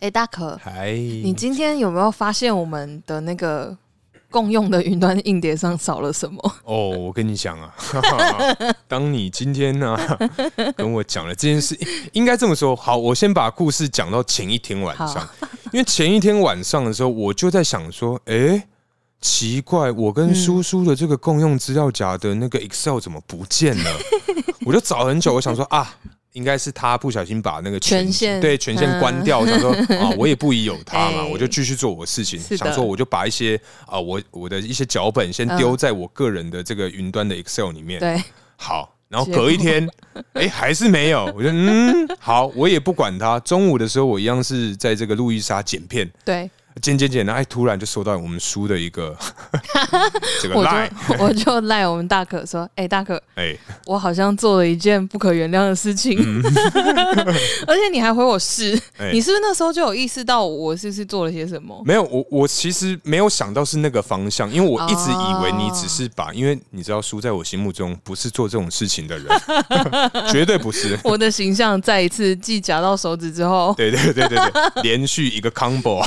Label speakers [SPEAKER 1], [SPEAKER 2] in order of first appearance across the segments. [SPEAKER 1] 哎，大可，
[SPEAKER 2] 嗨，
[SPEAKER 1] 你今天有没有发现我们的那个共用的云端硬碟上少了什么？
[SPEAKER 2] 哦，我跟你讲 啊，哈哈当你今天呢、跟我讲了这件事，应该这么说。好，我先把故事讲到前一天晚上
[SPEAKER 1] 好，
[SPEAKER 2] 因为前一天晚上的时候，我就在想说，哎、奇怪，我
[SPEAKER 1] 嗯
[SPEAKER 2] 跟叔叔的这个共用资料夹的那个 Excel 怎么不见 了？我就找很久，我想说啊。应该是他不小心把那个
[SPEAKER 1] 权限
[SPEAKER 2] 对权限
[SPEAKER 1] 嗯
[SPEAKER 2] 关掉，想说啊，我也不疑有他嘛，
[SPEAKER 1] 哎
[SPEAKER 2] 我就继续做我的事情，
[SPEAKER 1] 是的
[SPEAKER 2] 想说我就把一些啊、我我的一些脚本先丢在我个人的这个云端的 Excel 里面。
[SPEAKER 1] 嗯对，
[SPEAKER 2] 好，然后
[SPEAKER 1] 结果
[SPEAKER 2] 隔一天， 哎、还是没有。我就嗯，好，我也不管它。中午的时候，我一样是在这个路易莎剪片，
[SPEAKER 1] 对，
[SPEAKER 2] 剪剪剪，然后哎，突然就收到我们书的 一个这个
[SPEAKER 1] 我
[SPEAKER 2] line，
[SPEAKER 1] 就 我就赖我们大可说，哎、大可，
[SPEAKER 2] 哎、
[SPEAKER 1] 我好像做了一件不可原谅的事情， 而且你还回我是，
[SPEAKER 2] 嗯哎
[SPEAKER 1] 你是不是那时候就有意识到我是不是做了些什么？
[SPEAKER 2] 没有，我我其实没有想到是那个方向，因为我一直以为你只
[SPEAKER 1] 哦
[SPEAKER 2] 是把，因为你知道，书在我心目中不是做这种事情的人， 绝对不是。
[SPEAKER 1] 我的形象再一次既夹到手指之后，
[SPEAKER 2] 对对对对对，连续一个 combo，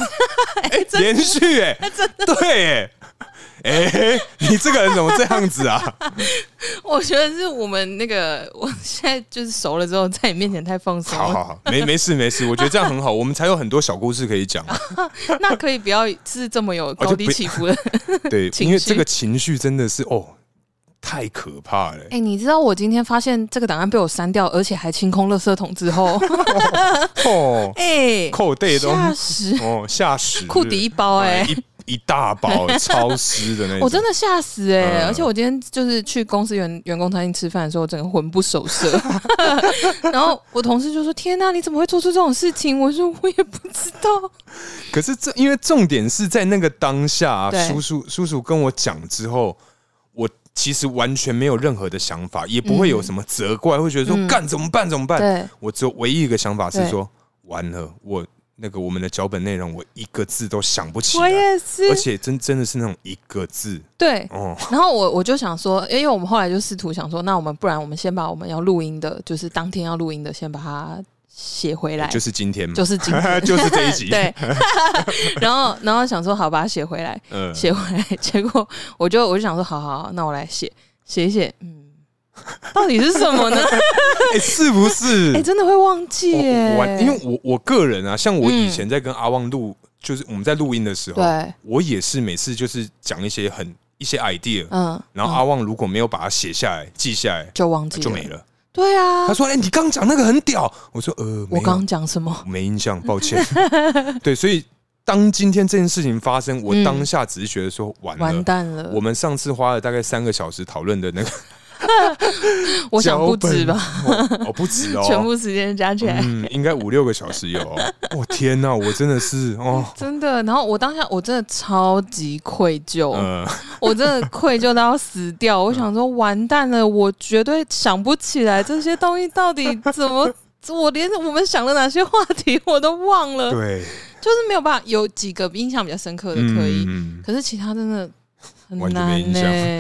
[SPEAKER 2] 哎、连续哎、对哎、哎、你这个人怎么这样 子啊？
[SPEAKER 1] 我觉得是我们那个，我现在就是熟了之后，在你面前太放松
[SPEAKER 2] 好
[SPEAKER 1] 了。
[SPEAKER 2] 好好，没没事没事，我觉得这样很好，我们才有很多小故事可 以讲。啊
[SPEAKER 1] 那可以不要是这么有
[SPEAKER 2] 哦就
[SPEAKER 1] 高低
[SPEAKER 2] 不
[SPEAKER 1] 起伏的。
[SPEAKER 2] 对，
[SPEAKER 1] 情绪
[SPEAKER 2] 因为这个情绪真的是哦，太可怕了、
[SPEAKER 1] 哎、你知道我今天发现这个档案被我删掉，而且还清空垃圾桶之 后，
[SPEAKER 2] 哦，
[SPEAKER 1] 哎、
[SPEAKER 2] 扣对都
[SPEAKER 1] 吓死，
[SPEAKER 2] 哦吓死，
[SPEAKER 1] 裤底一包哎、
[SPEAKER 2] 哎一一大包超湿的那种。
[SPEAKER 1] 我真的吓死哎、
[SPEAKER 2] 嗯
[SPEAKER 1] 而且我今天就是去公司员员工餐厅吃饭的时候，我整个魂不守舍。 然后我同事就说：“天呐，你怎么会做出这种事情？”我说：“我也不知道。
[SPEAKER 2] 可是这因为重点是在那个当下、啊
[SPEAKER 1] 对
[SPEAKER 2] 叔叔叔叔跟我讲之后，我其实完全没有任何的想法，也不会有什么责怪，会觉得说
[SPEAKER 1] 嗯
[SPEAKER 2] 干、怎么办怎么办？
[SPEAKER 1] 对
[SPEAKER 2] 我只有唯一一个想法是
[SPEAKER 1] 对
[SPEAKER 2] 说完了，我那个我们的脚本内容我一个字都想不起
[SPEAKER 1] 我
[SPEAKER 2] 来，
[SPEAKER 1] 也是
[SPEAKER 2] 而，且真真的啊是那种一个字
[SPEAKER 1] 对。
[SPEAKER 2] 哦，
[SPEAKER 1] 然后我我就想说，因为我们后来就试图想说，那我们不然我们先把我们要录音的，就是当天要录音的，先把它写回来，
[SPEAKER 2] 就是嗯今天嘛，
[SPEAKER 1] 哎就是今天
[SPEAKER 2] 就是这一 集，
[SPEAKER 1] 对，然后然后想说好把它写回来，
[SPEAKER 2] 嗯，
[SPEAKER 1] 写回来， 结果我就我就想说好好好，那我来写写一写，嗯，到底是什么 呢？
[SPEAKER 2] 哎、是不是？
[SPEAKER 1] 哎、真的会忘记
[SPEAKER 2] 我
[SPEAKER 1] 耶，
[SPEAKER 2] 我因为我我个人啊，像我以
[SPEAKER 1] 嗯
[SPEAKER 2] 前在跟阿旺录，就是我们在录音的时候，
[SPEAKER 1] 对，
[SPEAKER 2] 我也是每次就是讲一些很一些 idea，、
[SPEAKER 1] 嗯，
[SPEAKER 2] 然后阿旺如果没有把它写下来、记下来，
[SPEAKER 1] 就忘记
[SPEAKER 2] 就没。了。
[SPEAKER 1] 对啊
[SPEAKER 2] 他，说：“哎、你刚讲那个很屌。”我说：“呃，没
[SPEAKER 1] 我
[SPEAKER 2] 有
[SPEAKER 1] 刚刚讲什么？
[SPEAKER 2] 没印象，抱 歉。”对，所以当今天这件事情发生，我
[SPEAKER 1] 嗯
[SPEAKER 2] 当下只是觉得说完了。
[SPEAKER 1] 完蛋了，
[SPEAKER 2] 我
[SPEAKER 1] 我
[SPEAKER 2] 们上次花了大概三个小时讨论的那个
[SPEAKER 1] 想
[SPEAKER 2] 脚
[SPEAKER 1] 不
[SPEAKER 2] 本，
[SPEAKER 1] 止吧，
[SPEAKER 2] 哦？哦，不止哦，
[SPEAKER 1] 全部时间加起来。
[SPEAKER 2] 嗯，应该五六个小时有、哦。我、天哪，我真的是哦，
[SPEAKER 1] 真的，然后我当下我真的超级愧疚，
[SPEAKER 2] 呃，
[SPEAKER 1] 我真的愧疚到要死掉。我想说，完蛋了，我绝对想不起来这些东西到底怎么， 我连我们想了哪些话题我都忘了，
[SPEAKER 2] 对，
[SPEAKER 1] 就是没有办法。有几个印象比较深刻的呃可以，
[SPEAKER 2] 嗯
[SPEAKER 1] 可是其他真的很
[SPEAKER 2] 完全没
[SPEAKER 1] 难
[SPEAKER 2] 印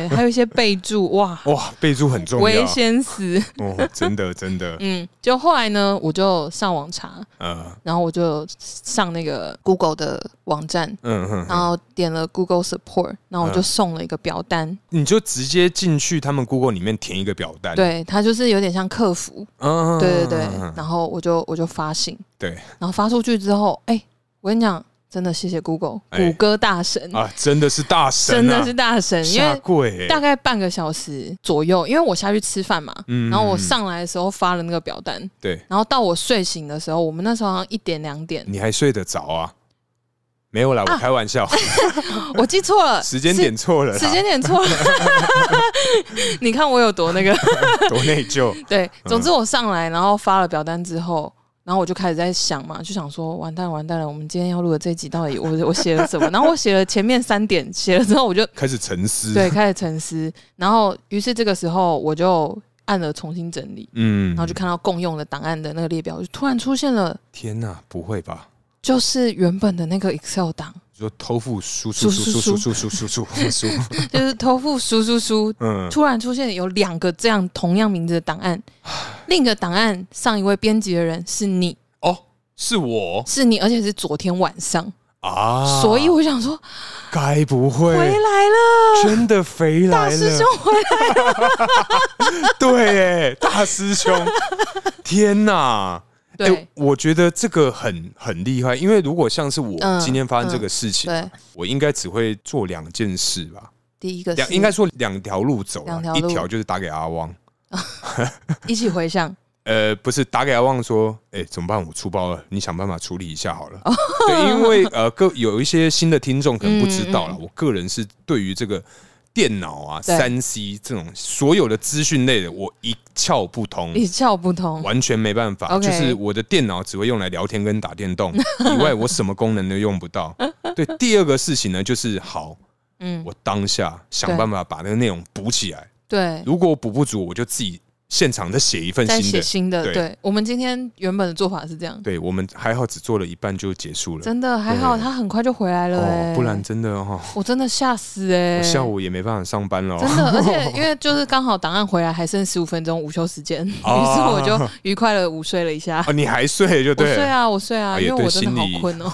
[SPEAKER 1] 呢、还有一些备注，哇，
[SPEAKER 2] 哇，备注很 重要
[SPEAKER 1] 危，险死。
[SPEAKER 2] 哦，真的 真的，
[SPEAKER 1] 嗯，就后来呢，我就上网查，
[SPEAKER 2] 呃，
[SPEAKER 1] 然后我就上那个 Google 的网站。
[SPEAKER 2] 嗯哼
[SPEAKER 1] 然
[SPEAKER 2] 哼，
[SPEAKER 1] 后点了 Google Support，然后我就
[SPEAKER 2] 嗯
[SPEAKER 1] 送了一个表单，
[SPEAKER 2] 你就直接进去他们 Google 里面填一个表单，，
[SPEAKER 1] 对，它就是有点像客服，
[SPEAKER 2] 嗯
[SPEAKER 1] 对对对。
[SPEAKER 2] 嗯
[SPEAKER 1] 然后我就我就发信，
[SPEAKER 2] 对，
[SPEAKER 1] 然后发出去之后，哎、我跟你讲，真的谢谢 Google，
[SPEAKER 2] 哎
[SPEAKER 1] 谷歌大神，
[SPEAKER 2] 啊，真的是
[SPEAKER 1] 真
[SPEAKER 2] 大神啊，
[SPEAKER 1] 的是大神，因
[SPEAKER 2] 下
[SPEAKER 1] 为
[SPEAKER 2] 跪、
[SPEAKER 1] 大
[SPEAKER 2] 欸，
[SPEAKER 1] 概半个小时左右，因为我下去吃饭嘛，
[SPEAKER 2] 嗯
[SPEAKER 1] 然后我上来的时候发了那个表单，
[SPEAKER 2] 对，
[SPEAKER 1] 然后到我睡醒的时候，我们那时候好像一点两点，
[SPEAKER 2] 你还睡得着啊？没有啦，我
[SPEAKER 1] 啊
[SPEAKER 2] 开 玩笑，
[SPEAKER 1] 我记错了，
[SPEAKER 2] 嗯 时间
[SPEAKER 1] 是
[SPEAKER 2] 点错了啦，
[SPEAKER 1] 时间点错了， 你看我有多那个。
[SPEAKER 2] 多内疚，
[SPEAKER 1] 对，总之我上来，然后发了表单之后，然后我就开始在想嘛，就想说完蛋完蛋了，我们今天要录的这一集到底我 我写了什么？然后我写了前面三点，写了之后我就
[SPEAKER 2] 开始沉思，
[SPEAKER 1] 对，开始沉思，然后于是这个时候我就按了重新整理，
[SPEAKER 2] 嗯
[SPEAKER 1] 然后就看到共用的档案的那个列表，就突然出现了
[SPEAKER 2] 天哪、不会吧？
[SPEAKER 1] 就是原本的那个 Excel 档，
[SPEAKER 2] 你说偷富叔叔叔叔叔叔叔叔叔叔，
[SPEAKER 1] 就是偷付叔叔叔。
[SPEAKER 2] 嗯，
[SPEAKER 1] 突然出现有两个这样同样名字的档案，另一个档案上一位编辑的人是你，
[SPEAKER 2] 哦，是我
[SPEAKER 1] 是你，而且是昨天晚上，
[SPEAKER 2] 啊，
[SPEAKER 1] 所以我想说
[SPEAKER 2] 该不
[SPEAKER 1] 回来
[SPEAKER 2] 会
[SPEAKER 1] 了，
[SPEAKER 2] 真的肥
[SPEAKER 1] 大
[SPEAKER 2] 来了？
[SPEAKER 1] 师兄回来了，
[SPEAKER 2] 对，哎大师 兄，天哪！哎
[SPEAKER 1] 对
[SPEAKER 2] 我觉得这个很很厉害，因为如果像是我
[SPEAKER 1] 嗯
[SPEAKER 2] 今天发生这个事情，
[SPEAKER 1] 对，
[SPEAKER 2] 我应该只会做两件事吧，
[SPEAKER 1] 第一个
[SPEAKER 2] 两
[SPEAKER 1] 是
[SPEAKER 2] 应该说两条路走、啊
[SPEAKER 1] 两条，
[SPEAKER 2] 一
[SPEAKER 1] 路
[SPEAKER 2] 条就是打给阿旺，
[SPEAKER 1] 一起回想，
[SPEAKER 2] 呃，不是打给阿旺说，哎、怎么办？我出包了，你想办法处理一下好了。
[SPEAKER 1] 哦
[SPEAKER 2] 对，因为呃，个有一些新的听众可能不知道了，我个人是对于这个电脑啊、
[SPEAKER 1] 嗯对
[SPEAKER 2] 三 C 这种所有的资讯类的，我一窍不通。
[SPEAKER 1] 一窍不通，
[SPEAKER 2] 完全没办法
[SPEAKER 1] OK
[SPEAKER 2] 就是我的电脑只会用来聊天跟打电 动以外，我什么功能都用不到。对，第二个事情呢，就是好，
[SPEAKER 1] 嗯，
[SPEAKER 2] 我当下想
[SPEAKER 1] 对
[SPEAKER 2] 办法把那个内容补起来。
[SPEAKER 1] 对，
[SPEAKER 2] 如果我补不足，我就自己现场再写一份
[SPEAKER 1] 在
[SPEAKER 2] 新
[SPEAKER 1] 写
[SPEAKER 2] 的。
[SPEAKER 1] 新的，
[SPEAKER 2] 对
[SPEAKER 1] 对我们今天原本的做法是这样，
[SPEAKER 2] 对我们还好，只做了一半就结束了，
[SPEAKER 1] 真的还好，
[SPEAKER 2] 对
[SPEAKER 1] 他很快就回来了、哎、
[SPEAKER 2] 哦，不然真的哦，
[SPEAKER 1] 我真的吓死哎、
[SPEAKER 2] 我下午也没办法上班了哦。
[SPEAKER 1] 真的，而且因为就是刚好档案回来还剩十五分钟午休时 间，于是
[SPEAKER 2] 啊
[SPEAKER 1] 我就愉快的午睡了一下。
[SPEAKER 2] 哦，你还睡就
[SPEAKER 1] 我
[SPEAKER 2] 对
[SPEAKER 1] 睡
[SPEAKER 2] 了。
[SPEAKER 1] 啊，我睡啊，
[SPEAKER 2] 啊也
[SPEAKER 1] 因为我
[SPEAKER 2] 对
[SPEAKER 1] 真的好
[SPEAKER 2] 心理
[SPEAKER 1] 困哦。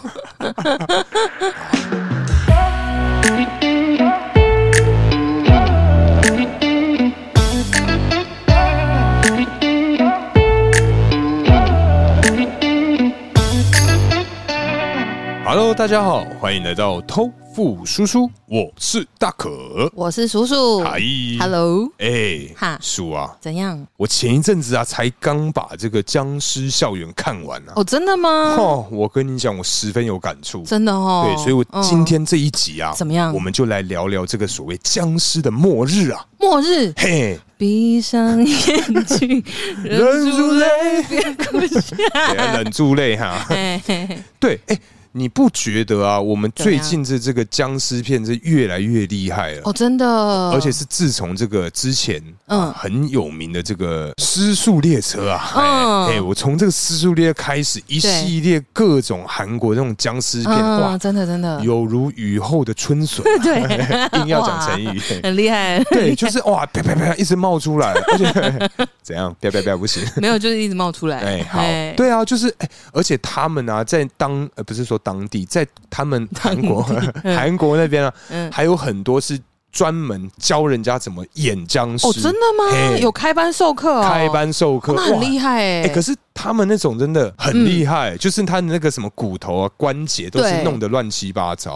[SPEAKER 2] Hello，大家好，欢迎来到偷富叔叔，我是大可。
[SPEAKER 1] 我是叔叔
[SPEAKER 2] 嗨
[SPEAKER 1] 哦，Hello，
[SPEAKER 2] 哎，
[SPEAKER 1] 哈
[SPEAKER 2] 叔啊，
[SPEAKER 1] 怎样？
[SPEAKER 2] 我前一阵子啊，才刚把这个《僵尸校园》看完啊。
[SPEAKER 1] 哦，真的吗？
[SPEAKER 2] 哦，我跟你讲，我十分有感触。
[SPEAKER 1] 真的哦。
[SPEAKER 2] 对，所以我
[SPEAKER 1] 嗯
[SPEAKER 2] 今天这一集啊，
[SPEAKER 1] 怎么样
[SPEAKER 2] 我们就来聊聊这个所谓僵尸的末日啊。
[SPEAKER 1] 末日
[SPEAKER 2] 嘿，
[SPEAKER 1] 闭上眼 睛，忍住泪，
[SPEAKER 2] 泪，
[SPEAKER 1] 别哭 笑。
[SPEAKER 2] 啊忍住泪哈。
[SPEAKER 1] 嘿嘿嘿
[SPEAKER 2] 对，哎、你不觉得啊？我们最近这这个僵尸片是越来越厉害了。
[SPEAKER 1] 哦，真的，
[SPEAKER 2] 而且是自从这个之前，嗯、
[SPEAKER 1] 嗯
[SPEAKER 2] 很有名的这个《失速列车》啊，哎、
[SPEAKER 1] 嗯
[SPEAKER 2] 哎我从这个《失速列车》开始，一
[SPEAKER 1] 对
[SPEAKER 2] 系列各种韩国那种僵尸片，
[SPEAKER 1] 嗯，
[SPEAKER 2] 哇，
[SPEAKER 1] 真的真的，
[SPEAKER 2] 有如雨后的 春笋、
[SPEAKER 1] 对，
[SPEAKER 2] 啊， 硬要讲成语。
[SPEAKER 1] 很厉害。
[SPEAKER 2] 对，就是哇，啪啪啪，一直冒出来， 而且怎样，啪啪啪不行。
[SPEAKER 1] 没有，就是一直冒出来。
[SPEAKER 2] 哎，好
[SPEAKER 1] 哎，
[SPEAKER 2] 对啊，就是哎，而且他们啊，在当呃不是说当地，在他们韩国 韩国那边啊，
[SPEAKER 1] 嗯，
[SPEAKER 2] 还有很多是专门教人家怎么演僵尸，
[SPEAKER 1] 哦，真的吗？
[SPEAKER 2] 嘿
[SPEAKER 1] 有开班授课哦，
[SPEAKER 2] 开班授课，
[SPEAKER 1] 哦那很厉
[SPEAKER 2] 害。
[SPEAKER 1] 害哎
[SPEAKER 2] 哎，。可是他们那种真的很厉害，就是他的那个什么骨头啊、关节都是
[SPEAKER 1] 对
[SPEAKER 2] 弄得乱七八 糟，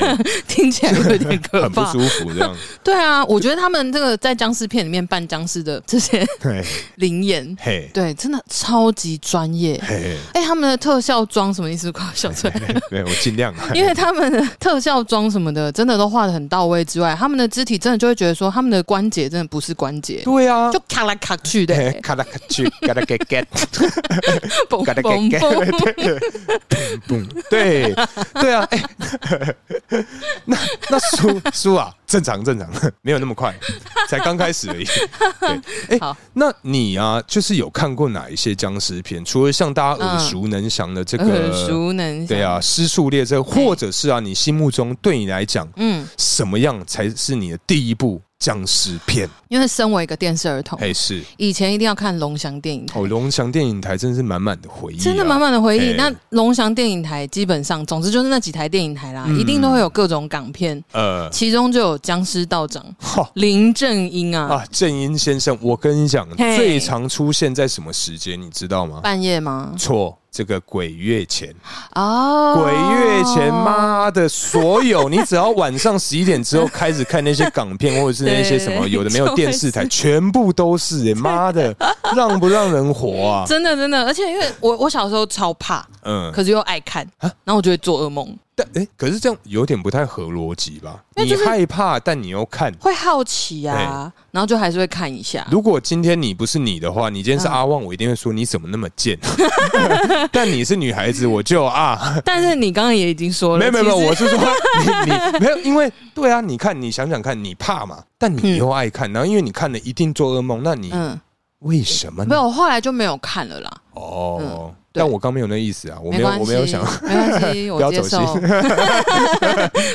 [SPEAKER 2] 哎
[SPEAKER 1] 听起来有点可
[SPEAKER 2] 很不
[SPEAKER 1] 怕
[SPEAKER 2] 舒。服这样。
[SPEAKER 1] 对啊，我觉得他们这个在僵尸片里面扮僵尸的这些
[SPEAKER 2] 对，
[SPEAKER 1] 灵演，
[SPEAKER 2] 嘿，
[SPEAKER 1] 对，真的超级专业。
[SPEAKER 2] 嘿，
[SPEAKER 1] 哎，他们的特效妆什么意思？快笑出来！
[SPEAKER 2] 嘿对我尽量。啊
[SPEAKER 1] 因为他们的特效妆什么的，真的都画的很到位之外，他们的肢体真的就会觉得说，他们的关节真的不是关节，
[SPEAKER 2] 对啊，
[SPEAKER 1] 就卡来卡去的、
[SPEAKER 2] 嘿咔啦咔去，嘎啦嘎嘎。
[SPEAKER 1] 嘣
[SPEAKER 2] 嘎哒嘎
[SPEAKER 1] 嘣
[SPEAKER 2] 嘎，
[SPEAKER 1] 嘣。
[SPEAKER 2] 对，嘣嘣，对对啊，哎、那那输输啊，正常正常，没有那么快，才刚开始而已。对，哎、
[SPEAKER 1] 好
[SPEAKER 2] 那你啊，就是有看过哪一些僵尸片？除了像大家耳熟能详的这 个，
[SPEAKER 1] 嗯耳熟能详。
[SPEAKER 2] 对啊，《失速列车》，或者是啊，你心目中对你来讲，
[SPEAKER 1] 嗯，
[SPEAKER 2] 什么样才是你的第一部僵尸片？
[SPEAKER 1] 因为身为一个电视儿童，
[SPEAKER 2] 哎、是
[SPEAKER 1] 以前一定要看龙翔电影台，
[SPEAKER 2] 哦，龙翔电影台真是满满的回忆、啊，
[SPEAKER 1] 真的满满的回忆。
[SPEAKER 2] 哎
[SPEAKER 1] 那龙翔电影台基本上，总之就是那几台电影台啦，
[SPEAKER 2] 嗯
[SPEAKER 1] 一定都会有各种港片，
[SPEAKER 2] 呃，
[SPEAKER 1] 其中就有僵尸道长
[SPEAKER 2] 哈。
[SPEAKER 1] 林正英啊，
[SPEAKER 2] 啊，正英先生，我跟你讲，
[SPEAKER 1] 嘿
[SPEAKER 2] 最常出现在什么时间，你知道吗？
[SPEAKER 1] 半夜吗？
[SPEAKER 2] 错，这个鬼月前，
[SPEAKER 1] 哦，
[SPEAKER 2] 鬼月前，？妈的，所有你只要晚上十一点之后开始看那些港片，或者是那些什么
[SPEAKER 1] 对
[SPEAKER 2] 有的没有电视台，全部都是、欸，妈的，让不让人活啊？
[SPEAKER 1] 哦真的真的，而且因为我我小时候超怕，
[SPEAKER 2] 嗯，
[SPEAKER 1] 可是又爱看，然后我就会做噩梦，
[SPEAKER 2] 但哎、可是这样有点不太合逻辑吧？
[SPEAKER 1] 因为
[SPEAKER 2] 你
[SPEAKER 1] 就是
[SPEAKER 2] 害怕，但你又看。
[SPEAKER 1] 会好奇啊，然后就还是会看一下。
[SPEAKER 2] 如果今天你不是你的话，你
[SPEAKER 1] 嗯
[SPEAKER 2] 今天是阿旺，我一定会说你怎么那么贱。啊 但你是女孩子，我就啊，
[SPEAKER 1] 但是你刚刚也已经说了，
[SPEAKER 2] 没有没有没有，
[SPEAKER 1] 其实
[SPEAKER 2] 我是说你你没有，因为对啊，你看你想想看，你怕嘛，但你又爱看，然后因为你看了一定做噩梦，那你
[SPEAKER 1] 嗯，
[SPEAKER 2] 为什么
[SPEAKER 1] 没
[SPEAKER 2] 呢？
[SPEAKER 1] 有，我后来就没有看了啦。
[SPEAKER 2] 哦，
[SPEAKER 1] 对
[SPEAKER 2] 但我刚没有那意思啊，我没有
[SPEAKER 1] 关系
[SPEAKER 2] 我没 有想，
[SPEAKER 1] 没关系，
[SPEAKER 2] 不
[SPEAKER 1] 我
[SPEAKER 2] 要
[SPEAKER 1] 接
[SPEAKER 2] 走
[SPEAKER 1] 受，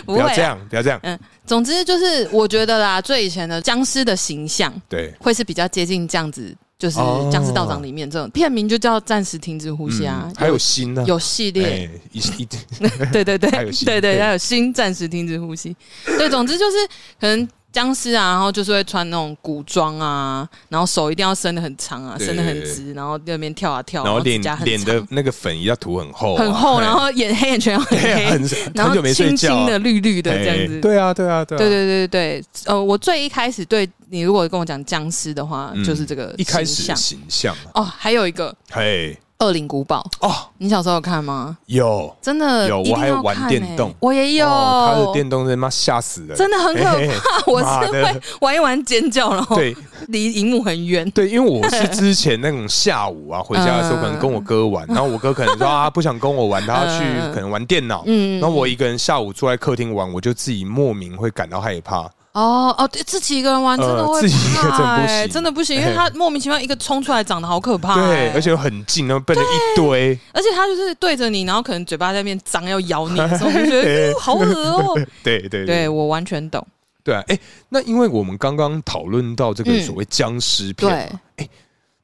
[SPEAKER 1] 不
[SPEAKER 2] 不
[SPEAKER 1] 会
[SPEAKER 2] 要这
[SPEAKER 1] 啊。
[SPEAKER 2] 样，不要这样，
[SPEAKER 1] 总之就是，我觉得啦，最以前的僵尸的形象
[SPEAKER 2] 对，
[SPEAKER 1] 会是比较接近这样子，就是
[SPEAKER 2] 哦
[SPEAKER 1] 《僵尸道长》里面这种片名就叫《暂时停止呼吸》啊
[SPEAKER 2] 嗯，还有心呢，
[SPEAKER 1] 有系列，
[SPEAKER 2] 哎一 一
[SPEAKER 1] 对对对
[SPEAKER 2] 还有心
[SPEAKER 1] 对对，
[SPEAKER 2] 对
[SPEAKER 1] 还有心暂时停止呼吸。对，总之就是可能僵尸啊，然后就是会穿那种古装啊，然后手一定要伸的很长啊，
[SPEAKER 2] 对
[SPEAKER 1] 伸的很直，然后那边跳啊跳，
[SPEAKER 2] 然后
[SPEAKER 1] 指
[SPEAKER 2] 脸
[SPEAKER 1] 甲很
[SPEAKER 2] 脸
[SPEAKER 1] 长
[SPEAKER 2] 的那个粉也要涂很厚啊，
[SPEAKER 1] 很厚，
[SPEAKER 2] 哎
[SPEAKER 1] 然后眼黑眼圈很
[SPEAKER 2] 对，啊
[SPEAKER 1] 黑，
[SPEAKER 2] 很
[SPEAKER 1] 然
[SPEAKER 2] 很
[SPEAKER 1] 后
[SPEAKER 2] 久没睡
[SPEAKER 1] 青
[SPEAKER 2] 觉
[SPEAKER 1] 青
[SPEAKER 2] 啊，
[SPEAKER 1] 的绿绿的这样子
[SPEAKER 2] 哎。对啊，对啊，
[SPEAKER 1] 对
[SPEAKER 2] 对啊，
[SPEAKER 1] 对对对对，呃，我最一开始对你如果跟我讲僵尸的话，
[SPEAKER 2] 嗯
[SPEAKER 1] 就是这个
[SPEAKER 2] 一开始
[SPEAKER 1] 形象
[SPEAKER 2] 形象，
[SPEAKER 1] 哦，还有一个
[SPEAKER 2] 嘿，
[SPEAKER 1] 《恶灵古堡》，
[SPEAKER 2] 哦，
[SPEAKER 1] 你小时候有看吗？
[SPEAKER 2] 有
[SPEAKER 1] 真的
[SPEAKER 2] 有
[SPEAKER 1] 一定
[SPEAKER 2] 我还有
[SPEAKER 1] 要
[SPEAKER 2] 玩
[SPEAKER 1] 看
[SPEAKER 2] 电
[SPEAKER 1] 欸
[SPEAKER 2] 动
[SPEAKER 1] 我也有
[SPEAKER 2] 哦他的电动车妈吓死人，
[SPEAKER 1] 真的很可
[SPEAKER 2] 嘿嘿
[SPEAKER 1] 怕， 我
[SPEAKER 2] 妈
[SPEAKER 1] 是
[SPEAKER 2] 的
[SPEAKER 1] 会哦玩一玩尖叫，然后
[SPEAKER 2] 对
[SPEAKER 1] 离荧幕很远。
[SPEAKER 2] 对，因为我是之前那种下 午啊，回家的时候可能跟我哥玩，然后我哥可能说啊不想跟我玩，他要去
[SPEAKER 1] 嗯
[SPEAKER 2] 可能玩电脑，
[SPEAKER 1] 嗯
[SPEAKER 2] 然后我一个人下午坐在客厅玩，我就自己莫名会感到害怕，
[SPEAKER 1] 哦哦，对，自己一个人玩真的
[SPEAKER 2] 呃
[SPEAKER 1] 会
[SPEAKER 2] 自己一
[SPEAKER 1] 怕
[SPEAKER 2] 个真不
[SPEAKER 1] 欸
[SPEAKER 2] 行哎
[SPEAKER 1] 真的不行，因为他莫名其妙一个冲出来，长得好可怕欸。
[SPEAKER 2] 对，而且又很近，然后变成一堆，
[SPEAKER 1] 而且他就是对着你，然后可能嘴巴在那边张要咬你，所以我就觉得
[SPEAKER 2] 对
[SPEAKER 1] 哟好恶哦。
[SPEAKER 2] 对对
[SPEAKER 1] 对我完全懂，
[SPEAKER 2] 对啊，哎，那因为我们刚刚讨论到这个
[SPEAKER 1] 嗯
[SPEAKER 2] 所谓僵尸片，
[SPEAKER 1] 对，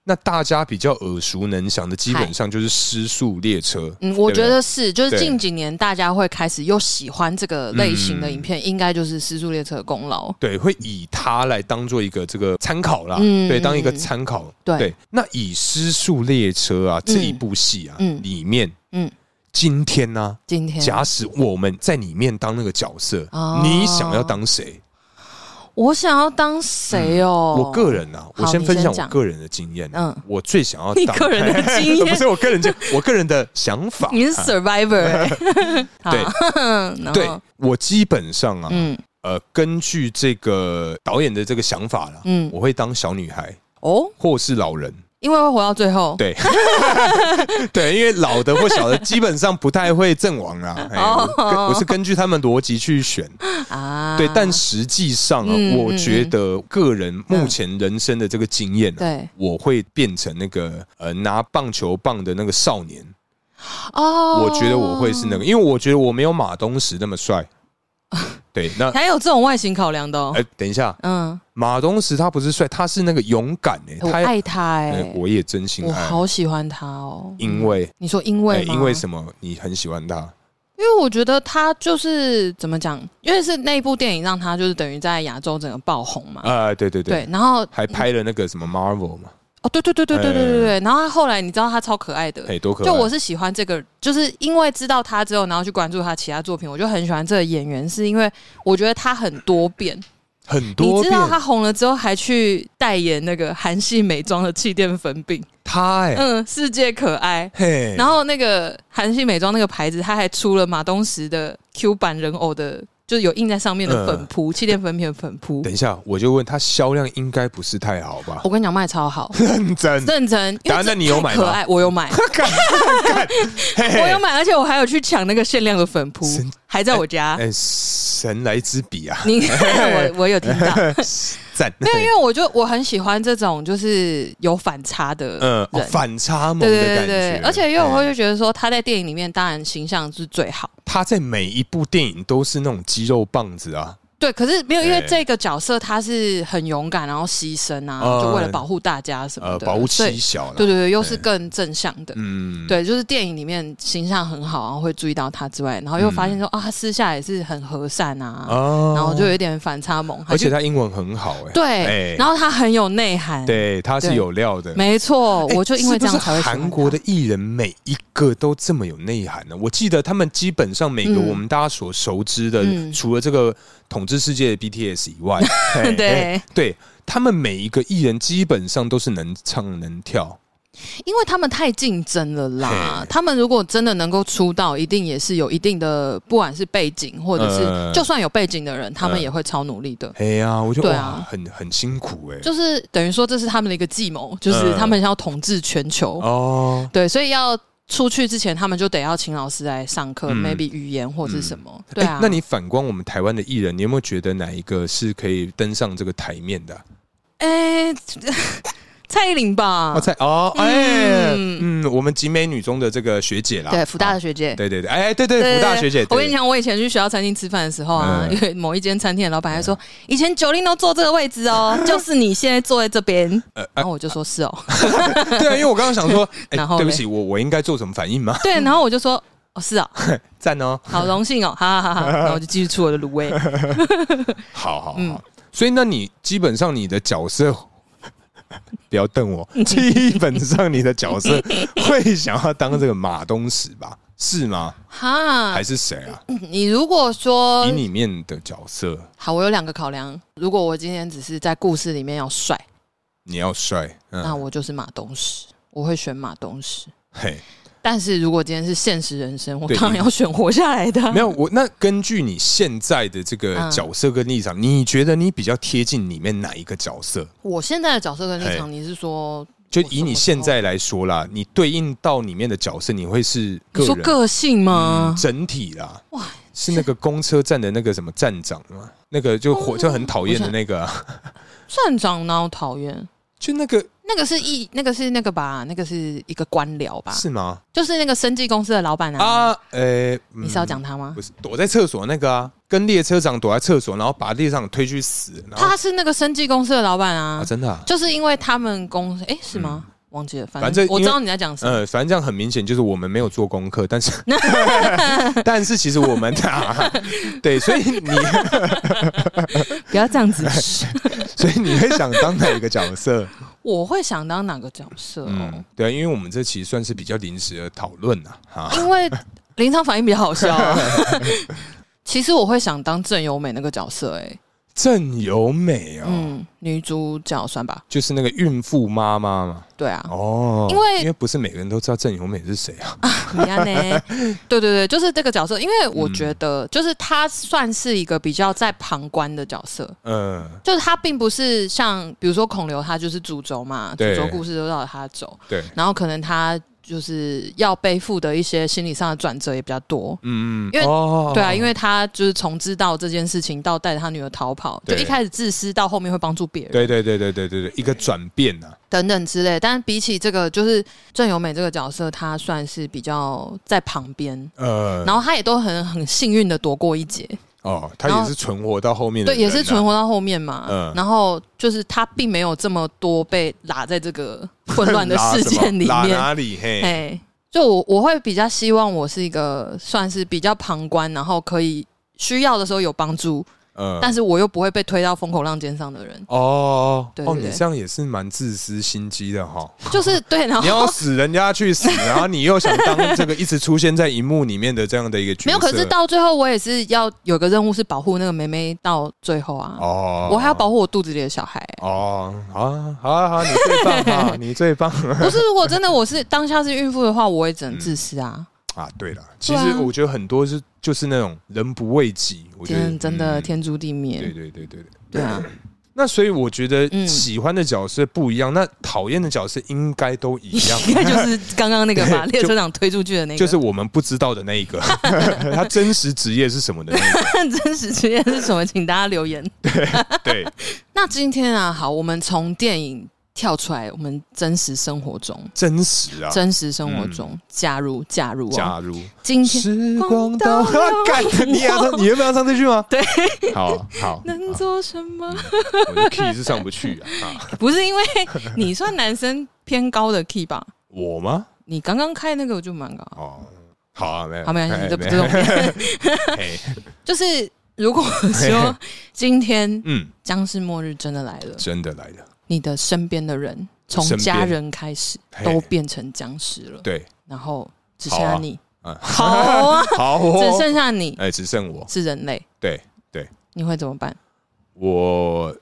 [SPEAKER 2] 那大家比较耳熟能详的，基本上就是《失速列车》。
[SPEAKER 1] 嗯，我
[SPEAKER 2] 对不
[SPEAKER 1] 觉
[SPEAKER 2] 对
[SPEAKER 1] 得是，就是
[SPEAKER 2] 对
[SPEAKER 1] 近几年大家会开始又喜欢这个类型
[SPEAKER 2] 嗯
[SPEAKER 1] 的影片，应该就是《失速列车》的功劳。
[SPEAKER 2] 对，会以它来当做一个这个参考啦，
[SPEAKER 1] 嗯
[SPEAKER 2] 对，当一个
[SPEAKER 1] 嗯
[SPEAKER 2] 参考。
[SPEAKER 1] 对
[SPEAKER 2] 那以《失速列车》啊这一
[SPEAKER 1] 嗯
[SPEAKER 2] 部戏啊，
[SPEAKER 1] 嗯
[SPEAKER 2] 里面，嗯
[SPEAKER 1] 嗯，
[SPEAKER 2] 今天呢、
[SPEAKER 1] 今天啊
[SPEAKER 2] 假使我们在里面当那个角色，
[SPEAKER 1] 哦
[SPEAKER 2] 你想要当谁？
[SPEAKER 1] 我想要当谁哦？
[SPEAKER 2] 我个人啊，我
[SPEAKER 1] 好
[SPEAKER 2] 先
[SPEAKER 1] 你
[SPEAKER 2] 分
[SPEAKER 1] 先
[SPEAKER 2] 享我
[SPEAKER 1] 讲
[SPEAKER 2] 个人的经验。嗯
[SPEAKER 1] 嗯，
[SPEAKER 2] 我最想要
[SPEAKER 1] 你
[SPEAKER 2] 当
[SPEAKER 1] 个人的经验
[SPEAKER 2] 不是我个人就我个人的想法。
[SPEAKER 1] 你是 survivor，欸 好
[SPEAKER 2] 对
[SPEAKER 1] 然
[SPEAKER 2] 对
[SPEAKER 1] 后，
[SPEAKER 2] 我基本上啊，
[SPEAKER 1] 哦嗯
[SPEAKER 2] 呃，根据这个导演的这个想法啦，
[SPEAKER 1] 嗯
[SPEAKER 2] 我会当小女孩
[SPEAKER 1] 哦，
[SPEAKER 2] 或是老人，
[SPEAKER 1] 因为会活到最后，
[SPEAKER 2] 对， 对，因为老的或 小的基本上不太会阵亡啦。哎我跟我是根据他们逻辑去选，
[SPEAKER 1] 哦啊，
[SPEAKER 2] 对，但实际上啊，
[SPEAKER 1] 嗯
[SPEAKER 2] 我觉得个人目前人生的这个经验、啊，
[SPEAKER 1] 对
[SPEAKER 2] 我会变成那个呃拿棒球棒的那个少年，
[SPEAKER 1] 哦，
[SPEAKER 2] 我觉得我会是那个，因为我觉得我没有马东石那么帅。 对，那
[SPEAKER 1] 还有这种外形考量的哦
[SPEAKER 2] 哎、，等一下，
[SPEAKER 1] 嗯，
[SPEAKER 2] 马东石他不是帅，他是那个勇敢哎、
[SPEAKER 1] 我
[SPEAKER 2] 他
[SPEAKER 1] 爱他
[SPEAKER 2] 哎
[SPEAKER 1] 哎，
[SPEAKER 2] 我也真心
[SPEAKER 1] 我
[SPEAKER 2] 爱，
[SPEAKER 1] 好喜欢他哦，
[SPEAKER 2] 因为
[SPEAKER 1] 你说因
[SPEAKER 2] 哎
[SPEAKER 1] 为吗？
[SPEAKER 2] 因为什么？你很喜欢他，
[SPEAKER 1] 因为我觉得他就是怎么讲，因为是那一部电影让他就是等于在亚洲整个爆红嘛。
[SPEAKER 2] 啊，对对对，
[SPEAKER 1] 对，嗯然后
[SPEAKER 2] 还拍了那个什么 Marvel 嘛，
[SPEAKER 1] 哦，对对对对对对对对，然后他后来你知道他超可爱的，
[SPEAKER 2] 哎，多可爱！
[SPEAKER 1] 就我是喜欢这个，就是因为知道他之后，然后去关注他其他作品，我就很喜欢这个演员，是因为我觉得他很多变。
[SPEAKER 2] 很多
[SPEAKER 1] 你知
[SPEAKER 2] 遍
[SPEAKER 1] 道他红了之后，还去代言那个韩系美妆的气垫粉饼，
[SPEAKER 2] 他哎，
[SPEAKER 1] 嗯，世界可爱。
[SPEAKER 2] 嘿，
[SPEAKER 1] 然后那个韩系美妆那个牌子，他还出了马东石的 Q 版人偶的，就是有印在上面
[SPEAKER 2] 嗯
[SPEAKER 1] 的粉扑，气垫粉饼的粉扑。
[SPEAKER 2] 等一下，我就问他销量应该不是太好吧？
[SPEAKER 1] 我跟你讲，卖超好，
[SPEAKER 2] 认 真，
[SPEAKER 1] 认真。因为
[SPEAKER 2] 等下
[SPEAKER 1] 这
[SPEAKER 2] 那你有
[SPEAKER 1] 太
[SPEAKER 2] 买
[SPEAKER 1] 可
[SPEAKER 2] 吗
[SPEAKER 1] 爱，我有买，
[SPEAKER 2] 嘿
[SPEAKER 1] 我有
[SPEAKER 2] 嘿
[SPEAKER 1] 买，而且我还有去抢那个限量的粉扑
[SPEAKER 2] 神，
[SPEAKER 1] 还在我家。
[SPEAKER 2] 哎，神来之笔啊，
[SPEAKER 1] 你 我我有听到，
[SPEAKER 2] 赞！
[SPEAKER 1] 没有，因为我就我很喜欢这种就是有反差的人，
[SPEAKER 2] 嗯，哦反差萌
[SPEAKER 1] 对
[SPEAKER 2] 的
[SPEAKER 1] 对对
[SPEAKER 2] 感
[SPEAKER 1] 对，
[SPEAKER 2] 觉，
[SPEAKER 1] 而且因为我会
[SPEAKER 2] 哎
[SPEAKER 1] 就觉得说他在电影里面当然形象是最好，
[SPEAKER 2] 他在每一部电影都是那种肌肉棒子啊，
[SPEAKER 1] 对，可是没有因为
[SPEAKER 2] 对
[SPEAKER 1] 这个角色他是很勇敢，然后牺牲啊，
[SPEAKER 2] 嗯
[SPEAKER 1] 就为了保护大家什么
[SPEAKER 2] 呃，
[SPEAKER 1] 的，
[SPEAKER 2] 保护
[SPEAKER 1] 所以
[SPEAKER 2] 妻小啦
[SPEAKER 1] 对对对，又是
[SPEAKER 2] 对
[SPEAKER 1] 更正向的。
[SPEAKER 2] 嗯，
[SPEAKER 1] 对，就是电影里面形象很好，然后会注意到他之外，然后又发现说、啊，他私下也是很和善啊，
[SPEAKER 2] 嗯哦
[SPEAKER 1] 然后就有一点反差萌，
[SPEAKER 2] 而且
[SPEAKER 1] 他
[SPEAKER 2] 他英文很好哎、
[SPEAKER 1] 就对，
[SPEAKER 2] 哎
[SPEAKER 1] 然后他很有内涵，
[SPEAKER 2] 对，他是
[SPEAKER 1] 对
[SPEAKER 2] 有料的。
[SPEAKER 1] 没错，
[SPEAKER 2] 哎
[SPEAKER 1] 哦我就因为这样才会喜欢
[SPEAKER 2] 是不是
[SPEAKER 1] 他
[SPEAKER 2] 韩国的艺人每一个都这么有内涵呢、我记得他们基本上每个
[SPEAKER 1] 嗯
[SPEAKER 2] 我们大家所熟知的，
[SPEAKER 1] 嗯
[SPEAKER 2] 除了这个统治世界的 BTS 以 外，嘿
[SPEAKER 1] 对
[SPEAKER 2] 嘿对，他们每一个艺人基本上都是能唱能跳。
[SPEAKER 1] 因为他们太竞争了啦
[SPEAKER 2] 嘿。
[SPEAKER 1] 他们如果真的能够出道，一定也是有一定的，不管是背景，或者是、
[SPEAKER 2] 嗯
[SPEAKER 1] 就算有背景的人，他们
[SPEAKER 2] 嗯
[SPEAKER 1] 也会超努力的。
[SPEAKER 2] 哎呀、我就、
[SPEAKER 1] 对
[SPEAKER 2] 哇
[SPEAKER 1] 啊，
[SPEAKER 2] 很很辛苦哎、
[SPEAKER 1] 就是等于说，这是他们的一个计谋，就是
[SPEAKER 2] 嗯
[SPEAKER 1] 他们想要统治全球。
[SPEAKER 2] 哦，
[SPEAKER 1] 对，所以要出去之前，他们就得要请老师来上课、
[SPEAKER 2] 嗯
[SPEAKER 1] m a y b e 语言或是什么。对
[SPEAKER 2] 哎，
[SPEAKER 1] 啊，
[SPEAKER 2] 那你反观我们台湾的艺人，你有没有觉得哪一个是可以登上这个台面的啊、
[SPEAKER 1] 哎、蔡依林吧
[SPEAKER 2] 哦，？蔡哦，哎，嗯，我们集美女中的这个学姐啦，
[SPEAKER 1] 对，福大
[SPEAKER 2] 啊
[SPEAKER 1] 的学姐。
[SPEAKER 2] 对对对，哎，对对，福大学姐，
[SPEAKER 1] 我跟你
[SPEAKER 2] 对，
[SPEAKER 1] 讲，我以前去学校餐厅吃饭的时候啊，
[SPEAKER 2] 嗯
[SPEAKER 1] 因为某一间餐厅的老板还说，以前九零都坐这个位置 哦，就是你现在坐在这边。
[SPEAKER 2] 呃
[SPEAKER 1] 然后我就说是哦，
[SPEAKER 2] 对啊，因为我刚刚想说，哎
[SPEAKER 1] 然，后
[SPEAKER 2] 对不
[SPEAKER 1] 嘞
[SPEAKER 2] 起，我我应该做什么反应吗？
[SPEAKER 1] 对，然后我就说哦是哦，
[SPEAKER 2] 赞哦，
[SPEAKER 1] 好荣幸哦，好好好 好，然后我就继续吃我的卤味。
[SPEAKER 2] 好好
[SPEAKER 1] 嗯
[SPEAKER 2] 好，所以那你基本上你的角色。 不要瞪 我，基本上你的角色 会想要当这个马东石吧？是吗？
[SPEAKER 1] 哈
[SPEAKER 2] 还，是谁啊？
[SPEAKER 1] 你如果说
[SPEAKER 2] 以里面的角色，
[SPEAKER 1] 好，我有两个考量，如果我今天只是在故事里面要帅，
[SPEAKER 2] 你要帅，
[SPEAKER 1] 那
[SPEAKER 2] 嗯，
[SPEAKER 1] 我就是马东石，我会选马东石。
[SPEAKER 2] 嘿，
[SPEAKER 1] 但是如果今天是现实人生，我
[SPEAKER 2] 对
[SPEAKER 1] 当然要选活下来的啊。
[SPEAKER 2] 没有我那根据你现在的这个
[SPEAKER 1] 嗯
[SPEAKER 2] 角色跟立场，你觉得你比较贴近里面哪一个角色？
[SPEAKER 1] 我现在的角色跟立
[SPEAKER 2] 嘿
[SPEAKER 1] 场，你是说
[SPEAKER 2] 就
[SPEAKER 1] 我
[SPEAKER 2] 以
[SPEAKER 1] 什
[SPEAKER 2] 你
[SPEAKER 1] 么时
[SPEAKER 2] 现在来说啦，你对应到里面的角色，你会是个
[SPEAKER 1] 你说
[SPEAKER 2] 人嗯
[SPEAKER 1] 个性吗？
[SPEAKER 2] 整体啦，
[SPEAKER 1] 啊哇
[SPEAKER 2] 是那个公车站的那个什么站长吗？那个就
[SPEAKER 1] 哦
[SPEAKER 2] 火就很讨厌的那个、啊，
[SPEAKER 1] 站长哪有讨厌？
[SPEAKER 2] 就那个
[SPEAKER 1] 那个是一，那个是那个吧，那个是一个官僚吧，
[SPEAKER 2] 是吗？
[SPEAKER 1] 就是那个生技公司的老板啊。
[SPEAKER 2] 啊，呃，嗯
[SPEAKER 1] 你是要讲他吗
[SPEAKER 2] 不？是躲在厕所那个啊，跟列车长躲在厕所，然后把列车长推去死，然后
[SPEAKER 1] 他是那个生技公司的老板啊
[SPEAKER 2] 啊，，真的、啊，
[SPEAKER 1] 就是因为他们公司，哎，是吗？忘记了，反
[SPEAKER 2] 反正
[SPEAKER 1] 我
[SPEAKER 2] 因为
[SPEAKER 1] 知道你在讲什么。
[SPEAKER 2] 呃，反正这样很明显就是我们没有做功 课，但是 但是其实我们 啊，对，所以你
[SPEAKER 1] 不要这样子。
[SPEAKER 2] 所以你会想当哪一个角 色？
[SPEAKER 1] 我会想当哪个角色哦
[SPEAKER 2] 嗯？，对啊，因为我们这期算是比较临时的讨论啊，哈，
[SPEAKER 1] 因为临场反应比较好笑 啊。其实我会想当郑有美那个角色，哎，
[SPEAKER 2] 郑有美哦，
[SPEAKER 1] 嗯，女主角算吧，
[SPEAKER 2] 就是那个孕妇妈妈嘛，
[SPEAKER 1] 对啊，
[SPEAKER 2] 哦，
[SPEAKER 1] 因为
[SPEAKER 2] 因为不是每个人都知道郑有美是谁啊，
[SPEAKER 1] 你看 呢？对对对，就是这个角色，因为我
[SPEAKER 2] 嗯
[SPEAKER 1] 觉得，就是他算是一个比较在旁观的角色，
[SPEAKER 2] 嗯，
[SPEAKER 1] 就是他并不是像比如说孔刘，他就是主轴嘛，主
[SPEAKER 2] 对
[SPEAKER 1] 轴故事都绕着他走，
[SPEAKER 2] 对，
[SPEAKER 1] 然后可能他就是要背负的一些心理上的转折也比较多。
[SPEAKER 2] 嗯，
[SPEAKER 1] 因为
[SPEAKER 2] 哦
[SPEAKER 1] 对啊，因为他就是从知道这件事情到带着他女儿逃跑，就
[SPEAKER 2] 对
[SPEAKER 1] 一开始自私到后面会帮助别人，
[SPEAKER 2] 对对对对对对对，一个转变呐、啊，
[SPEAKER 1] 等等之类。但比起这个，就是郑有美这个角色，她算是比较在旁边，
[SPEAKER 2] 呃，
[SPEAKER 1] 嗯然后她也都很很幸运的躲过一劫，
[SPEAKER 2] 哦，他
[SPEAKER 1] 然
[SPEAKER 2] 也
[SPEAKER 1] 后
[SPEAKER 2] 是存活到后面的、啊
[SPEAKER 1] 对，也是存。活到后面嘛。
[SPEAKER 2] 嗯
[SPEAKER 1] 然后就是她并没有这么多被拉在这个混乱的
[SPEAKER 2] 拉
[SPEAKER 1] 事
[SPEAKER 2] 什么
[SPEAKER 1] 件里
[SPEAKER 2] 拉
[SPEAKER 1] 面，
[SPEAKER 2] 哪里嘿？
[SPEAKER 1] 哎。就我我会比较希望我是一个算是比较旁观，然后可以需要的时候有帮助，
[SPEAKER 2] 呃，
[SPEAKER 1] 但是我又不会被推到风口浪尖上的人，
[SPEAKER 2] 哦
[SPEAKER 1] 对对
[SPEAKER 2] 哦，
[SPEAKER 1] 哦
[SPEAKER 2] 你
[SPEAKER 1] 对
[SPEAKER 2] 这样也是蛮自私心机 的哈。
[SPEAKER 1] 就是对，然
[SPEAKER 2] 嗯你要
[SPEAKER 1] 后
[SPEAKER 2] 死人家去 死，然后你又想当这个一直出现在荧幕里面的这样的一个角色。
[SPEAKER 1] 没有，可是到最后我也是要有个任务是保护那个妹妹到最后啊，
[SPEAKER 2] 哦，
[SPEAKER 1] 我还要保护我肚子里的小孩、
[SPEAKER 2] 哦，好啊好啊好啊，你最棒 啊，你最棒
[SPEAKER 1] 不是，如果真的我是当下是孕妇的话，我也只能自私啊。
[SPEAKER 2] 啊！对了，其实我觉得很多是就是那种人不为己，我觉得
[SPEAKER 1] 天，真的
[SPEAKER 2] 嗯
[SPEAKER 1] 天诛地灭。
[SPEAKER 2] 对对对对对。
[SPEAKER 1] 对啊，
[SPEAKER 2] 那所以我觉得
[SPEAKER 1] 嗯
[SPEAKER 2] 喜欢的角色不一样，那讨厌的角色应该都一 样。
[SPEAKER 1] 应该就是刚刚那个把
[SPEAKER 2] 对
[SPEAKER 1] 列
[SPEAKER 2] 就
[SPEAKER 1] 车长推出去的那个，
[SPEAKER 2] 就是我们不知道的那一个， 他真实职业是什么的 那一
[SPEAKER 1] 看真实职业是什么，请大家留言。
[SPEAKER 2] 个，对，
[SPEAKER 1] 那今天啊，好，我们从电影跳出来，我们真实生活中，
[SPEAKER 2] 真实啊。
[SPEAKER 1] 真实生活中，假如假如、哦，
[SPEAKER 2] 假如
[SPEAKER 1] 今天
[SPEAKER 2] 时光倒流
[SPEAKER 1] 光倒，流
[SPEAKER 2] 干你要 唱，你原本要唱这句吗？对，好好，
[SPEAKER 1] 能做什么？
[SPEAKER 2] 我的 key 是上不去啊。啊
[SPEAKER 1] 不是因为你算男生偏高的 key 吧？
[SPEAKER 2] 我吗？
[SPEAKER 1] 你刚刚开那个我就蛮高。
[SPEAKER 2] 哦，好啊，没有，
[SPEAKER 1] 好，没关
[SPEAKER 2] 哎
[SPEAKER 1] 系，这不
[SPEAKER 2] 没
[SPEAKER 1] 这种，
[SPEAKER 2] 嘿
[SPEAKER 1] 就是如果
[SPEAKER 2] 哎
[SPEAKER 1] 说今天
[SPEAKER 2] 嗯，
[SPEAKER 1] 僵尸末日真的来了，
[SPEAKER 2] 真的来的，
[SPEAKER 1] 你的身边的人从
[SPEAKER 2] 身边
[SPEAKER 1] 家人开始
[SPEAKER 2] 嘿
[SPEAKER 1] 都变成僵尸了，
[SPEAKER 2] 对，
[SPEAKER 1] 然后只剩下你，
[SPEAKER 2] 嗯，
[SPEAKER 1] 好啊，
[SPEAKER 2] 好
[SPEAKER 1] 只
[SPEAKER 2] 哦，
[SPEAKER 1] 剩下你
[SPEAKER 2] 哎，只剩我，
[SPEAKER 1] 是人类，
[SPEAKER 2] 对
[SPEAKER 1] 你会怎么办？
[SPEAKER 2] 我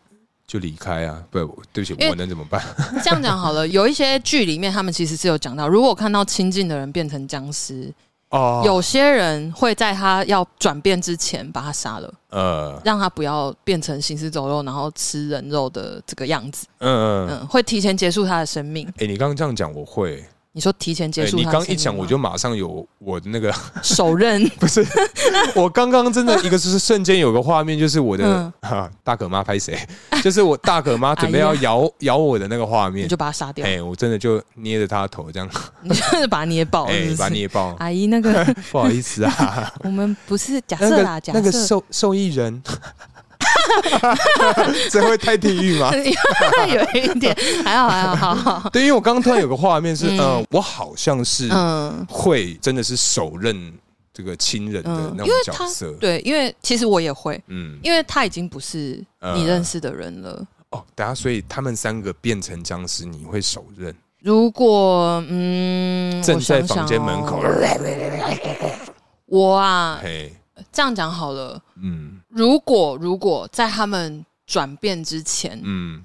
[SPEAKER 2] 就离开啊，不，对不起，
[SPEAKER 1] 因为
[SPEAKER 2] 我能怎么办？
[SPEAKER 1] 这样讲好 了，有一些剧里面他们其实是有讲到，如果看到亲近的人变成僵尸，
[SPEAKER 2] 哦，
[SPEAKER 1] 有些人会在他要转变之前把他杀了，
[SPEAKER 2] 呃，
[SPEAKER 1] 让他不要变成行尸走肉，然后吃人肉的这个样子，
[SPEAKER 2] 嗯嗯。
[SPEAKER 1] 嗯，会提前结束他的生命。
[SPEAKER 2] 哎、你刚刚这样讲，我会，
[SPEAKER 1] 你说提前结
[SPEAKER 2] 哎
[SPEAKER 1] 束
[SPEAKER 2] 你
[SPEAKER 1] 他的生命吗、
[SPEAKER 2] 刚一讲，我就马上有我 那个，
[SPEAKER 1] 手 刃
[SPEAKER 2] 不是，我刚刚真的一个就是瞬间有个画面，就是我的、
[SPEAKER 1] 嗯
[SPEAKER 2] 啊、大可妈拍谁， 就是我大可妈准备要
[SPEAKER 1] 哎
[SPEAKER 2] 咬、咬我的那个画
[SPEAKER 1] 你
[SPEAKER 2] 面
[SPEAKER 1] 就，把他杀掉，
[SPEAKER 2] 哎、我真的就捏着她的头这样，
[SPEAKER 1] 你就是把他捏爆，
[SPEAKER 2] 哎、
[SPEAKER 1] 是不是
[SPEAKER 2] 把她 捏爆，
[SPEAKER 1] 阿姨，那个
[SPEAKER 2] 不好意思啊，
[SPEAKER 1] 我们不是假
[SPEAKER 2] 那
[SPEAKER 1] 设啦，
[SPEAKER 2] 个
[SPEAKER 1] 假
[SPEAKER 2] 那个
[SPEAKER 1] 设
[SPEAKER 2] 受受益人，这会太地狱 吗？
[SPEAKER 1] 有一点还好还好好好，好
[SPEAKER 2] 对，因为我刚刚突然有个画面是，
[SPEAKER 1] 嗯
[SPEAKER 2] 呃，我好像是
[SPEAKER 1] 嗯。
[SPEAKER 2] 会真的是手刃这个亲人的
[SPEAKER 1] 嗯
[SPEAKER 2] 那
[SPEAKER 1] 因
[SPEAKER 2] 种
[SPEAKER 1] 为
[SPEAKER 2] 角
[SPEAKER 1] 他
[SPEAKER 2] 色，
[SPEAKER 1] 对，因为其实我也会，
[SPEAKER 2] 嗯，
[SPEAKER 1] 因为他已经不是
[SPEAKER 2] 呃
[SPEAKER 1] 你认识的人了。
[SPEAKER 2] 哦，等下，所以他们三个变成僵尸，你会手刃？
[SPEAKER 1] 如果嗯，
[SPEAKER 2] 站
[SPEAKER 1] 我
[SPEAKER 2] 在
[SPEAKER 1] 想
[SPEAKER 2] 房间门口，
[SPEAKER 1] 想哦我啊，
[SPEAKER 2] 嘿，
[SPEAKER 1] 这样讲好了。
[SPEAKER 2] 嗯
[SPEAKER 1] 如果如果在他们转变之前，
[SPEAKER 2] 嗯，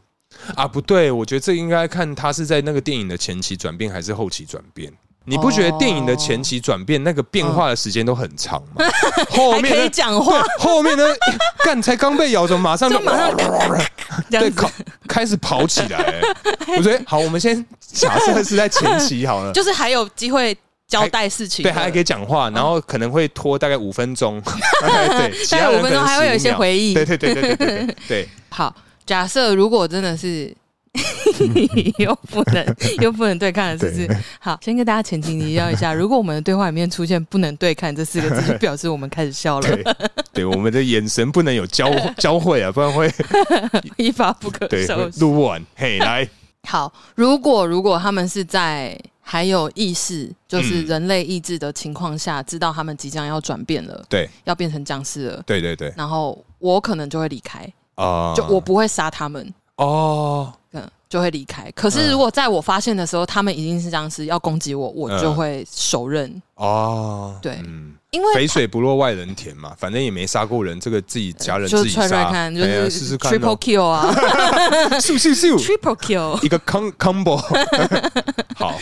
[SPEAKER 2] 啊，不对，我觉得这应该看他是在那个电影的前期转变还是后期转变。你不觉得电影的前期转变那个变化的时间都很长吗？后
[SPEAKER 1] 哦还
[SPEAKER 2] 面
[SPEAKER 1] 可以
[SPEAKER 2] 的
[SPEAKER 1] 讲话，
[SPEAKER 2] 后面的 干才刚被咬着，马上就哦
[SPEAKER 1] 就马上这
[SPEAKER 2] 对
[SPEAKER 1] 样子
[SPEAKER 2] 跑，开始跑起来、 欸我觉得好，我们先假设是在前期好了。
[SPEAKER 1] 就是还有机会交代事情
[SPEAKER 2] 对，
[SPEAKER 1] 的。
[SPEAKER 2] 还可以讲话，然后可能会拖大概五分钟， 对，其
[SPEAKER 1] 大
[SPEAKER 2] 他
[SPEAKER 1] 概
[SPEAKER 2] 人
[SPEAKER 1] 五分钟
[SPEAKER 2] 可能
[SPEAKER 1] 还会有一些
[SPEAKER 2] 15秒
[SPEAKER 1] 回忆。
[SPEAKER 2] 对对对对对对对对，
[SPEAKER 1] 好，假设如果真的是 又不 能又不能对看了，是不是？好，先跟大家前情提要一 下，如果我们的对话里面出现“不能对看”这四个 字，就表示我们开始笑了，
[SPEAKER 2] 对对，我们的眼神不能有 交交汇啊，不然会
[SPEAKER 1] 一发不可
[SPEAKER 2] 对会
[SPEAKER 1] 收拾。
[SPEAKER 2] 录不完。嘿，来，
[SPEAKER 1] 好，如果如果他们是在还有意识，就是
[SPEAKER 2] 嗯
[SPEAKER 1] 人类意志的情况下，知道他们即将要转变了，
[SPEAKER 2] 对
[SPEAKER 1] 要变成僵尸了，
[SPEAKER 2] 对对对，
[SPEAKER 1] 然后我可能就会离开，
[SPEAKER 2] 啊
[SPEAKER 1] 就我不会杀他们。
[SPEAKER 2] 哦，
[SPEAKER 1] 嗯，就会离开。可
[SPEAKER 2] 嗯
[SPEAKER 1] 是如果在我发现的时候，他们已经是僵尸要攻击我，我就会手刃，
[SPEAKER 2] 哦，
[SPEAKER 1] 对
[SPEAKER 2] 嗯，
[SPEAKER 1] 因为
[SPEAKER 2] 肥水不落外人田嘛，反正也没杀过人，这个自己家人
[SPEAKER 1] 就
[SPEAKER 2] 自己
[SPEAKER 1] 是踹踹
[SPEAKER 2] 杀，
[SPEAKER 1] 看，就
[SPEAKER 2] 哎呀
[SPEAKER 1] 是
[SPEAKER 2] 试试看
[SPEAKER 1] triple kill 啊
[SPEAKER 2] 咻咻咻，
[SPEAKER 1] ，triple kill，
[SPEAKER 2] 一个 com combo。好，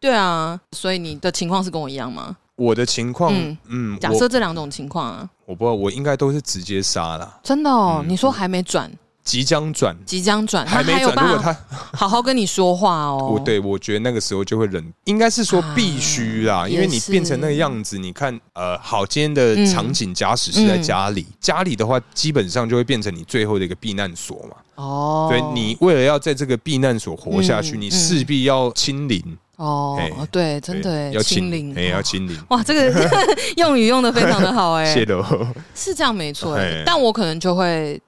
[SPEAKER 1] 对啊。所以你的情况是跟我一样吗？
[SPEAKER 2] 我的情况
[SPEAKER 1] 嗯，
[SPEAKER 2] 嗯，
[SPEAKER 1] 假
[SPEAKER 2] 我
[SPEAKER 1] 设这两种情况啊，
[SPEAKER 2] 我不知道，我应该都是直接杀啦，
[SPEAKER 1] 真的哦，
[SPEAKER 2] 嗯
[SPEAKER 1] 你说还没转，
[SPEAKER 2] 即将转，
[SPEAKER 1] 即将转，
[SPEAKER 2] 还没
[SPEAKER 1] 他有
[SPEAKER 2] 转。如
[SPEAKER 1] 办
[SPEAKER 2] 果他
[SPEAKER 1] 法好好跟你说话哦
[SPEAKER 2] 我。对我觉得那个时候就会忍，应该是说必须啦，
[SPEAKER 1] 啊
[SPEAKER 2] 因为你
[SPEAKER 1] 也是
[SPEAKER 2] 变成那个样子，你看，呃，好，今天的
[SPEAKER 1] 嗯
[SPEAKER 2] 场景假使是在家里，家里的话，基本上就会变成你最后的一个避难所嘛。
[SPEAKER 1] 哦，
[SPEAKER 2] 所以你为了要在这个避难所活下去，
[SPEAKER 1] 嗯
[SPEAKER 2] 你
[SPEAKER 1] 嗯
[SPEAKER 2] 势必要亲临，
[SPEAKER 1] 哦
[SPEAKER 2] 哎，
[SPEAKER 1] 哦对，真的
[SPEAKER 2] 对
[SPEAKER 1] 哎，
[SPEAKER 2] 要
[SPEAKER 1] 清
[SPEAKER 2] 亲
[SPEAKER 1] 零，
[SPEAKER 2] 哎，要亲临，
[SPEAKER 1] 哇，这个 用语用的非常的好哎，
[SPEAKER 2] 谢 喽。
[SPEAKER 1] 是这样没错
[SPEAKER 2] 哎
[SPEAKER 1] 欸，但我可能就会。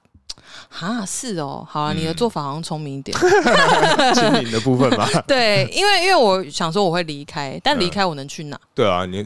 [SPEAKER 1] 啊，是哦，好啊，
[SPEAKER 2] 嗯
[SPEAKER 1] 你的做法好像聪明一点。
[SPEAKER 2] 亲临的部分 嘛，
[SPEAKER 1] 对，因为因为我想说我会离开，但
[SPEAKER 2] 嗯
[SPEAKER 1] 离开我能去哪？
[SPEAKER 2] 对啊， 你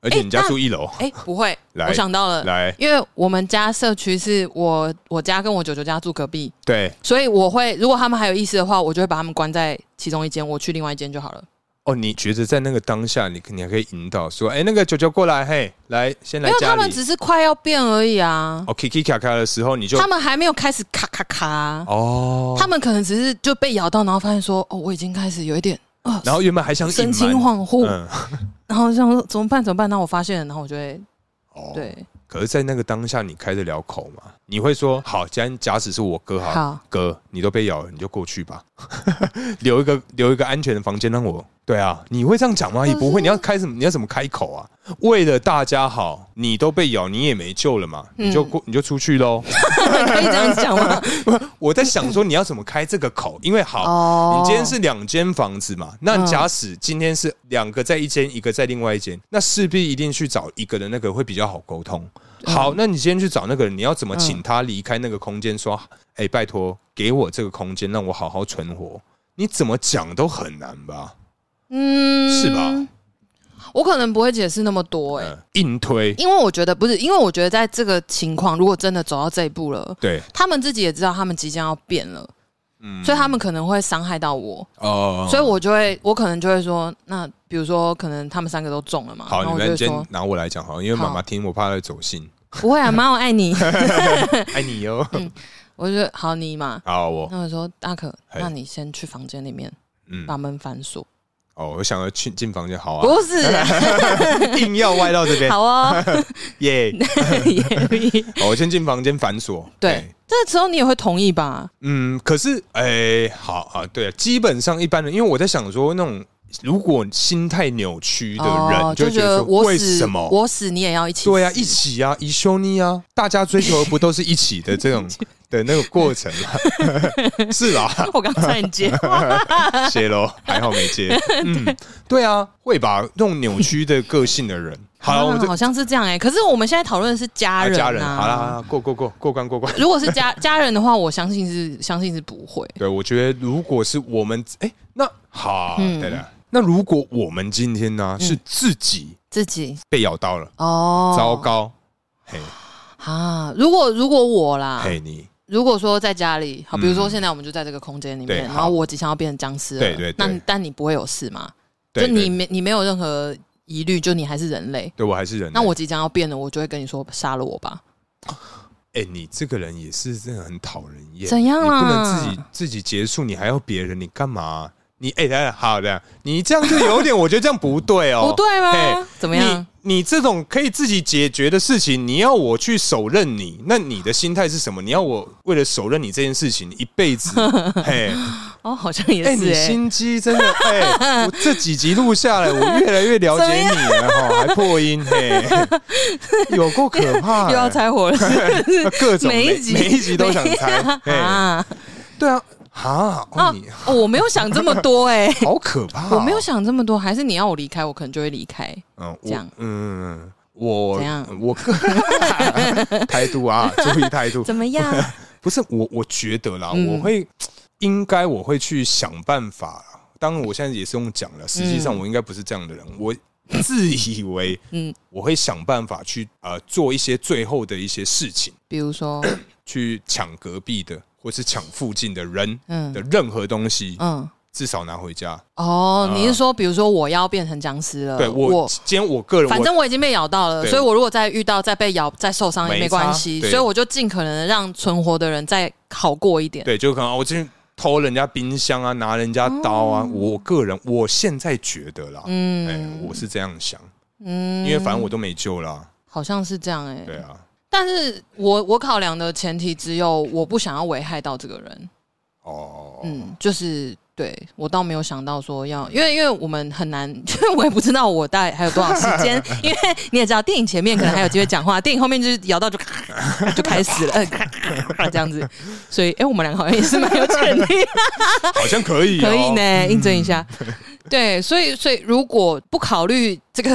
[SPEAKER 2] 而且你家
[SPEAKER 1] 那
[SPEAKER 2] 住一楼，
[SPEAKER 1] 哎、不会，
[SPEAKER 2] 来
[SPEAKER 1] 我想到了，
[SPEAKER 2] 来，
[SPEAKER 1] 因为我们家社区是我我家跟我舅舅家住隔壁，
[SPEAKER 2] 对，
[SPEAKER 1] 所以我会如果他们还有意思的话，我就会把他们关在其中一间，我去另外一间就好了。
[SPEAKER 2] 哦，你觉得在那个当下，你你还可以引导说，哎、那个九九过来，嘿，来，先
[SPEAKER 1] 因
[SPEAKER 2] 来
[SPEAKER 1] 为
[SPEAKER 2] 家
[SPEAKER 1] 他们
[SPEAKER 2] 里。
[SPEAKER 1] 只是快要变而已啊，
[SPEAKER 2] 哦，kiki 卡卡的时候，你就
[SPEAKER 1] 他们还没有开始咔咔咔，
[SPEAKER 2] 哦，
[SPEAKER 1] 他们可能只是就被咬到，然后发现说哦，我已经开始有一点啊，
[SPEAKER 2] 然后原本还想
[SPEAKER 1] 神
[SPEAKER 2] 隐
[SPEAKER 1] 情
[SPEAKER 2] 瞒，
[SPEAKER 1] 恍惚，
[SPEAKER 2] 嗯，
[SPEAKER 1] 然后想说怎么办怎么办？然后我发现了，然后我就会
[SPEAKER 2] 哦，。
[SPEAKER 1] 对
[SPEAKER 2] 可是，在那个当下，你开得了口吗？你会说，好，既然假使是我哥好了，
[SPEAKER 1] 好
[SPEAKER 2] 哥，你都被咬了，你就过去吧， 留一个留一个安全的房间让我。对啊，你会这样讲吗？也不会。你要开什么？你要怎么开口啊？为了大家好，你都被咬，你也没救了嘛，你
[SPEAKER 1] 嗯
[SPEAKER 2] 就过，你就出去喽。
[SPEAKER 1] 可以这样讲吗？
[SPEAKER 2] 我在想说你要怎么开这个口，因为 好，
[SPEAKER 1] 哦
[SPEAKER 2] 你今天是两间房子嘛，那
[SPEAKER 1] 嗯
[SPEAKER 2] 假使今天是两个在一间，一个在另外一间，那势必一定去找一个的那个会比较好沟通。
[SPEAKER 1] 嗯
[SPEAKER 2] 好，那你今天去找那个人，你要怎么请他离开那个空间？说，哎、拜托，给我这个空间，让我好好存活。你怎么讲都很难吧？
[SPEAKER 1] 嗯
[SPEAKER 2] 是吧？
[SPEAKER 1] 我可能不会解释那么多、欸，
[SPEAKER 2] 嗯，硬推，
[SPEAKER 1] 因为我觉得不是，因为我觉得在这个情况，如果真的走到这一步了，
[SPEAKER 2] 对，
[SPEAKER 1] 他们自己也知道他们即将要变了，
[SPEAKER 2] 嗯，
[SPEAKER 1] 所以他们可能会伤害到我，
[SPEAKER 2] 哦，
[SPEAKER 1] 所以我就会，我可能就会说，那比如说，可能他们三个都中了嘛，
[SPEAKER 2] 好，
[SPEAKER 1] 然后
[SPEAKER 2] 你
[SPEAKER 1] 我就
[SPEAKER 2] 们
[SPEAKER 1] 会
[SPEAKER 2] 今
[SPEAKER 1] 说
[SPEAKER 2] 天，拿我来讲好了，因为妈妈
[SPEAKER 1] 好
[SPEAKER 2] 听，我怕她会走心，
[SPEAKER 1] 不会啊，妈，我爱 你，嗯
[SPEAKER 2] 爱你哟。
[SPEAKER 1] 我就说好你嘛，
[SPEAKER 2] 好，我，
[SPEAKER 1] 那我说大可，
[SPEAKER 2] 嘿
[SPEAKER 1] 那你先去房间里面
[SPEAKER 2] 嗯，
[SPEAKER 1] 把门反锁，
[SPEAKER 2] 哦，我想要去进房间，好啊，
[SPEAKER 1] 不是，
[SPEAKER 2] 硬要歪到这边，
[SPEAKER 1] 好哦，
[SPEAKER 2] 耶！
[SPEAKER 1] 也
[SPEAKER 2] 好我先进房间反锁。
[SPEAKER 1] 对
[SPEAKER 2] 哎，
[SPEAKER 1] 这时候你也会同意吧？
[SPEAKER 2] 嗯，可是哎、好啊，对啊，基本上一般人，因为我在想说那种如果心态扭曲的人，
[SPEAKER 1] 哦
[SPEAKER 2] 就
[SPEAKER 1] 就
[SPEAKER 2] 会觉
[SPEAKER 1] 觉
[SPEAKER 2] 得
[SPEAKER 1] 得
[SPEAKER 2] 说
[SPEAKER 1] 我
[SPEAKER 2] 为
[SPEAKER 1] 死
[SPEAKER 2] 什么？
[SPEAKER 1] 我死你也要一起死，
[SPEAKER 2] 对啊，一起啊，一兄弟啊，大家追求的不都是一起的这种 的那个过程吗？ 是啦，
[SPEAKER 1] 我刚才很接话，
[SPEAKER 2] 谢喽，还好没接。嗯，对啊，会吧？那种扭曲的个性的人， 好了，我们
[SPEAKER 1] 啊
[SPEAKER 2] 这
[SPEAKER 1] 好像是这样哎、可是我们现在讨论的是家
[SPEAKER 2] 啊
[SPEAKER 1] 人、啊，
[SPEAKER 2] 家人，好啦，好啦过过过过关过关。
[SPEAKER 1] 如果是家家人的话，我相信是相信是不会。
[SPEAKER 2] 对，我觉得如果是我们，哎、那好，
[SPEAKER 1] 嗯
[SPEAKER 2] 对了，那如果我们今天呢、是自己
[SPEAKER 1] 自己
[SPEAKER 2] 被咬到了，
[SPEAKER 1] 哦，
[SPEAKER 2] 糟糕，嘿，
[SPEAKER 1] 啊！如果如果我啦，
[SPEAKER 2] 嘿你，
[SPEAKER 1] 如果说在家里，好，
[SPEAKER 2] 嗯
[SPEAKER 1] 比如说现在我们就在这个空间里面，
[SPEAKER 2] 对
[SPEAKER 1] 然
[SPEAKER 2] 好
[SPEAKER 1] 后我只想要变成僵尸了，
[SPEAKER 2] 对对对
[SPEAKER 1] 那但你不会有事吗？
[SPEAKER 2] 对
[SPEAKER 1] 就你
[SPEAKER 2] 对
[SPEAKER 1] 没你没有任何疑虑，就你还是人类。
[SPEAKER 2] 对我还是人类，
[SPEAKER 1] 那我即将要变了，我就会跟你说杀了我吧。
[SPEAKER 2] 哎、你这个人也是真的很讨人厌，
[SPEAKER 1] 怎样啊
[SPEAKER 2] 你不能
[SPEAKER 1] 啦？
[SPEAKER 2] 自己自己结束，你还要别人，你干嘛、你哎，等一下好的，你这样就有点，我觉得这样不对 哦，
[SPEAKER 1] 不对
[SPEAKER 2] 嘿
[SPEAKER 1] 吗？怎么样？
[SPEAKER 2] 你你这种可以自己解决的事情，你要我去手刃你，那你的心态是什么？你要我为了手刃你这件事情一 辈子？嘿，
[SPEAKER 1] 哦，好像
[SPEAKER 2] 哎、
[SPEAKER 1] 也是
[SPEAKER 2] 你
[SPEAKER 1] 哎、
[SPEAKER 2] 心机真的哎、我这几集录下来，我越来越了解你 了哈，还破音嘿，有够可 怕、
[SPEAKER 1] 又要
[SPEAKER 2] 哎
[SPEAKER 1] 拆 火了，
[SPEAKER 2] 各种
[SPEAKER 1] 每一集
[SPEAKER 2] 每一集都 想猜，哎，
[SPEAKER 1] 啊
[SPEAKER 2] 对啊，哈，哦
[SPEAKER 1] 啊
[SPEAKER 2] 你！
[SPEAKER 1] 哦我没有想这么多 哎、
[SPEAKER 2] 好可怕、啊
[SPEAKER 1] 我没有，想这么多，还是你要我离开，我可能就会离开。
[SPEAKER 2] 嗯，
[SPEAKER 1] 这样
[SPEAKER 2] 我，嗯，我
[SPEAKER 1] 怎样
[SPEAKER 2] 我 个态度啊，注意态度，
[SPEAKER 1] 怎么样？
[SPEAKER 2] 不是我，我觉得啦，
[SPEAKER 1] 嗯
[SPEAKER 2] 我会应该我会去想办法啦。当然，我现在也是用讲
[SPEAKER 1] 嗯
[SPEAKER 2] 了，实际上我应该不是这样的人，我自以为
[SPEAKER 1] 嗯，
[SPEAKER 2] 我会想办法去呃做一些最后的一些事情，
[SPEAKER 1] 比如 说，
[SPEAKER 2] 去抢隔壁的或是抢附近的人
[SPEAKER 1] 嗯
[SPEAKER 2] 的任何东西，
[SPEAKER 1] 嗯，
[SPEAKER 2] 至少拿回家。
[SPEAKER 1] 哦，
[SPEAKER 2] 啊
[SPEAKER 1] 你是说，比如说我要变成僵尸了，
[SPEAKER 2] 对我
[SPEAKER 1] 呃我。
[SPEAKER 2] 今天我个人
[SPEAKER 1] 反正我已经被咬到了，
[SPEAKER 2] 对
[SPEAKER 1] 所以我如果再遇到、再被咬、再受伤也
[SPEAKER 2] 没
[SPEAKER 1] 没关
[SPEAKER 2] 差
[SPEAKER 1] 系，
[SPEAKER 2] 对
[SPEAKER 1] 所以我就尽可能让存活的人再好过一点。
[SPEAKER 2] 对，就可能我今天偷人家冰箱啊，拿人家刀啊。我个人我现在觉得啦，哎、
[SPEAKER 1] 哦嗯
[SPEAKER 2] 我是这样想，
[SPEAKER 1] 嗯，
[SPEAKER 2] 因为反正我都没救啦。
[SPEAKER 1] 好像是这样哎、
[SPEAKER 2] 对啊，
[SPEAKER 1] 但是我我考量的前提只有我不想要危害到这个人，
[SPEAKER 2] 哦，
[SPEAKER 1] 嗯，就是对我倒没有想到说要，因为因为我们很难， 因为我也不知道我大概还有多少时间，因为你也知道电影前面可能还有机会讲话，电影后面就是摇到就 咔就开始了，呃咔咔这样子，所以哎、诶我们两个好像也是蛮有潜力的
[SPEAKER 2] 好像可以、哦，
[SPEAKER 1] 可以呢，印证一下。对，所以所以如果不考虑这个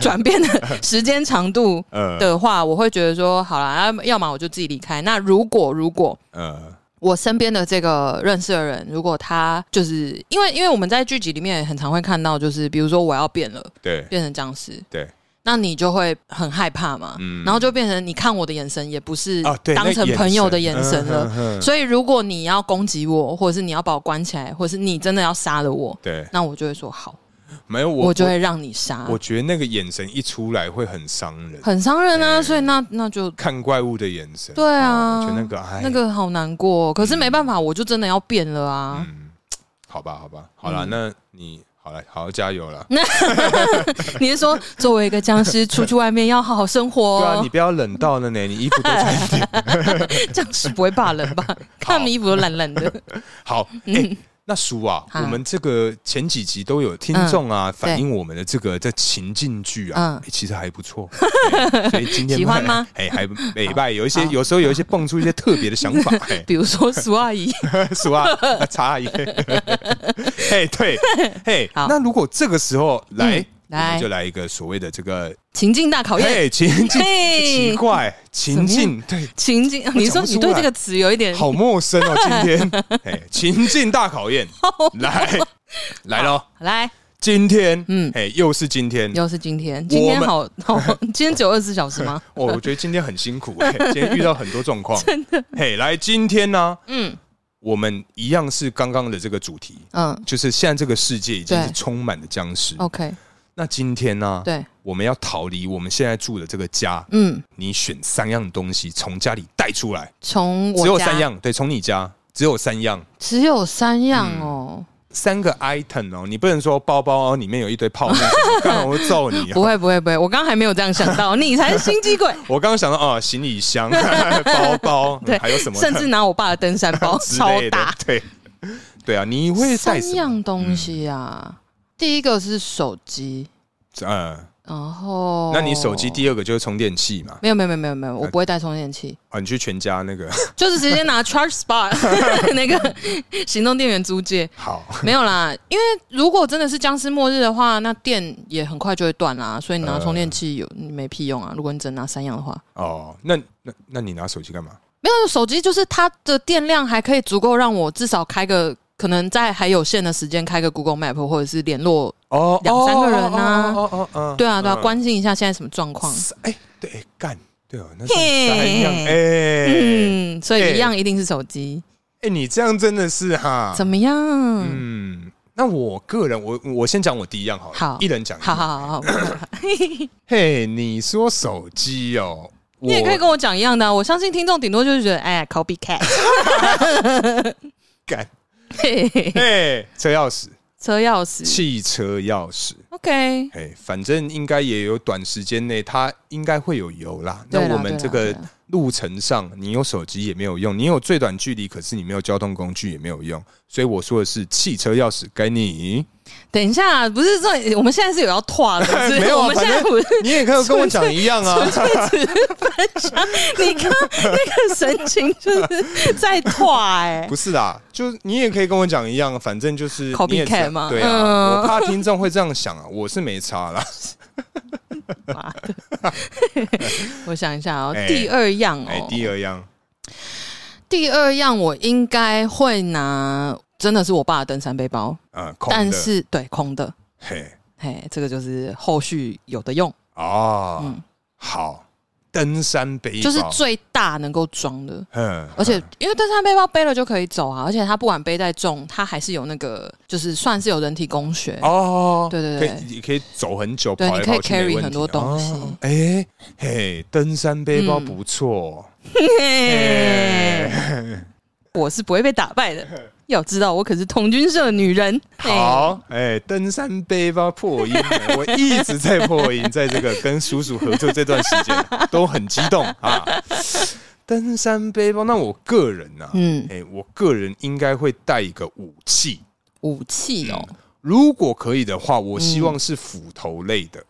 [SPEAKER 1] 转变的时间长度
[SPEAKER 2] 呃。
[SPEAKER 1] 的话，我会觉得说，好啦，啊要要么我就自己离开。那如果如果
[SPEAKER 2] 呃，
[SPEAKER 1] 我身边的这个认识的人，如果他就是因为因为我们在剧集里面也很常会看到，就是比如说我要变了，
[SPEAKER 2] 对
[SPEAKER 1] 变成僵尸，
[SPEAKER 2] 对
[SPEAKER 1] 那你就会很害怕嘛，
[SPEAKER 2] 嗯
[SPEAKER 1] 然后就变成你看我的眼神也不是
[SPEAKER 2] 啊，对，
[SPEAKER 1] 当成
[SPEAKER 2] 那
[SPEAKER 1] 朋友的眼神了。
[SPEAKER 2] 嗯哼哼
[SPEAKER 1] 所以，如果你要攻击我，或者是你要把我关起来，或者是你真的要杀了我，
[SPEAKER 2] 对，
[SPEAKER 1] 那我就会说好，
[SPEAKER 2] 没有
[SPEAKER 1] 我
[SPEAKER 2] 嗯我，
[SPEAKER 1] 就会让你杀
[SPEAKER 2] 我，我觉得那个眼神一出来会很伤人，
[SPEAKER 1] 很伤人啊。
[SPEAKER 2] 嗯
[SPEAKER 1] 所以那那就
[SPEAKER 2] 看怪物的眼神，
[SPEAKER 1] 对啊
[SPEAKER 2] 哦我觉得那个哎，
[SPEAKER 1] 那个好难过哦，可是没办法，我就真的要变了啊。
[SPEAKER 2] 嗯，好吧，好吧，好了，
[SPEAKER 1] 嗯
[SPEAKER 2] 那你好了，好好加油了。
[SPEAKER 1] 你是说作为一个僵尸，出去外面要好好生活
[SPEAKER 2] 对啊，
[SPEAKER 1] 哦
[SPEAKER 2] 你？不要冷到了呢，你衣服 都穿一点。
[SPEAKER 1] 僵尸不会怕人 吧？看你衣服都烂烂的，
[SPEAKER 2] 好，哎，那叔啊，
[SPEAKER 1] 嗯好
[SPEAKER 2] 我们这个前几集都有听众啊反映我们的这个这情境剧啊
[SPEAKER 1] 嗯，
[SPEAKER 2] 哎其实还 不错。哎所以今天
[SPEAKER 1] 喜欢吗？
[SPEAKER 2] 哎，还美拜有一些
[SPEAKER 1] 好
[SPEAKER 2] 有时候有一些蹦出一些特别的想 法。哎，
[SPEAKER 1] 比如说苏阿姨，
[SPEAKER 2] 叔啊，啊查阿姨。 嘿，对，嘿，
[SPEAKER 1] 好
[SPEAKER 2] 那如果这个时候来
[SPEAKER 1] 嗯，
[SPEAKER 2] 我们
[SPEAKER 1] 来
[SPEAKER 2] 就来一个所谓的这个
[SPEAKER 1] 情境大考验，
[SPEAKER 2] 嘿情境奇
[SPEAKER 1] 嘿，
[SPEAKER 2] 怪情
[SPEAKER 1] 怎么
[SPEAKER 2] 境对。
[SPEAKER 1] 情境，你说你对这个词有一点
[SPEAKER 2] 啊好陌生哦，今 天哎，情境大考验，来来喽！
[SPEAKER 1] 来，
[SPEAKER 2] 今天，嗯
[SPEAKER 1] 嗯，
[SPEAKER 2] 哎，又是今天，
[SPEAKER 1] 又是今天，今天
[SPEAKER 2] 我们
[SPEAKER 1] 好好，今天只有二十四小时吗？
[SPEAKER 2] 哦，我觉得今天很辛苦，哎，今天遇到很多状况，真的。嘿，来，今天呢，
[SPEAKER 1] 嗯
[SPEAKER 2] 我们一样是刚刚的这个主题，
[SPEAKER 1] 嗯
[SPEAKER 2] 就是现在这个世界已经是
[SPEAKER 1] 对
[SPEAKER 2] 充满了僵尸。
[SPEAKER 1] ，OK，
[SPEAKER 2] 那今天呢，
[SPEAKER 1] 对，
[SPEAKER 2] 我们要逃离我们现在住的这个家，
[SPEAKER 1] 嗯。
[SPEAKER 2] 你选三样东西从家里带出来，
[SPEAKER 1] 从我
[SPEAKER 2] 只有
[SPEAKER 1] 家
[SPEAKER 2] 三，样，对，从你家只有三样。
[SPEAKER 1] 只有三样
[SPEAKER 2] 嗯
[SPEAKER 1] 哦，
[SPEAKER 2] 三个 item 哦，你不能说包包哦里面有一堆泡面，干嘛我会揍你、
[SPEAKER 1] 不
[SPEAKER 2] 哦。
[SPEAKER 1] 会不会不会，我刚刚还没有这样想 到，你才是心机鬼，
[SPEAKER 2] 我刚刚想到哦，行李箱、包包，嗯
[SPEAKER 1] 对
[SPEAKER 2] 还有什么
[SPEAKER 1] 甚至拿我爸的登山包
[SPEAKER 2] 之
[SPEAKER 1] 超
[SPEAKER 2] 类的
[SPEAKER 1] 大，，
[SPEAKER 2] 对对啊，你会带
[SPEAKER 1] 三
[SPEAKER 2] 什么？
[SPEAKER 1] 样东西啊，第一个是手机，
[SPEAKER 2] 嗯，
[SPEAKER 1] 然后
[SPEAKER 2] 那你手机第哎二个就是充电器嘛？
[SPEAKER 1] 没有没有没有没有没有，我不会带充电器，
[SPEAKER 2] 啊，你去全家那个
[SPEAKER 1] 就是直接拿 Charge Spot 那个行动电源租借。
[SPEAKER 2] 好，
[SPEAKER 1] 没有啦，因为如果真的是僵尸末日的话，那电也很快就会断啦，所以你拿充电器有你没屁
[SPEAKER 2] 嗯
[SPEAKER 1] 用啊。如果你只拿三样的话，
[SPEAKER 2] 哦，那那那你拿手机干嘛？
[SPEAKER 1] 没有手机就是它的电量还可以足够让我至少开个，可能在还有限的时间开个 Google Map 或者是联络。
[SPEAKER 2] 哦，
[SPEAKER 1] 两三个人啊
[SPEAKER 2] 哦哦哦哦，
[SPEAKER 1] 对啊对啊，
[SPEAKER 2] 嗯
[SPEAKER 1] 关心一下现在什么状况。
[SPEAKER 2] 三哎，对，干，对哦，那是
[SPEAKER 1] 嘿
[SPEAKER 2] 三样，哎
[SPEAKER 1] 嗯，所以一样一定是手机。
[SPEAKER 2] 哎，你这样真的是哈，
[SPEAKER 1] 怎么样？
[SPEAKER 2] 啊嗯，那我个人，我我先讲我第一样好了，
[SPEAKER 1] 好
[SPEAKER 2] 一人讲一
[SPEAKER 1] 好
[SPEAKER 2] 样，
[SPEAKER 1] 好好好，
[SPEAKER 2] 嘿，你说手机哦，
[SPEAKER 1] 你也可以跟我讲一样的啊、我相信听众顶多就是觉得，哎呀，copycat，
[SPEAKER 2] 干，
[SPEAKER 1] 嘿嘿嘿
[SPEAKER 2] 嘿，车钥匙，
[SPEAKER 1] 车钥匙
[SPEAKER 2] 汽车钥匙，
[SPEAKER 1] ，OK，
[SPEAKER 2] 哎，反正应该也有短时间内，它应该会有油啦。那
[SPEAKER 1] 对啦
[SPEAKER 2] 我们
[SPEAKER 1] 对
[SPEAKER 2] 这个
[SPEAKER 1] 啦对啦
[SPEAKER 2] 路程上，你有手机也没有用，你有最短距离，可是你没有交通工具也没有用。所以我说的是汽车钥匙该你，
[SPEAKER 1] 等一下，不是这，我们现在是有要拓 的，是不是
[SPEAKER 2] 没有啊
[SPEAKER 1] 我们现在不是，
[SPEAKER 2] 你也可以跟我讲 一样啊。
[SPEAKER 1] 你看那个神情就是在拓、 哎
[SPEAKER 2] 不，是啦，就是你也可以跟我讲一样，啊反正就是你也知
[SPEAKER 1] Copycat 吗
[SPEAKER 2] 对啊，
[SPEAKER 1] 嗯
[SPEAKER 2] 我怕听众会这样想啊，我是没差啦。
[SPEAKER 1] 妈的 我想一下哦，
[SPEAKER 2] 哎
[SPEAKER 1] 第二样 哦，
[SPEAKER 2] 哎，第二样，
[SPEAKER 1] 第二样我应该会拿，真的是我爸的登山背包，
[SPEAKER 2] 嗯，空的
[SPEAKER 1] 但是对空的，
[SPEAKER 2] 嘿
[SPEAKER 1] 嘿，这个就是后续有的用，
[SPEAKER 2] 哦
[SPEAKER 1] 嗯，
[SPEAKER 2] 好，登山背包
[SPEAKER 1] 就是最大能够装的。
[SPEAKER 2] 嗯，
[SPEAKER 1] 而且，因为登山背包背了就可以走啊，而且它不管背再重，它还是有那个，就是算是有人体工学，
[SPEAKER 2] 哦，
[SPEAKER 1] 对对
[SPEAKER 2] 可
[SPEAKER 1] 对
[SPEAKER 2] 以，你可以走很久，
[SPEAKER 1] 对
[SPEAKER 2] 跑来
[SPEAKER 1] 你可以
[SPEAKER 2] 跑去没
[SPEAKER 1] carry
[SPEAKER 2] 问题
[SPEAKER 1] 很多东西
[SPEAKER 2] 哦哎嘿，登山背包
[SPEAKER 1] 嗯
[SPEAKER 2] 不错，
[SPEAKER 1] 嘿我是不会被打败 的。要知道，我可是童军社的女人。
[SPEAKER 2] 好，哎，登山背包破音了，我一直在破音，在这个跟叔叔合作这段时间都很激 动啊。登山背包，那我个人呢、啊
[SPEAKER 1] 嘿，？嗯，
[SPEAKER 2] 哎，我个人应该会带一个武器，
[SPEAKER 1] 武器哦，
[SPEAKER 2] 如果可以的话，我希望是斧头类的，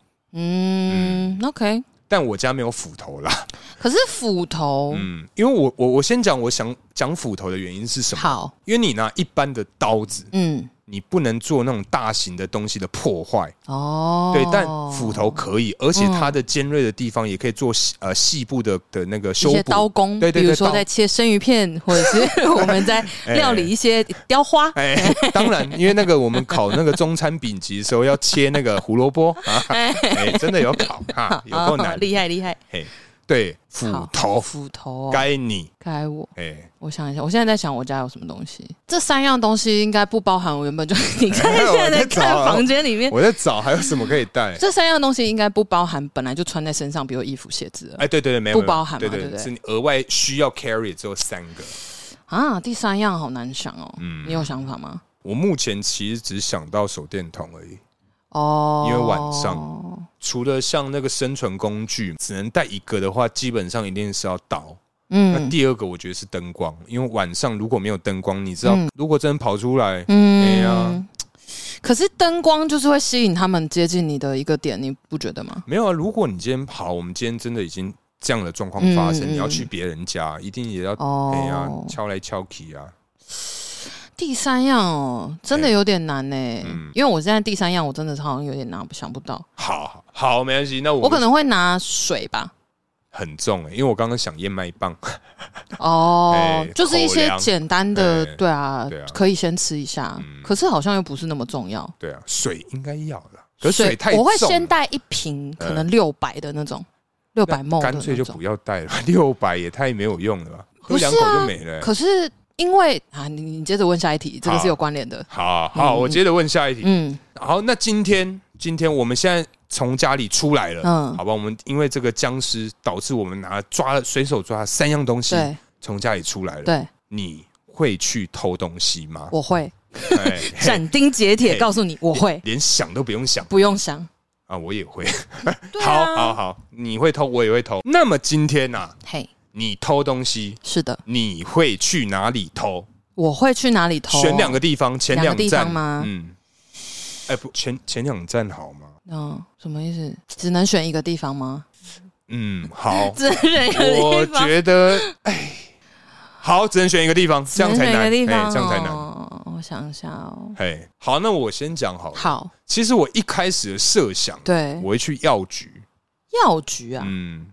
[SPEAKER 1] 嗯 o k
[SPEAKER 2] 但我家没有斧头啦。
[SPEAKER 1] 可是斧头，
[SPEAKER 2] 嗯，因为我我我先讲，我想讲斧头的原因是什么？
[SPEAKER 1] 好，
[SPEAKER 2] 因为你拿一般的刀子，
[SPEAKER 1] 嗯，
[SPEAKER 2] 你不能做那种大型的东西的破坏，
[SPEAKER 1] 哦，
[SPEAKER 2] 对，但斧头可以，而且它的尖锐的地方也可以做细呃细部的的那个
[SPEAKER 1] 一
[SPEAKER 2] 修
[SPEAKER 1] 些
[SPEAKER 2] 补，
[SPEAKER 1] 刀工，
[SPEAKER 2] 对对对
[SPEAKER 1] 比如说
[SPEAKER 2] 刀
[SPEAKER 1] 在切生鱼片，或者是 我们 在料理一些雕花，
[SPEAKER 2] 哎， 当然，因为那个我们烤那个中餐丙级的时候要切那个胡萝卜啊，
[SPEAKER 1] 哎，
[SPEAKER 2] 哎，真的有烤 哈，有够
[SPEAKER 1] 哦
[SPEAKER 2] 难，
[SPEAKER 1] 厉害厉害。
[SPEAKER 2] 哎，对，斧
[SPEAKER 1] 好
[SPEAKER 2] 头
[SPEAKER 1] 斧头、哦，该
[SPEAKER 2] 该你，
[SPEAKER 1] 该我，
[SPEAKER 2] 哎，
[SPEAKER 1] 我想一下，我现在在想我家有什么东西。这三样东西应该不包含我原本 就你看现在在看房间里面，
[SPEAKER 2] 啊我在找还有什么可以 带。
[SPEAKER 1] 这三样东西应该不包含本来就穿在身上，比如衣服、鞋子了
[SPEAKER 2] 哎，对对对，没有
[SPEAKER 1] 不包含嘛
[SPEAKER 2] 没有
[SPEAKER 1] 对
[SPEAKER 2] 对
[SPEAKER 1] 不对
[SPEAKER 2] 是你额外需要 carry 只有三个。
[SPEAKER 1] 啊。第三样好难想哦，
[SPEAKER 2] 嗯
[SPEAKER 1] 你有想法吗？
[SPEAKER 2] 我目前其实只想到手电筒而已，
[SPEAKER 1] 哦，嗯
[SPEAKER 2] 因为晚上除了像那个生存工具，只能带一个的话，基本上一定是要刀。那
[SPEAKER 1] 嗯
[SPEAKER 2] 第二个我觉得是灯光，因为晚上如果没有灯光，你知道
[SPEAKER 1] 嗯，
[SPEAKER 2] 如果真跑出来，哎呀
[SPEAKER 1] 嗯，可是灯光就是会吸引他们接近你的一个点，你不觉得吗？
[SPEAKER 2] 没有啊。如果你今天跑，我们今天真的已经这样的状况发生，
[SPEAKER 1] 嗯嗯
[SPEAKER 2] 你要去别人家，一定也要
[SPEAKER 1] 哦，
[SPEAKER 2] 哎呀敲来敲去啊。
[SPEAKER 1] 第三样哦，真的
[SPEAKER 2] 哎
[SPEAKER 1] 有点难呢、
[SPEAKER 2] 嗯
[SPEAKER 1] 因为我现在第三样我真的是好像有点拿不想不到，
[SPEAKER 2] 好好，没关系，那我
[SPEAKER 1] 我可
[SPEAKER 2] 们
[SPEAKER 1] 能会拿水吧。
[SPEAKER 2] 很重哎、因为我刚刚想燕麦棒，
[SPEAKER 1] 哦，
[SPEAKER 2] 哎
[SPEAKER 1] 就是一
[SPEAKER 2] 口
[SPEAKER 1] 些
[SPEAKER 2] 粮
[SPEAKER 1] 简单的，
[SPEAKER 2] 哎
[SPEAKER 1] 对啊，
[SPEAKER 2] 对啊
[SPEAKER 1] 可以先吃一下、
[SPEAKER 2] 嗯
[SPEAKER 1] 可是好像又不是那么重要。
[SPEAKER 2] 对啊，水应该要了，可是水太重了嗯
[SPEAKER 1] 我会先带一瓶，可能六百的那种，六百
[SPEAKER 2] 那
[SPEAKER 1] 梦的
[SPEAKER 2] 干脆
[SPEAKER 1] 那
[SPEAKER 2] 就
[SPEAKER 1] 种
[SPEAKER 2] 不。要带了， 六百也太没有用了吧，喝
[SPEAKER 1] 不是啊
[SPEAKER 2] 两口就没了欸、
[SPEAKER 1] 可是因为啊，你你接着问下一题，这个
[SPEAKER 2] 好
[SPEAKER 1] 是有关联的。
[SPEAKER 2] 好好，
[SPEAKER 1] 嗯
[SPEAKER 2] 我接着问下一题。
[SPEAKER 1] 嗯
[SPEAKER 2] 好，那今天今天我们现在从家里出来了，
[SPEAKER 1] 嗯
[SPEAKER 2] 好吧？我们因为这个僵尸导致我们拿抓了随手抓了三样东西，
[SPEAKER 1] 对
[SPEAKER 2] 从家里出来了。
[SPEAKER 1] 对，
[SPEAKER 2] 你会去偷东西吗？
[SPEAKER 1] 我会
[SPEAKER 2] 哎
[SPEAKER 1] 斩钉截铁告诉你，我会，
[SPEAKER 2] 连想都不用想
[SPEAKER 1] 不用想。
[SPEAKER 2] 啊，我也会。
[SPEAKER 1] 对
[SPEAKER 2] 好
[SPEAKER 1] 啊
[SPEAKER 2] 好好，你会偷，我也会偷。那么今天呐、啊，
[SPEAKER 1] 嘿，
[SPEAKER 2] 你偷东西，
[SPEAKER 1] 是的，
[SPEAKER 2] 你会去哪里偷？
[SPEAKER 1] 我会去哪里投？啊
[SPEAKER 2] 选两个地方，前
[SPEAKER 1] 两个地
[SPEAKER 2] 站
[SPEAKER 1] 方吗
[SPEAKER 2] 嗯，哎、哎、不，前前两站好吗？
[SPEAKER 1] 嗯，什么意思？只能选一个地方吗？，
[SPEAKER 2] 嗯，好
[SPEAKER 1] 只能选一个
[SPEAKER 2] 我
[SPEAKER 1] 地方，
[SPEAKER 2] 觉得，哎，好，只能选一个地方，
[SPEAKER 1] 只
[SPEAKER 2] 这样
[SPEAKER 1] 能
[SPEAKER 2] 才
[SPEAKER 1] 选一
[SPEAKER 2] 难，
[SPEAKER 1] 个
[SPEAKER 2] 哎，
[SPEAKER 1] 地方、
[SPEAKER 2] 这样才难。
[SPEAKER 1] 哦。我想一下哦，
[SPEAKER 2] 哎，好，那我先讲好了。
[SPEAKER 1] 好，
[SPEAKER 2] 其实我一开始的设想，
[SPEAKER 1] 对，
[SPEAKER 2] 我会去药局，
[SPEAKER 1] 药局啊，
[SPEAKER 2] 嗯，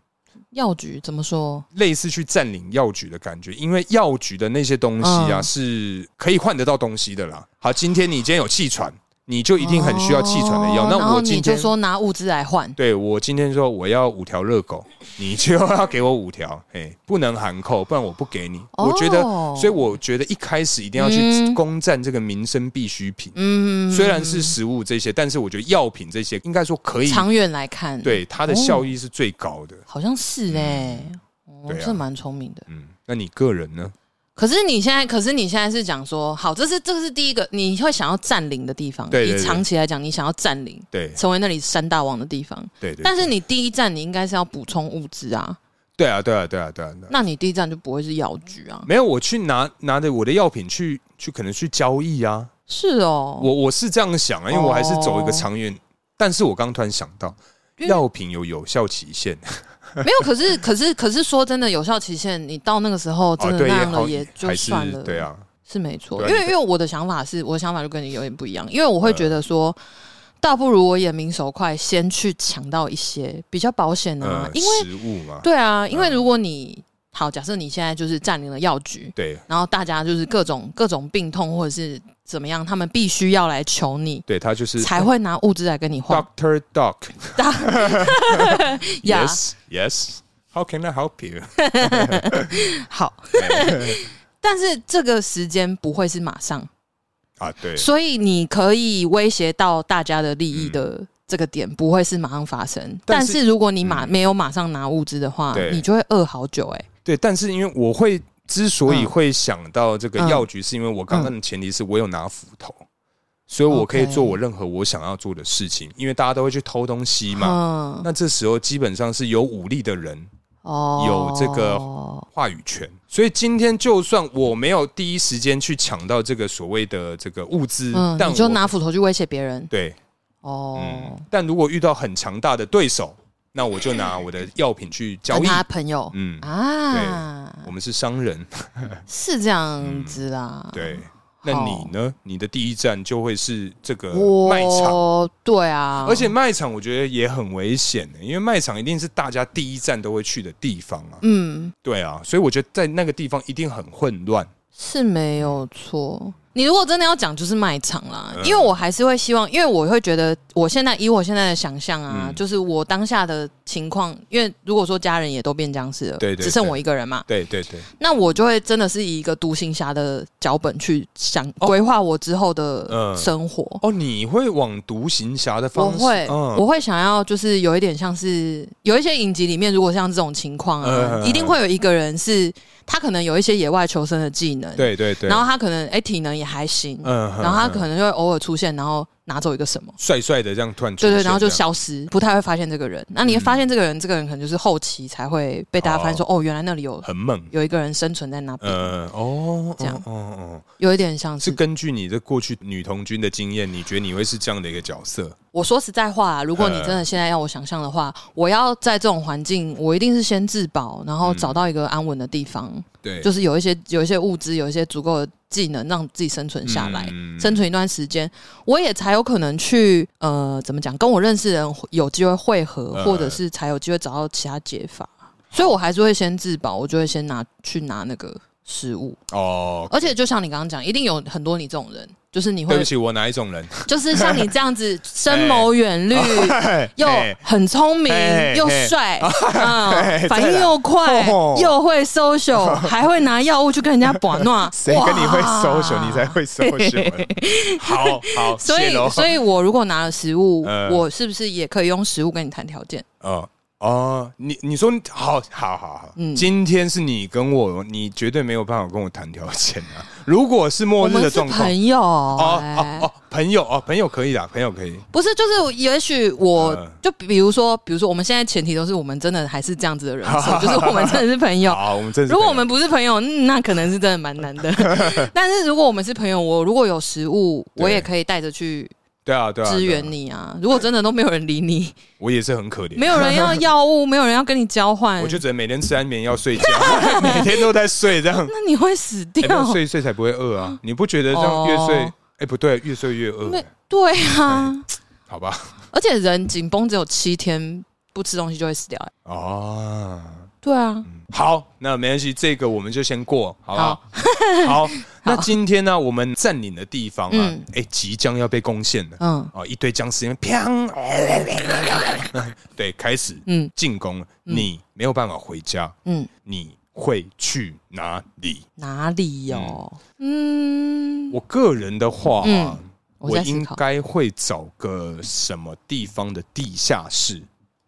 [SPEAKER 1] 药局怎么说？
[SPEAKER 2] 类似去占领药局的感觉，因为药局的那些东西啊、
[SPEAKER 1] 嗯
[SPEAKER 2] 是可以换得到东西的啦。好，今天你今天有气喘，你就一定很需要气喘的药。
[SPEAKER 1] 哦然
[SPEAKER 2] 那
[SPEAKER 1] 后
[SPEAKER 2] 我
[SPEAKER 1] 你
[SPEAKER 2] 今
[SPEAKER 1] 就
[SPEAKER 2] 天
[SPEAKER 1] 说拿物资来换，
[SPEAKER 2] 对我今天说我要五条热狗，你就要给我五条，哎，不能含扣，不然我不给你。我觉得，
[SPEAKER 1] 哦
[SPEAKER 2] 所以我觉得一开始一定要去
[SPEAKER 1] 嗯
[SPEAKER 2] 攻占这个民生必需品，
[SPEAKER 1] 嗯嗯
[SPEAKER 2] 虽然是食物这些，但是我觉得药品这些应该说可以，
[SPEAKER 1] 长远来看，，
[SPEAKER 2] 对它的
[SPEAKER 1] 哦
[SPEAKER 2] 效益是最高的。
[SPEAKER 1] 好像是哎、哦
[SPEAKER 2] 对啊
[SPEAKER 1] 这蛮聪明的。
[SPEAKER 2] 嗯，那你个人呢？
[SPEAKER 1] 可是你现在，可是你现在是讲说，好，这是这个是第一个，你会想要占领的地方。
[SPEAKER 2] 对对对
[SPEAKER 1] 以长期来讲，你想要占领，
[SPEAKER 2] 对
[SPEAKER 1] 成为那里三大王的地方。
[SPEAKER 2] 对对，
[SPEAKER 1] 但是你第一站，你应该是要补充物资啊。
[SPEAKER 2] 对啊对啊对啊对啊，对啊
[SPEAKER 1] 那你第一站就不会是药局啊？
[SPEAKER 2] 没有我去拿拿着我的药品去去可能去交易啊，
[SPEAKER 1] 是哦，
[SPEAKER 2] 我我是这样想啊，因为我还是走一
[SPEAKER 1] 哦
[SPEAKER 2] 个长远。但是我刚突然想到，
[SPEAKER 1] 因为
[SPEAKER 2] 药品有有效期限。
[SPEAKER 1] 没有。可是可是可是说真的，有效期限你到那个时候真
[SPEAKER 2] 哦，
[SPEAKER 1] 的
[SPEAKER 2] 对，
[SPEAKER 1] 那样
[SPEAKER 2] 好
[SPEAKER 1] 了也就
[SPEAKER 2] 还是
[SPEAKER 1] 算了，
[SPEAKER 2] 对，啊，
[SPEAKER 1] 是没错。
[SPEAKER 2] 对啊
[SPEAKER 1] 因为
[SPEAKER 2] 你嗯
[SPEAKER 1] 因为我的想法是，我的想法就跟你有点不一样，因为我会觉得说。倒不如我也明手快，先去抢到一些比较保险啊，
[SPEAKER 2] 呃，
[SPEAKER 1] 因为
[SPEAKER 2] 食物嘛，
[SPEAKER 1] 对啊，因为
[SPEAKER 2] 嗯
[SPEAKER 1] 如果你好，假设你现在就是占领了药局，
[SPEAKER 2] 对
[SPEAKER 1] 然后大家就是各种各种病痛或者是怎么样，他们必须要来求你，
[SPEAKER 2] 对，它就是哦
[SPEAKER 1] 才会拿物资来跟你换。
[SPEAKER 2] Doctor Doc。
[SPEAKER 1] 呀
[SPEAKER 2] Yes, yes. How can I help you？哎
[SPEAKER 1] 好，但是这个时间不会是马上，
[SPEAKER 2] 啊，对，
[SPEAKER 1] 所以你可以威胁到大家的利益的。这个点不会是马上发生，
[SPEAKER 2] 嗯但
[SPEAKER 1] 但
[SPEAKER 2] 是
[SPEAKER 1] 是如果你马、
[SPEAKER 2] 嗯
[SPEAKER 1] 没有马上拿物资的话
[SPEAKER 2] 对，
[SPEAKER 1] 你就会饿好久哎、
[SPEAKER 2] 对，但是因为我会之所以会想到这个
[SPEAKER 1] 嗯
[SPEAKER 2] 药局，是因为我刚刚的前提是我有拿斧头，所以我可以
[SPEAKER 1] OK
[SPEAKER 2] 做我任何我想要做的事情，因为大家都会去偷东西嘛。
[SPEAKER 1] 嗯，
[SPEAKER 2] 那这时候基本上是有武力的人
[SPEAKER 1] 哦
[SPEAKER 2] 有这个话语权，所以今天就算我没有第一时间去抢到这个所谓的这个物资，
[SPEAKER 1] 嗯，
[SPEAKER 2] 但
[SPEAKER 1] 你就
[SPEAKER 2] 我
[SPEAKER 1] 拿斧头去威胁别人
[SPEAKER 2] 对，
[SPEAKER 1] 哦。
[SPEAKER 2] 嗯，但如果遇到很强大的对手，那我就拿我的药品去交
[SPEAKER 1] 跟
[SPEAKER 2] 易。
[SPEAKER 1] 他朋友、
[SPEAKER 2] 嗯，
[SPEAKER 1] 啊，
[SPEAKER 2] 我们是商人，
[SPEAKER 1] 是这样子啦。
[SPEAKER 2] 嗯对。那你呢？你的第一站就会是这个呃卖场，
[SPEAKER 1] 我对啊，
[SPEAKER 2] 而且卖场我觉得也很危险的，因为卖场一定是大家第一站都会去的地方啊。
[SPEAKER 1] 嗯
[SPEAKER 2] 对啊，所以我觉得在那个地方一定很混乱。
[SPEAKER 1] 是没有错。你如果真的要讲，就是卖场啦，
[SPEAKER 2] 嗯
[SPEAKER 1] 因为我还是会希望，因为我会觉得，我现在以我现在的想象啊，
[SPEAKER 2] 嗯
[SPEAKER 1] 就是我当下的情况，因为如果说家人也都变僵尸了，
[SPEAKER 2] 对对
[SPEAKER 1] 只剩
[SPEAKER 2] 对
[SPEAKER 1] 我一个人嘛，
[SPEAKER 2] 对对对，
[SPEAKER 1] 那我就会真的是以一个独行侠的脚本去想规划我之后的
[SPEAKER 2] 哦嗯
[SPEAKER 1] 生活。
[SPEAKER 2] 哦，你会往独行侠的
[SPEAKER 1] 我
[SPEAKER 2] 方式？
[SPEAKER 1] 会，
[SPEAKER 2] 嗯
[SPEAKER 1] 我会想要，就是有一点像是有一些影集里面，如果像这种情况啊，
[SPEAKER 2] 嗯
[SPEAKER 1] 一定会有一个人是他可能有一些野外求生的技能，，
[SPEAKER 2] 对对对，
[SPEAKER 1] 然后他可能哎、体能也还行，
[SPEAKER 2] 嗯
[SPEAKER 1] 然后他可
[SPEAKER 2] 能
[SPEAKER 1] 能就会偶尔出现，然后拿走一个什么。
[SPEAKER 2] 帅帅的这样突然出
[SPEAKER 1] 对对，
[SPEAKER 2] 现
[SPEAKER 1] 然后就
[SPEAKER 2] 这样嗯
[SPEAKER 1] 消失，不太会发现这个人。那你会发现这个人，这个人可能就是后期才会被大家发现说，哦，原来那里有
[SPEAKER 2] 很猛。
[SPEAKER 1] 有一个人生存在那边，
[SPEAKER 2] 呃，哦，
[SPEAKER 1] 这样
[SPEAKER 2] 哦哦
[SPEAKER 1] 有一点像
[SPEAKER 2] 哦，是
[SPEAKER 1] 是。
[SPEAKER 2] 根据你的过去女童军的经验，你觉得你会是这样的一个角色？
[SPEAKER 1] 我说实在话、啊如果你
[SPEAKER 2] 呃
[SPEAKER 1] 真的现在要我想象的话，
[SPEAKER 2] 嗯
[SPEAKER 1] 我要在这种环境，我一定是先自保，然后
[SPEAKER 2] 嗯
[SPEAKER 1] 找到一个安稳的地方，
[SPEAKER 2] 对，
[SPEAKER 1] 就是有一些有一些物资，有一些足够的技能，让自己生存下来，
[SPEAKER 2] 嗯
[SPEAKER 1] 生存一段时间，我也才有可能去呃，怎么讲，跟我认识的人有机会汇合，
[SPEAKER 2] 呃
[SPEAKER 1] 或者是才有机会找到其他解法。所以我还是会先自保，我就会先拿去拿那个食物，
[SPEAKER 2] 哦。
[SPEAKER 1] 而且就像你刚刚讲，一定有很多你这种人，就是你
[SPEAKER 2] 对
[SPEAKER 1] 会
[SPEAKER 2] 不起，我哪一种人？
[SPEAKER 1] 就是像你这样子深谋远虑。
[SPEAKER 2] 哎
[SPEAKER 1] 又
[SPEAKER 2] 嘿
[SPEAKER 1] 很聪明
[SPEAKER 2] 嘿，
[SPEAKER 1] 又
[SPEAKER 2] 嘿
[SPEAKER 1] 帅，嗯，
[SPEAKER 2] 嘿
[SPEAKER 1] 反
[SPEAKER 2] 再
[SPEAKER 1] 应
[SPEAKER 2] 来
[SPEAKER 1] 又快
[SPEAKER 2] 哎哦，
[SPEAKER 1] 又会 social，还会拿药物去跟人 家把闹。
[SPEAKER 2] 谁跟你会
[SPEAKER 1] 哇
[SPEAKER 2] social？你才会 social。好 好，
[SPEAKER 1] 所以，所
[SPEAKER 2] 以
[SPEAKER 1] 以我如果拿了食物，
[SPEAKER 2] 呃
[SPEAKER 1] 我是不是也可以用食物跟你谈条件？
[SPEAKER 2] 哦哦，你你说好好好好，
[SPEAKER 1] 嗯
[SPEAKER 2] 今天是你跟我，你绝对没有办法跟我谈条件啊。如果是末
[SPEAKER 1] 我
[SPEAKER 2] 日
[SPEAKER 1] 们
[SPEAKER 2] 的
[SPEAKER 1] 是
[SPEAKER 2] 状况，
[SPEAKER 1] 朋友，
[SPEAKER 2] 哦
[SPEAKER 1] 哎
[SPEAKER 2] 哦哦，朋友哦，朋友可以啦，朋友可以。
[SPEAKER 1] 不是，就是也许我
[SPEAKER 2] 呃
[SPEAKER 1] 就比如说，比如说，我们现在前提都是我们真的还是这样子的人 设，就是我们真的是朋友。
[SPEAKER 2] 好，我们这
[SPEAKER 1] 如果我们不是朋友，嗯那可能是 真的蛮难的。但是如果我们是朋友，我如果有食物，
[SPEAKER 2] 对
[SPEAKER 1] 我也可以带着去
[SPEAKER 2] 对啊，对啊，
[SPEAKER 1] 支
[SPEAKER 2] 对啊
[SPEAKER 1] 援你啊。如果真的都没有人理 你，
[SPEAKER 2] 我也是很可怜，
[SPEAKER 1] 没有人要药物，没有人要跟你交换，
[SPEAKER 2] 我就只能每天吃安眠药睡觉， 每天都在睡这样，
[SPEAKER 1] 那你会死
[SPEAKER 2] 哎没
[SPEAKER 1] 掉。
[SPEAKER 2] 有睡一睡才不会饿啊！你不觉得这样越睡，哎
[SPEAKER 1] 哦、
[SPEAKER 2] 不对，越睡越饿、
[SPEAKER 1] 没对
[SPEAKER 2] 哎
[SPEAKER 1] 啊，
[SPEAKER 2] 好吧？
[SPEAKER 1] 而且人紧绷只有七天不吃东西就会死掉、欸。
[SPEAKER 2] 哦，
[SPEAKER 1] 对啊，
[SPEAKER 2] 好，那没关系，这个我们就先过，好不好？ 好，那今天呢、我们占领的地方啊，哎、
[SPEAKER 1] 嗯
[SPEAKER 2] 即将要被攻陷了。
[SPEAKER 1] 嗯
[SPEAKER 2] 哦，一堆僵尸，砰！ 对，开始
[SPEAKER 1] 嗯
[SPEAKER 2] 进攻了。你没有办法回家，
[SPEAKER 1] 嗯，
[SPEAKER 2] 你会去哪里？
[SPEAKER 1] 哪里有、嗯，
[SPEAKER 2] 我个人的话、啊，
[SPEAKER 1] 嗯我
[SPEAKER 2] 我
[SPEAKER 1] 在思
[SPEAKER 2] 应
[SPEAKER 1] 考。
[SPEAKER 2] 该会找个什么地方的地下室。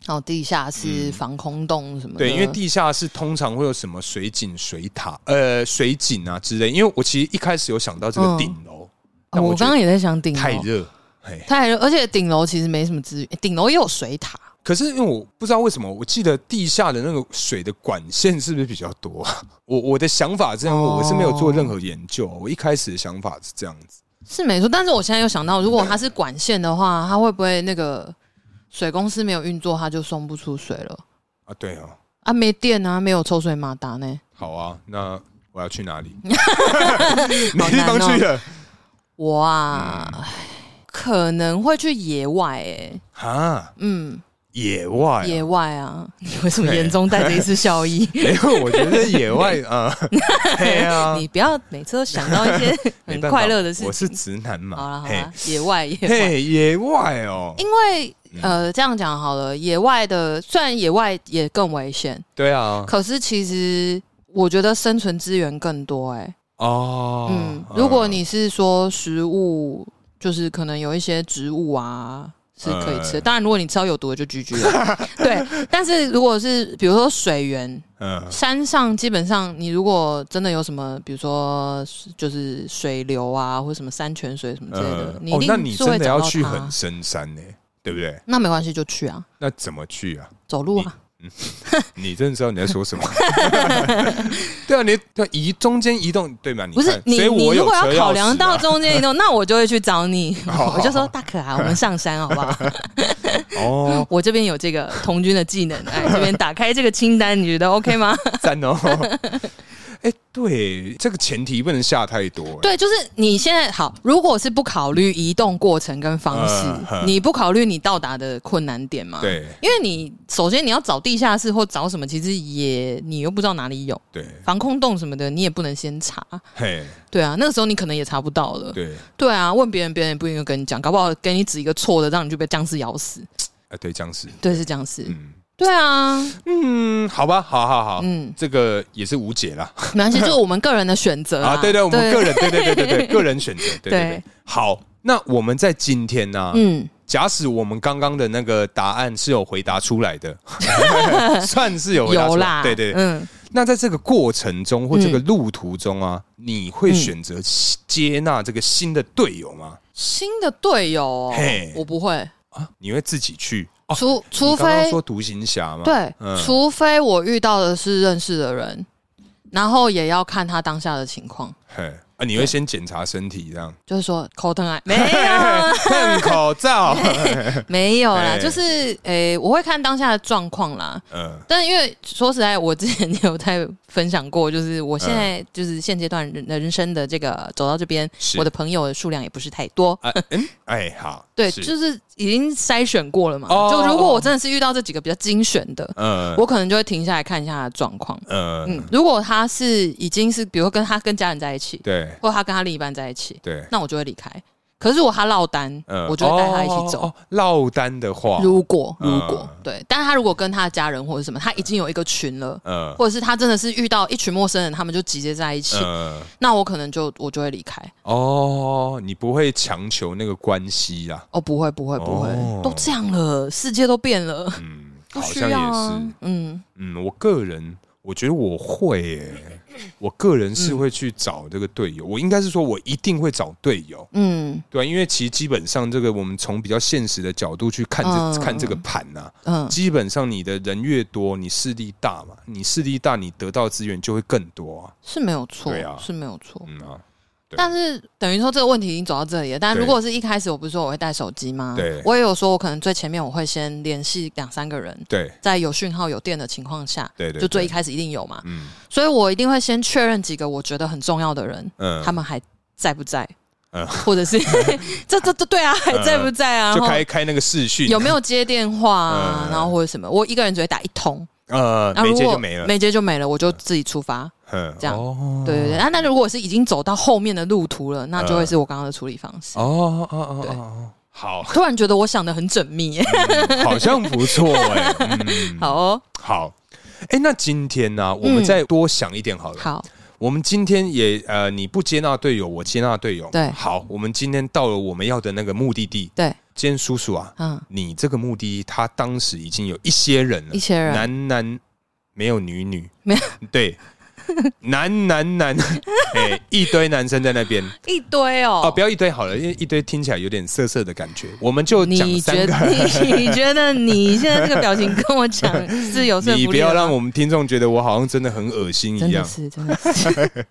[SPEAKER 1] 哦，地下室、防空洞什么的。
[SPEAKER 2] 对，因为地下室通常会有什么水井、水塔、呃，水井啊之类。因为我其实一开始有想到这个
[SPEAKER 1] 嗯
[SPEAKER 2] 顶楼，
[SPEAKER 1] 哦
[SPEAKER 2] 但
[SPEAKER 1] 我
[SPEAKER 2] 觉
[SPEAKER 1] 刚
[SPEAKER 2] 得
[SPEAKER 1] 刚也在想顶楼
[SPEAKER 2] 太热。嘿，
[SPEAKER 1] 太热，而且顶楼其实没什么资源，欸顶楼也有水塔。
[SPEAKER 2] 可是因为我不知道为什么，我记得地下的那个水的管线是不是比较多 啊？我我的想法是这样，
[SPEAKER 1] 哦
[SPEAKER 2] 我是没有做任何研究。我一开始的想法是这样子，
[SPEAKER 1] 是没错，但是我现在又想到，如果它是管线的话，它会不会那个水公司没有运作，它就送不出水了
[SPEAKER 2] 啊，对哦，
[SPEAKER 1] 啊？没电啊，没有抽水马达呢。
[SPEAKER 2] 好啊，那我要去 哪里？
[SPEAKER 1] 好
[SPEAKER 2] 没地
[SPEAKER 1] 难
[SPEAKER 2] 方
[SPEAKER 1] 哦
[SPEAKER 2] 去了
[SPEAKER 1] 我啊，唉可能会去野外诶、
[SPEAKER 2] 啊，
[SPEAKER 1] 嗯，
[SPEAKER 2] 野外啊、
[SPEAKER 1] 野外啊， 你为什么眼中带着一丝笑意？
[SPEAKER 2] 没有，我觉得 野外啊，对啊，
[SPEAKER 1] 你不要每次都想到一些
[SPEAKER 2] 没
[SPEAKER 1] 很
[SPEAKER 2] 办法
[SPEAKER 1] 快乐的事
[SPEAKER 2] 我是
[SPEAKER 1] 情。
[SPEAKER 2] 直男嘛，
[SPEAKER 1] 好了好
[SPEAKER 2] 嘿
[SPEAKER 1] 了，野外野外。
[SPEAKER 2] 嘿，野外哦，
[SPEAKER 1] 因为呃，这样讲好了，野外的虽然野外也更危险，
[SPEAKER 2] 对啊，
[SPEAKER 1] 可是其实我觉得生存资源更多、欸。
[SPEAKER 2] 哦，
[SPEAKER 1] 嗯，如果你是说食物，就是可能有一些植物啊。是可以吃的，
[SPEAKER 2] 嗯
[SPEAKER 1] 当然如果你吃到有毒的就 GG 了。 对，但是如果是比如说水源，
[SPEAKER 2] 嗯，
[SPEAKER 1] 山上基本上你如果真的有什么，比如说就是水流啊，或什么山泉水什么之类的，
[SPEAKER 2] 呃
[SPEAKER 1] 你一
[SPEAKER 2] 哦，那
[SPEAKER 1] 定
[SPEAKER 2] 你
[SPEAKER 1] 是会
[SPEAKER 2] 真的
[SPEAKER 1] 找
[SPEAKER 2] 要
[SPEAKER 1] 到
[SPEAKER 2] 去
[SPEAKER 1] 它
[SPEAKER 2] 很深山呢，对不对？
[SPEAKER 1] 那没关系，就去啊，
[SPEAKER 2] 那怎么去啊？
[SPEAKER 1] 走路啊。
[SPEAKER 2] 你真的知道你在说什 么？ 对啊，你对移中间移动对吗？你
[SPEAKER 1] 不
[SPEAKER 2] 看
[SPEAKER 1] 是你，
[SPEAKER 2] 所以
[SPEAKER 1] 你
[SPEAKER 2] 我
[SPEAKER 1] 如
[SPEAKER 2] 有
[SPEAKER 1] 果要
[SPEAKER 2] 车
[SPEAKER 1] 考
[SPEAKER 2] 钥
[SPEAKER 1] 量
[SPEAKER 2] 匙
[SPEAKER 1] 到
[SPEAKER 2] 啊
[SPEAKER 1] 中间移 动，那我就会去找你。
[SPEAKER 2] 好
[SPEAKER 1] 我就说大可啊，我们上山好不 好？
[SPEAKER 2] 哦，
[SPEAKER 1] 我这边有这个童军的技能， 哎，这边打开这个清单，你觉得 OK 吗？
[SPEAKER 2] 赞哦。 哎，对，这个前提不能下太多。
[SPEAKER 1] 对，就是你现在好，如果是不考虑移动过程跟方
[SPEAKER 2] 嗯
[SPEAKER 1] 式，
[SPEAKER 2] 嗯
[SPEAKER 1] 你不考虑你到达的困难点嘛？，
[SPEAKER 2] 对
[SPEAKER 1] 因为你首先你要找地下室或找什么，其实也你又不知道哪里有
[SPEAKER 2] 对，
[SPEAKER 1] 防空洞什么的，你也不能先查。
[SPEAKER 2] 嘿，
[SPEAKER 1] 对啊，那个时候你可能也查不到了。
[SPEAKER 2] 对
[SPEAKER 1] 对啊，问别人，别人也不一定会跟你讲，搞不好给你指一个错的，让你就被僵尸咬死。
[SPEAKER 2] 啊，对，僵尸，
[SPEAKER 1] 对，是僵尸。
[SPEAKER 2] 嗯
[SPEAKER 1] 对啊，
[SPEAKER 2] 嗯，好吧，好好好，
[SPEAKER 1] 嗯，
[SPEAKER 2] 这个也是无解啦。
[SPEAKER 1] 没 关系，这是我们个人的选择
[SPEAKER 2] 啊，对对，我们个人对对对对 对，个人选择，对对对
[SPEAKER 1] 对。
[SPEAKER 2] 好，那我们在今天呢、
[SPEAKER 1] 嗯，
[SPEAKER 2] 假使我们刚刚的那个答案是有回答出 来的，算是有回答出
[SPEAKER 1] 有
[SPEAKER 2] 来
[SPEAKER 1] 啦，
[SPEAKER 2] 对对对。
[SPEAKER 1] 嗯，
[SPEAKER 2] 那在这个过程中或这个
[SPEAKER 1] 嗯
[SPEAKER 2] 路途中啊，你会
[SPEAKER 1] 嗯
[SPEAKER 2] 选择接纳这个新的队友吗？
[SPEAKER 1] 新的队友哦
[SPEAKER 2] 嘿，
[SPEAKER 1] 我不会，
[SPEAKER 2] 啊，你会自己去？哦，
[SPEAKER 1] 除除
[SPEAKER 2] 你刚刚
[SPEAKER 1] 非
[SPEAKER 2] 说独行侠吗？
[SPEAKER 1] 对，
[SPEAKER 2] 嗯
[SPEAKER 1] 除非我遇到的是认识的人，然后也要看他当下的情况，
[SPEAKER 2] 嘿，啊，你会先检查身体这样，
[SPEAKER 1] 就是说口疼癌没有啊
[SPEAKER 2] 戴口 罩，
[SPEAKER 1] 没有啦，
[SPEAKER 2] 哎
[SPEAKER 1] 就是诶、我会看当下的状况啦，
[SPEAKER 2] 嗯，
[SPEAKER 1] 但因为说实在，我之前也有在分享过，就是我现在就是现阶段人人生的这个走到这边，
[SPEAKER 2] 是
[SPEAKER 1] 我的朋友的数量也不是太多。
[SPEAKER 2] 啊，嗯，哎，好，
[SPEAKER 1] 对，
[SPEAKER 2] 是
[SPEAKER 1] 就是已经筛选过了嘛。
[SPEAKER 2] 哦
[SPEAKER 1] 就如果我真的是遇到这几个比较精选的，
[SPEAKER 2] 呃，
[SPEAKER 1] 我可能就会停下来看一下他的状况。
[SPEAKER 2] 呃，
[SPEAKER 1] 嗯，如果他是已经是，比如说跟他跟家人在一起，
[SPEAKER 2] 对
[SPEAKER 1] 或者他跟他另一半在一起，
[SPEAKER 2] 对，
[SPEAKER 1] 那我就会离开。可是如果他落单，
[SPEAKER 2] 嗯
[SPEAKER 1] 我就会带他一起走。
[SPEAKER 2] 哦哦哦落单的话，
[SPEAKER 1] 如果如
[SPEAKER 2] 嗯
[SPEAKER 1] 果、对，但是他如果跟他的家人或者什么，他已经有一个群了，
[SPEAKER 2] 呃
[SPEAKER 1] 或者是他真的是遇到一群陌生人，他们就集结在一起，
[SPEAKER 2] 呃，
[SPEAKER 1] 那我可能就我就会离开。
[SPEAKER 2] 哦，你不会强求那个关系啊啦，
[SPEAKER 1] 哦，不会，不会，不会，
[SPEAKER 2] 哦
[SPEAKER 1] 都这样了，世界都变了，
[SPEAKER 2] 嗯，
[SPEAKER 1] 不
[SPEAKER 2] 好
[SPEAKER 1] 需
[SPEAKER 2] 像
[SPEAKER 1] 要
[SPEAKER 2] 也
[SPEAKER 1] 啊
[SPEAKER 2] 是，。
[SPEAKER 1] 嗯，
[SPEAKER 2] 嗯，我个人我觉得我会耶，我个人
[SPEAKER 1] 嗯
[SPEAKER 2] 是会去找这个队友，我应该是说我一定会找队友，
[SPEAKER 1] 嗯，
[SPEAKER 2] 对啊、因为其实基本上这个我们从比较现实的角度去看这、
[SPEAKER 1] 嗯
[SPEAKER 2] 看这个盘呐、啊，
[SPEAKER 1] 嗯，
[SPEAKER 2] 基本上你的人越多，你势力大嘛，你势力大，你得到资源就会更多啊，
[SPEAKER 1] 是没有错，
[SPEAKER 2] 对啊
[SPEAKER 1] 是没有错。
[SPEAKER 2] 嗯啊。对
[SPEAKER 1] 但是等于说这个问题已经走到这里了。但
[SPEAKER 2] 对
[SPEAKER 1] 如果是一开始我不是说我会带手机吗？
[SPEAKER 2] 对
[SPEAKER 1] 我也有说我可能最前面我会先联系两三个人，
[SPEAKER 2] 对
[SPEAKER 1] 在有讯号有电的情况下，
[SPEAKER 2] 对对，
[SPEAKER 1] 就最一
[SPEAKER 2] 对
[SPEAKER 1] 开始一定有嘛，
[SPEAKER 2] 嗯
[SPEAKER 1] 所以我一定会先确认几个我觉得很重要的人，
[SPEAKER 2] 嗯，
[SPEAKER 1] 他们还在不在，
[SPEAKER 2] 嗯
[SPEAKER 1] 或 者是这这这对啊，还在不在啊？
[SPEAKER 2] 就
[SPEAKER 1] 然后
[SPEAKER 2] 开开那个视讯，
[SPEAKER 1] 有没有接电话啊？
[SPEAKER 2] 嗯
[SPEAKER 1] 然后或者什么？我一个人只会打一通，
[SPEAKER 2] 呃
[SPEAKER 1] 然后
[SPEAKER 2] 没
[SPEAKER 1] 如
[SPEAKER 2] 接
[SPEAKER 1] 果
[SPEAKER 2] 就没了，
[SPEAKER 1] 没接就没了，我就自己出发。
[SPEAKER 2] 嗯，
[SPEAKER 1] 这样
[SPEAKER 2] 哦
[SPEAKER 1] 对对对，那那如果是已经走到后面的路途了，那就会是我刚刚的处理方式。
[SPEAKER 2] 哦哦哦哦
[SPEAKER 1] 对
[SPEAKER 2] 哦，好，嗯
[SPEAKER 1] 突然觉得我想的很缜密耶，
[SPEAKER 2] 好像不错哎，嗯，
[SPEAKER 1] 好哦，
[SPEAKER 2] 好。哎，那今天呢、我们
[SPEAKER 1] 嗯
[SPEAKER 2] 再多想一点好了。
[SPEAKER 1] 好，
[SPEAKER 2] 我们今天也呃，你不接纳队友，我接纳队友。
[SPEAKER 1] 对
[SPEAKER 2] 好，我们今天到了我们要的那个目的地。
[SPEAKER 1] 对，
[SPEAKER 2] 今天叔叔啊，
[SPEAKER 1] 嗯，
[SPEAKER 2] 你这个目的地，他当时已经有一些人了，
[SPEAKER 1] 一些人
[SPEAKER 2] 男男没有女女，
[SPEAKER 1] 没有
[SPEAKER 2] 对，男 男男，哎、一堆男生在那边
[SPEAKER 1] 一堆
[SPEAKER 2] 哦，
[SPEAKER 1] 哦
[SPEAKER 2] 不。要一堆好了，因为一堆听起来有点涩涩的感觉，我们就讲
[SPEAKER 1] 你
[SPEAKER 2] 三
[SPEAKER 1] 觉
[SPEAKER 2] 个
[SPEAKER 1] 得。 你你觉得你现在这个表情跟我讲是有说服力
[SPEAKER 2] 你
[SPEAKER 1] 的
[SPEAKER 2] 不要
[SPEAKER 1] 吗
[SPEAKER 2] 让我们听众觉得我好像真的很恶心一
[SPEAKER 1] 啊真
[SPEAKER 2] 样
[SPEAKER 1] 的。是真的是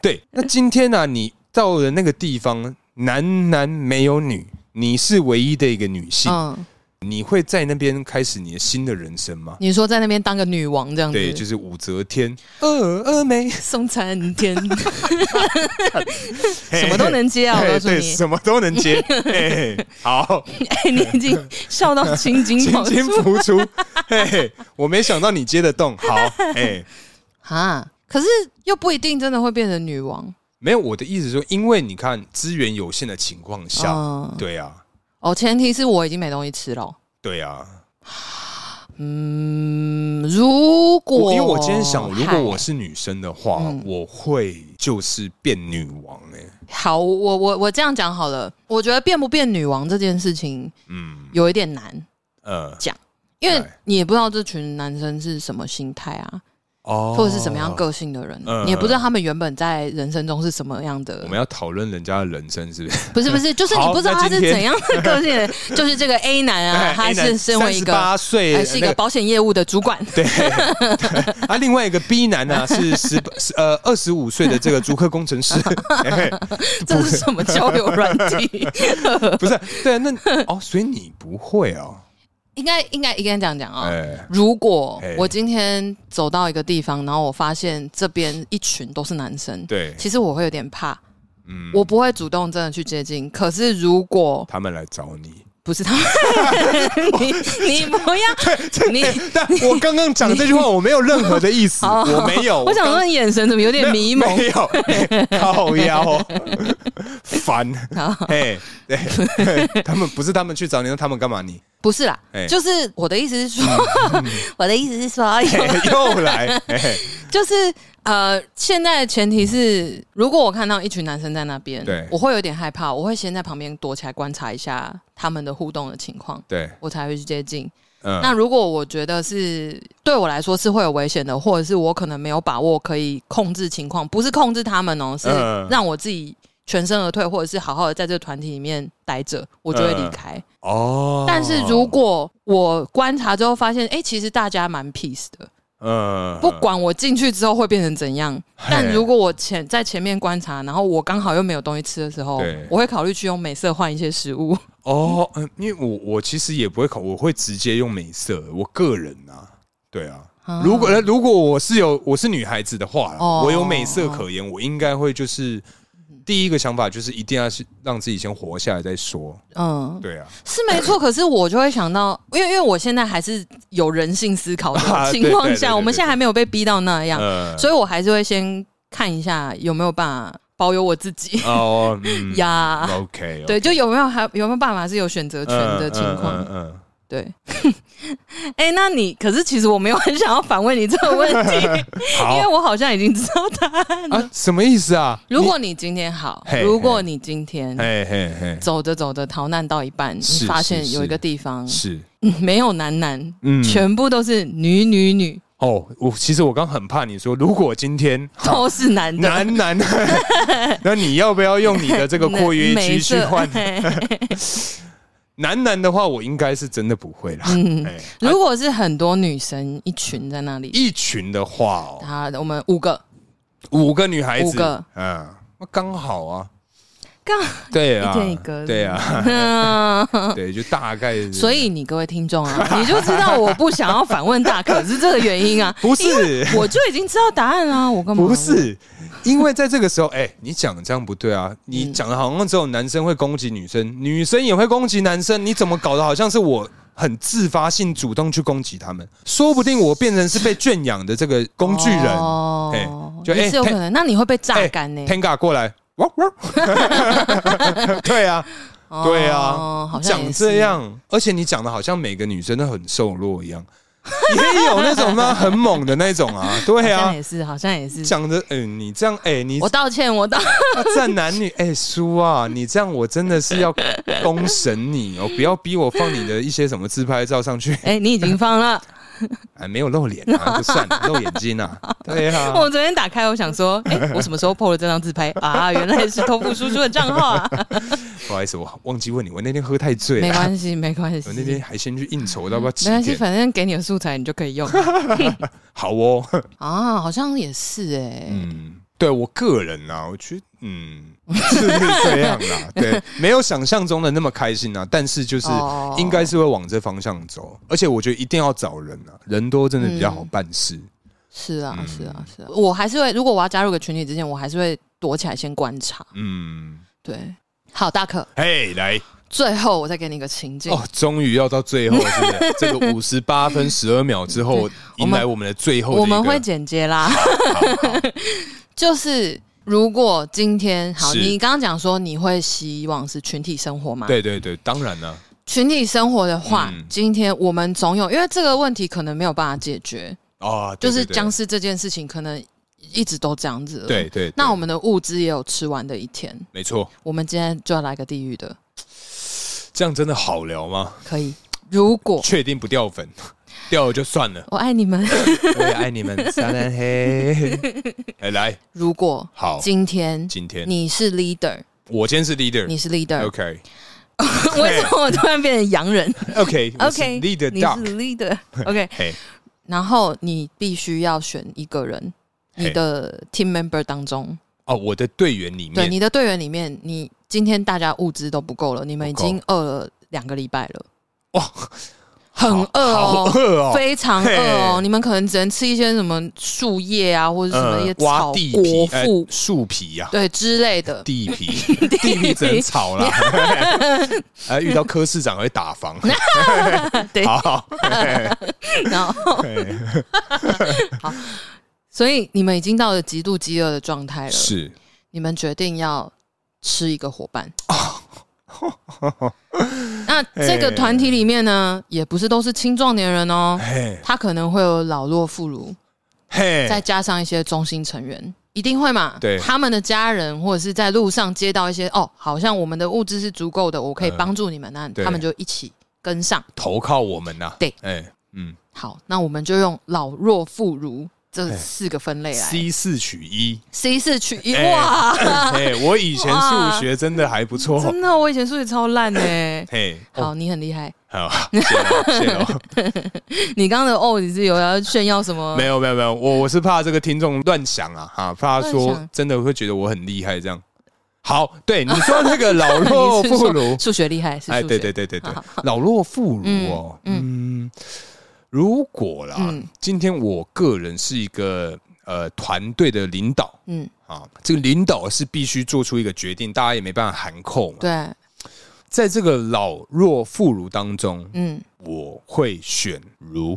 [SPEAKER 2] 对， 那今天呢、你到了那个地方，男男没有女，你是唯一的一个女性，
[SPEAKER 1] 嗯，
[SPEAKER 2] 你会在那边开始你的新的人生吗？
[SPEAKER 1] 你说在那边当个女王这样子，
[SPEAKER 2] 对，就是武则天，峨峨眉，
[SPEAKER 1] 送餐 天， 什么都能接啊！我告
[SPEAKER 2] 嘿
[SPEAKER 1] 诉
[SPEAKER 2] 对，
[SPEAKER 1] 你，
[SPEAKER 2] 什么都能 接。嘿嘿好，
[SPEAKER 1] 哎，你已经笑到青筋
[SPEAKER 2] 轻
[SPEAKER 1] 跑
[SPEAKER 2] 轻
[SPEAKER 1] 出
[SPEAKER 2] 浮出。嘿嘿，我没想到你接得动。 好，哎，
[SPEAKER 1] 啊！可是又不一定真的会变成女王
[SPEAKER 2] 没有，我的意思是说，因为你看资源有限的情况下，
[SPEAKER 1] 嗯
[SPEAKER 2] 对啊，
[SPEAKER 1] 哦，前提是我已经没东西吃了。
[SPEAKER 2] 对啊。
[SPEAKER 1] 嗯，如
[SPEAKER 2] 我
[SPEAKER 1] 果
[SPEAKER 2] 因为我今天想，如果我
[SPEAKER 1] 哦嗨
[SPEAKER 2] 是女生的话，
[SPEAKER 1] 嗯
[SPEAKER 2] 我会就是变女王。哎，
[SPEAKER 1] 好，我我我这样讲好了，我觉得变不变女王这件事情
[SPEAKER 2] 嗯，
[SPEAKER 1] 有一点难，
[SPEAKER 2] 呃，
[SPEAKER 1] 因为
[SPEAKER 2] 对
[SPEAKER 1] 你也不知道这群男生是什么心态啊。
[SPEAKER 2] 哦
[SPEAKER 1] 或者是什么样个性的人，
[SPEAKER 2] 嗯
[SPEAKER 1] 你也不知道他们原本在人生中是什么样的
[SPEAKER 2] 我。们要讨论人家的人生是不是？
[SPEAKER 1] 不是不 是，就是你
[SPEAKER 2] 好
[SPEAKER 1] 不知道他
[SPEAKER 2] 那今
[SPEAKER 1] 是
[SPEAKER 2] 天哎
[SPEAKER 1] 怎样的个性的 人，就是这个 A 男 啊，他是身为一个呃
[SPEAKER 2] 八岁，
[SPEAKER 1] 还是一个
[SPEAKER 2] 那
[SPEAKER 1] 保险业务的主管，
[SPEAKER 2] 对，啊，另外一个 B 男 呢、是十十呃二十五岁的这个足科工程师，哎
[SPEAKER 1] 这是什么交友软 体？
[SPEAKER 2] 不是对啊，那哦，所以你不会哦，
[SPEAKER 1] 应该应该应该这样讲啊。
[SPEAKER 2] 哎，
[SPEAKER 1] 如果
[SPEAKER 2] 哎
[SPEAKER 1] 我今天走到一个地方，然后我发现这边一群都是男生，
[SPEAKER 2] 对，
[SPEAKER 1] 其实我会有点怕，
[SPEAKER 2] 嗯，
[SPEAKER 1] 我不会主动真的去接近。可是如果
[SPEAKER 2] 他们来找 你，
[SPEAKER 1] 不是他们，你你不 要你
[SPEAKER 2] 但我刚刚讲这句话，我没有任何的 意思，
[SPEAKER 1] 好
[SPEAKER 2] 我没有，
[SPEAKER 1] 哦我想
[SPEAKER 2] 刚
[SPEAKER 1] 说你眼神怎么有点迷蒙？
[SPEAKER 2] 没有，没有靠腰 哦，烦，
[SPEAKER 1] 好
[SPEAKER 2] 哎，对，嘿他们不是他们去找你，那他们干嘛 你？
[SPEAKER 1] 不是啦，
[SPEAKER 2] 哎嗯
[SPEAKER 1] 就是我的意思是说， 我的意思是说，
[SPEAKER 2] 嘿哎又来，哎嘿嘿
[SPEAKER 1] 就是呃，现在的前提是，如果我看到一群男生在那边，
[SPEAKER 2] 对
[SPEAKER 1] 我会有点害怕，我会先在旁边躲起来观察一下他们的互动的情况，
[SPEAKER 2] 对，
[SPEAKER 1] 我才会去接近。
[SPEAKER 2] 嗯，
[SPEAKER 1] 那如果我觉得是对我来说是会有危险的，或者是我可能没有把握可以控制情况，不是控制他们哦，是
[SPEAKER 2] 嗯
[SPEAKER 1] 让我自己全身而退，或者是好好的在这个团体里面待着，我就会离开。
[SPEAKER 2] 哦，
[SPEAKER 1] 但是如果我观察之后发现，哎、其实大家蛮 peace 的，
[SPEAKER 2] 呃
[SPEAKER 1] 不管我进去之后会变成怎样，
[SPEAKER 2] 嘿
[SPEAKER 1] 但如果我前在前面观察，然后我刚好又没有东西吃的时候
[SPEAKER 2] 对，
[SPEAKER 1] 我会考虑去用美色换一些食物。
[SPEAKER 2] 哦，嗯，因为我我其实也不会考，我会直接用美色，我个人啊，对啊。如果如果我是有我是女孩子的话啦，
[SPEAKER 1] 哦
[SPEAKER 2] 我有美色可言，我应该会就是第一个想法就是一定要是让自己先活下来再说，
[SPEAKER 1] 嗯，
[SPEAKER 2] 对啊，
[SPEAKER 1] 是没 错，可是我就会想到，因为因为我现在还是有人性思考
[SPEAKER 2] 啊
[SPEAKER 1] 的
[SPEAKER 2] 对
[SPEAKER 1] 情况
[SPEAKER 2] 对对对
[SPEAKER 1] 下，我们
[SPEAKER 2] 对
[SPEAKER 1] 现在还没有被逼到那样，
[SPEAKER 2] 呃，
[SPEAKER 1] 所以我还是会先看一下有没有办法保有我自己
[SPEAKER 2] 哦，嗯
[SPEAKER 1] 呀。
[SPEAKER 2] ，OK，
[SPEAKER 1] 啊
[SPEAKER 2] 哦
[SPEAKER 1] 对，就有没有还有没有办法是有选择权的情况？
[SPEAKER 2] 嗯嗯，
[SPEAKER 1] 对，哎、那你可是其实我没有很想要反问你这个问 题，
[SPEAKER 2] 嗯
[SPEAKER 1] 因为
[SPEAKER 2] 好
[SPEAKER 1] 我好像已经知道答案了。
[SPEAKER 2] 啊，什么意思啊？
[SPEAKER 1] 如果你今天好
[SPEAKER 2] 嘿，
[SPEAKER 1] 如果你今天
[SPEAKER 2] 你嘿嘿嘿，
[SPEAKER 1] 走着走着逃难到一半，
[SPEAKER 2] 是
[SPEAKER 1] 你发现
[SPEAKER 2] 是是
[SPEAKER 1] 有一个地方
[SPEAKER 2] 是，
[SPEAKER 1] 嗯 没有男男，
[SPEAKER 2] 嗯，
[SPEAKER 1] 全部都是女女女，
[SPEAKER 2] 哦，我其实我刚很怕你说，如果今 天
[SPEAKER 1] 都是男的。？
[SPEAKER 2] 男男， 那你要不要用你的这个括约肌去换
[SPEAKER 1] 嗯没错
[SPEAKER 2] 男男的话，我应该是真的不会啦。
[SPEAKER 1] 嗯
[SPEAKER 2] 哎，
[SPEAKER 1] 如果是很多女生一群在那里，
[SPEAKER 2] 一群的话、哦，
[SPEAKER 1] 啊，我们五个，
[SPEAKER 2] 五个女孩子，
[SPEAKER 1] 五个
[SPEAKER 2] 嗯，那刚好啊，
[SPEAKER 1] 刚
[SPEAKER 2] 对啊，
[SPEAKER 1] 一天一个，
[SPEAKER 2] 对啊，
[SPEAKER 1] 啊。
[SPEAKER 2] 对，就大概是，
[SPEAKER 1] 所以你各位听众啊，你就知道我不想要反问大可是这个原因 啊，
[SPEAKER 2] 不是
[SPEAKER 1] 我就已经知道答案啦、我干嘛？
[SPEAKER 2] 不，是，因为在这个时候，哎、你讲这样不对
[SPEAKER 1] 嗯
[SPEAKER 2] 啊！你讲的好像只有男生会攻击女生，女生也会攻击男生，你怎么搞得好像是我很自发性主动去攻击他们？说不定我变成是被圈养的这个工具人，
[SPEAKER 1] 哦欸
[SPEAKER 2] 嘿就
[SPEAKER 1] 也
[SPEAKER 2] 哎
[SPEAKER 1] 是有可能。那你会被榨
[SPEAKER 2] 哎
[SPEAKER 1] 干呢？
[SPEAKER 2] Tenga 过来，哇哇， 对啊，
[SPEAKER 1] 哦
[SPEAKER 2] 对啊
[SPEAKER 1] 好，像也
[SPEAKER 2] 讲
[SPEAKER 1] 是
[SPEAKER 2] 这，样，而且你讲的好像每个女生都很瘦弱一样，也有那种吗？很猛的那种啊，
[SPEAKER 1] 好
[SPEAKER 2] 对
[SPEAKER 1] 像
[SPEAKER 2] 啊。
[SPEAKER 1] 也是，好像也是。
[SPEAKER 2] 讲的，嗯、你这样，哎、你
[SPEAKER 1] 我道歉，我道，
[SPEAKER 2] 啊站男女，哎、叔啊，你这样我真的是要公审你哦！不要逼我放你的一些什么自拍照上去，
[SPEAKER 1] 哎，你已经放了。
[SPEAKER 2] 哎，没有露脸啊，就 算了，露眼睛啊，对啊，
[SPEAKER 1] 我昨天打开，我想说， 哎，我什么时候 PO 了这张自拍啊？原来是偷富叔叔的账号 啊。
[SPEAKER 2] 不好意思，我忘记问你，我那天喝太醉
[SPEAKER 1] 没
[SPEAKER 2] 了，
[SPEAKER 1] 关系，没关系
[SPEAKER 2] 我，那天还先去应酬，要不要几
[SPEAKER 1] 没关系，
[SPEAKER 2] 点？
[SPEAKER 1] 反正给你的素材你就可以用
[SPEAKER 2] 好哦，
[SPEAKER 1] 啊。好像也是哎，
[SPEAKER 2] 嗯，对我个人啊，我觉得，嗯，是这样啦，对，没有想象中的那么开心啊，但是就是
[SPEAKER 1] 哦
[SPEAKER 2] 应该是会往这方向走，而且我觉得一定要找人啊，人多真的比较
[SPEAKER 1] 嗯
[SPEAKER 2] 好办事。
[SPEAKER 1] 是啊，是啊，是啊，我还是会，如果我要加入个群体之前，我还是会躲起来先观察。
[SPEAKER 2] 嗯，
[SPEAKER 1] 对，好，大可，
[SPEAKER 2] 嘿，来
[SPEAKER 1] 最后我再给你一个情境，
[SPEAKER 2] 哦，终于要到最后，是不 是？这个五十八分十二秒之后，
[SPEAKER 1] 我
[SPEAKER 2] 迎
[SPEAKER 1] 们
[SPEAKER 2] 来我们的最后的一
[SPEAKER 1] 我
[SPEAKER 2] 个。
[SPEAKER 1] 们会简洁啦。 就是如果今天好，
[SPEAKER 2] 是
[SPEAKER 1] 你刚刚讲说你会希望是群体生活嘛？，
[SPEAKER 2] 对对对，当然了，
[SPEAKER 1] 群体生活的话，
[SPEAKER 2] 嗯
[SPEAKER 1] 今天我们总有，因为这个问题可能没有办法解决，
[SPEAKER 2] 啊，对
[SPEAKER 1] 就是
[SPEAKER 2] 对对
[SPEAKER 1] 僵尸这件事情可能一直都这样子。
[SPEAKER 2] 对，对，对
[SPEAKER 1] 那我们的物资也有吃完的一天，
[SPEAKER 2] 没错，
[SPEAKER 1] 我们今天就要来个地狱的，
[SPEAKER 2] 这样真的好聊吗？
[SPEAKER 1] 可 以？如果
[SPEAKER 2] 确定不掉 粉，掉了就算了。
[SPEAKER 1] 我爱你 们。
[SPEAKER 2] 我也爱你们，三人黑。 哎，来，
[SPEAKER 1] 如果
[SPEAKER 2] 好，
[SPEAKER 1] 今天
[SPEAKER 2] 今天
[SPEAKER 1] 你是 leader，
[SPEAKER 2] 我今天是 leader。
[SPEAKER 1] 你是 leader，
[SPEAKER 2] OK，OK，OK，
[SPEAKER 1] 为什么我突然变成洋 人
[SPEAKER 2] 我是
[SPEAKER 1] ？OK，
[SPEAKER 2] leader
[SPEAKER 1] 你是
[SPEAKER 2] duck。
[SPEAKER 1] leader，OK，
[SPEAKER 2] 嘿，
[SPEAKER 1] 然后你必须要选一个人，
[SPEAKER 2] 嘿
[SPEAKER 1] 你的 team member 当中，
[SPEAKER 2] 哦，我的队员里
[SPEAKER 1] 对
[SPEAKER 2] 面，
[SPEAKER 1] 你的队员里面，你今天大家物资都不够了，你们已
[SPEAKER 2] 不够
[SPEAKER 1] 经饿了两个礼拜了，
[SPEAKER 2] 哇，
[SPEAKER 1] 很饿
[SPEAKER 2] 好
[SPEAKER 1] 哦。
[SPEAKER 2] 饿哦，
[SPEAKER 1] 非常饿哦！
[SPEAKER 2] 嘿
[SPEAKER 1] 你们可能只能吃一些什么树叶啊，或者什么一些
[SPEAKER 2] 呃
[SPEAKER 1] 草
[SPEAKER 2] 挖地
[SPEAKER 1] 果
[SPEAKER 2] 皮、呃
[SPEAKER 1] 腹，
[SPEAKER 2] 树皮呀、
[SPEAKER 1] 对之类的。
[SPEAKER 2] 地皮，地皮只能炒啦。哎，遇到柯市长还会打房，
[SPEAKER 1] 对，
[SPEAKER 2] 好好，哎
[SPEAKER 1] 然后所以你们已经到了极度饥饿的状态了，
[SPEAKER 2] 是
[SPEAKER 1] 你们决定要吃一个伙 伴。那这个团体里面呢，也不是都是青壮年人哦，
[SPEAKER 2] 嘿
[SPEAKER 1] 他可能会有老弱妇孺，再
[SPEAKER 2] 嘿，
[SPEAKER 1] 加上一些中心成员，一定会嘛？
[SPEAKER 2] 对
[SPEAKER 1] 他们的家人或者是在路上接到一些哦，好像我们的物资是足够的，我可以
[SPEAKER 2] 嗯
[SPEAKER 1] 帮助你们，那
[SPEAKER 2] 对
[SPEAKER 1] 他们就一起跟上。
[SPEAKER 2] 投靠我们呐、
[SPEAKER 1] 对
[SPEAKER 2] 哎，嗯
[SPEAKER 1] 好，那我们就用老弱妇孺这四个分类来
[SPEAKER 2] ，C 四取一。
[SPEAKER 1] C 四取一
[SPEAKER 2] 哎
[SPEAKER 1] 哇！
[SPEAKER 2] 哎，我以前数学真的还不错。
[SPEAKER 1] 真的，我以前数学超烂的、
[SPEAKER 2] 嘿，哦
[SPEAKER 1] 好，你很厉害。
[SPEAKER 2] 好，谢谢 谢哦。
[SPEAKER 1] 你刚刚的哦，你是有要炫耀什么？
[SPEAKER 2] 没有没有没有，我我是怕这个听众乱想啊，哈，怕他
[SPEAKER 1] 乱
[SPEAKER 2] 说
[SPEAKER 1] 想
[SPEAKER 2] 真的会觉得我很厉害这样。好，对你说那个老 弱
[SPEAKER 1] 你是
[SPEAKER 2] 妇
[SPEAKER 1] 说
[SPEAKER 2] 孺，
[SPEAKER 1] 数学厉害是数学。
[SPEAKER 2] 哎，对对对对对，老弱妇孺哦，嗯，如果啦，
[SPEAKER 1] 嗯
[SPEAKER 2] 今天我个人是一个呃团队的领导
[SPEAKER 1] 嗯，
[SPEAKER 2] 啊，这个领导是必须做出一个决定，大家也没办法含扣嘛。
[SPEAKER 1] 对，
[SPEAKER 2] 在这个老弱妇孺当中，
[SPEAKER 1] 嗯，
[SPEAKER 2] 我会选如，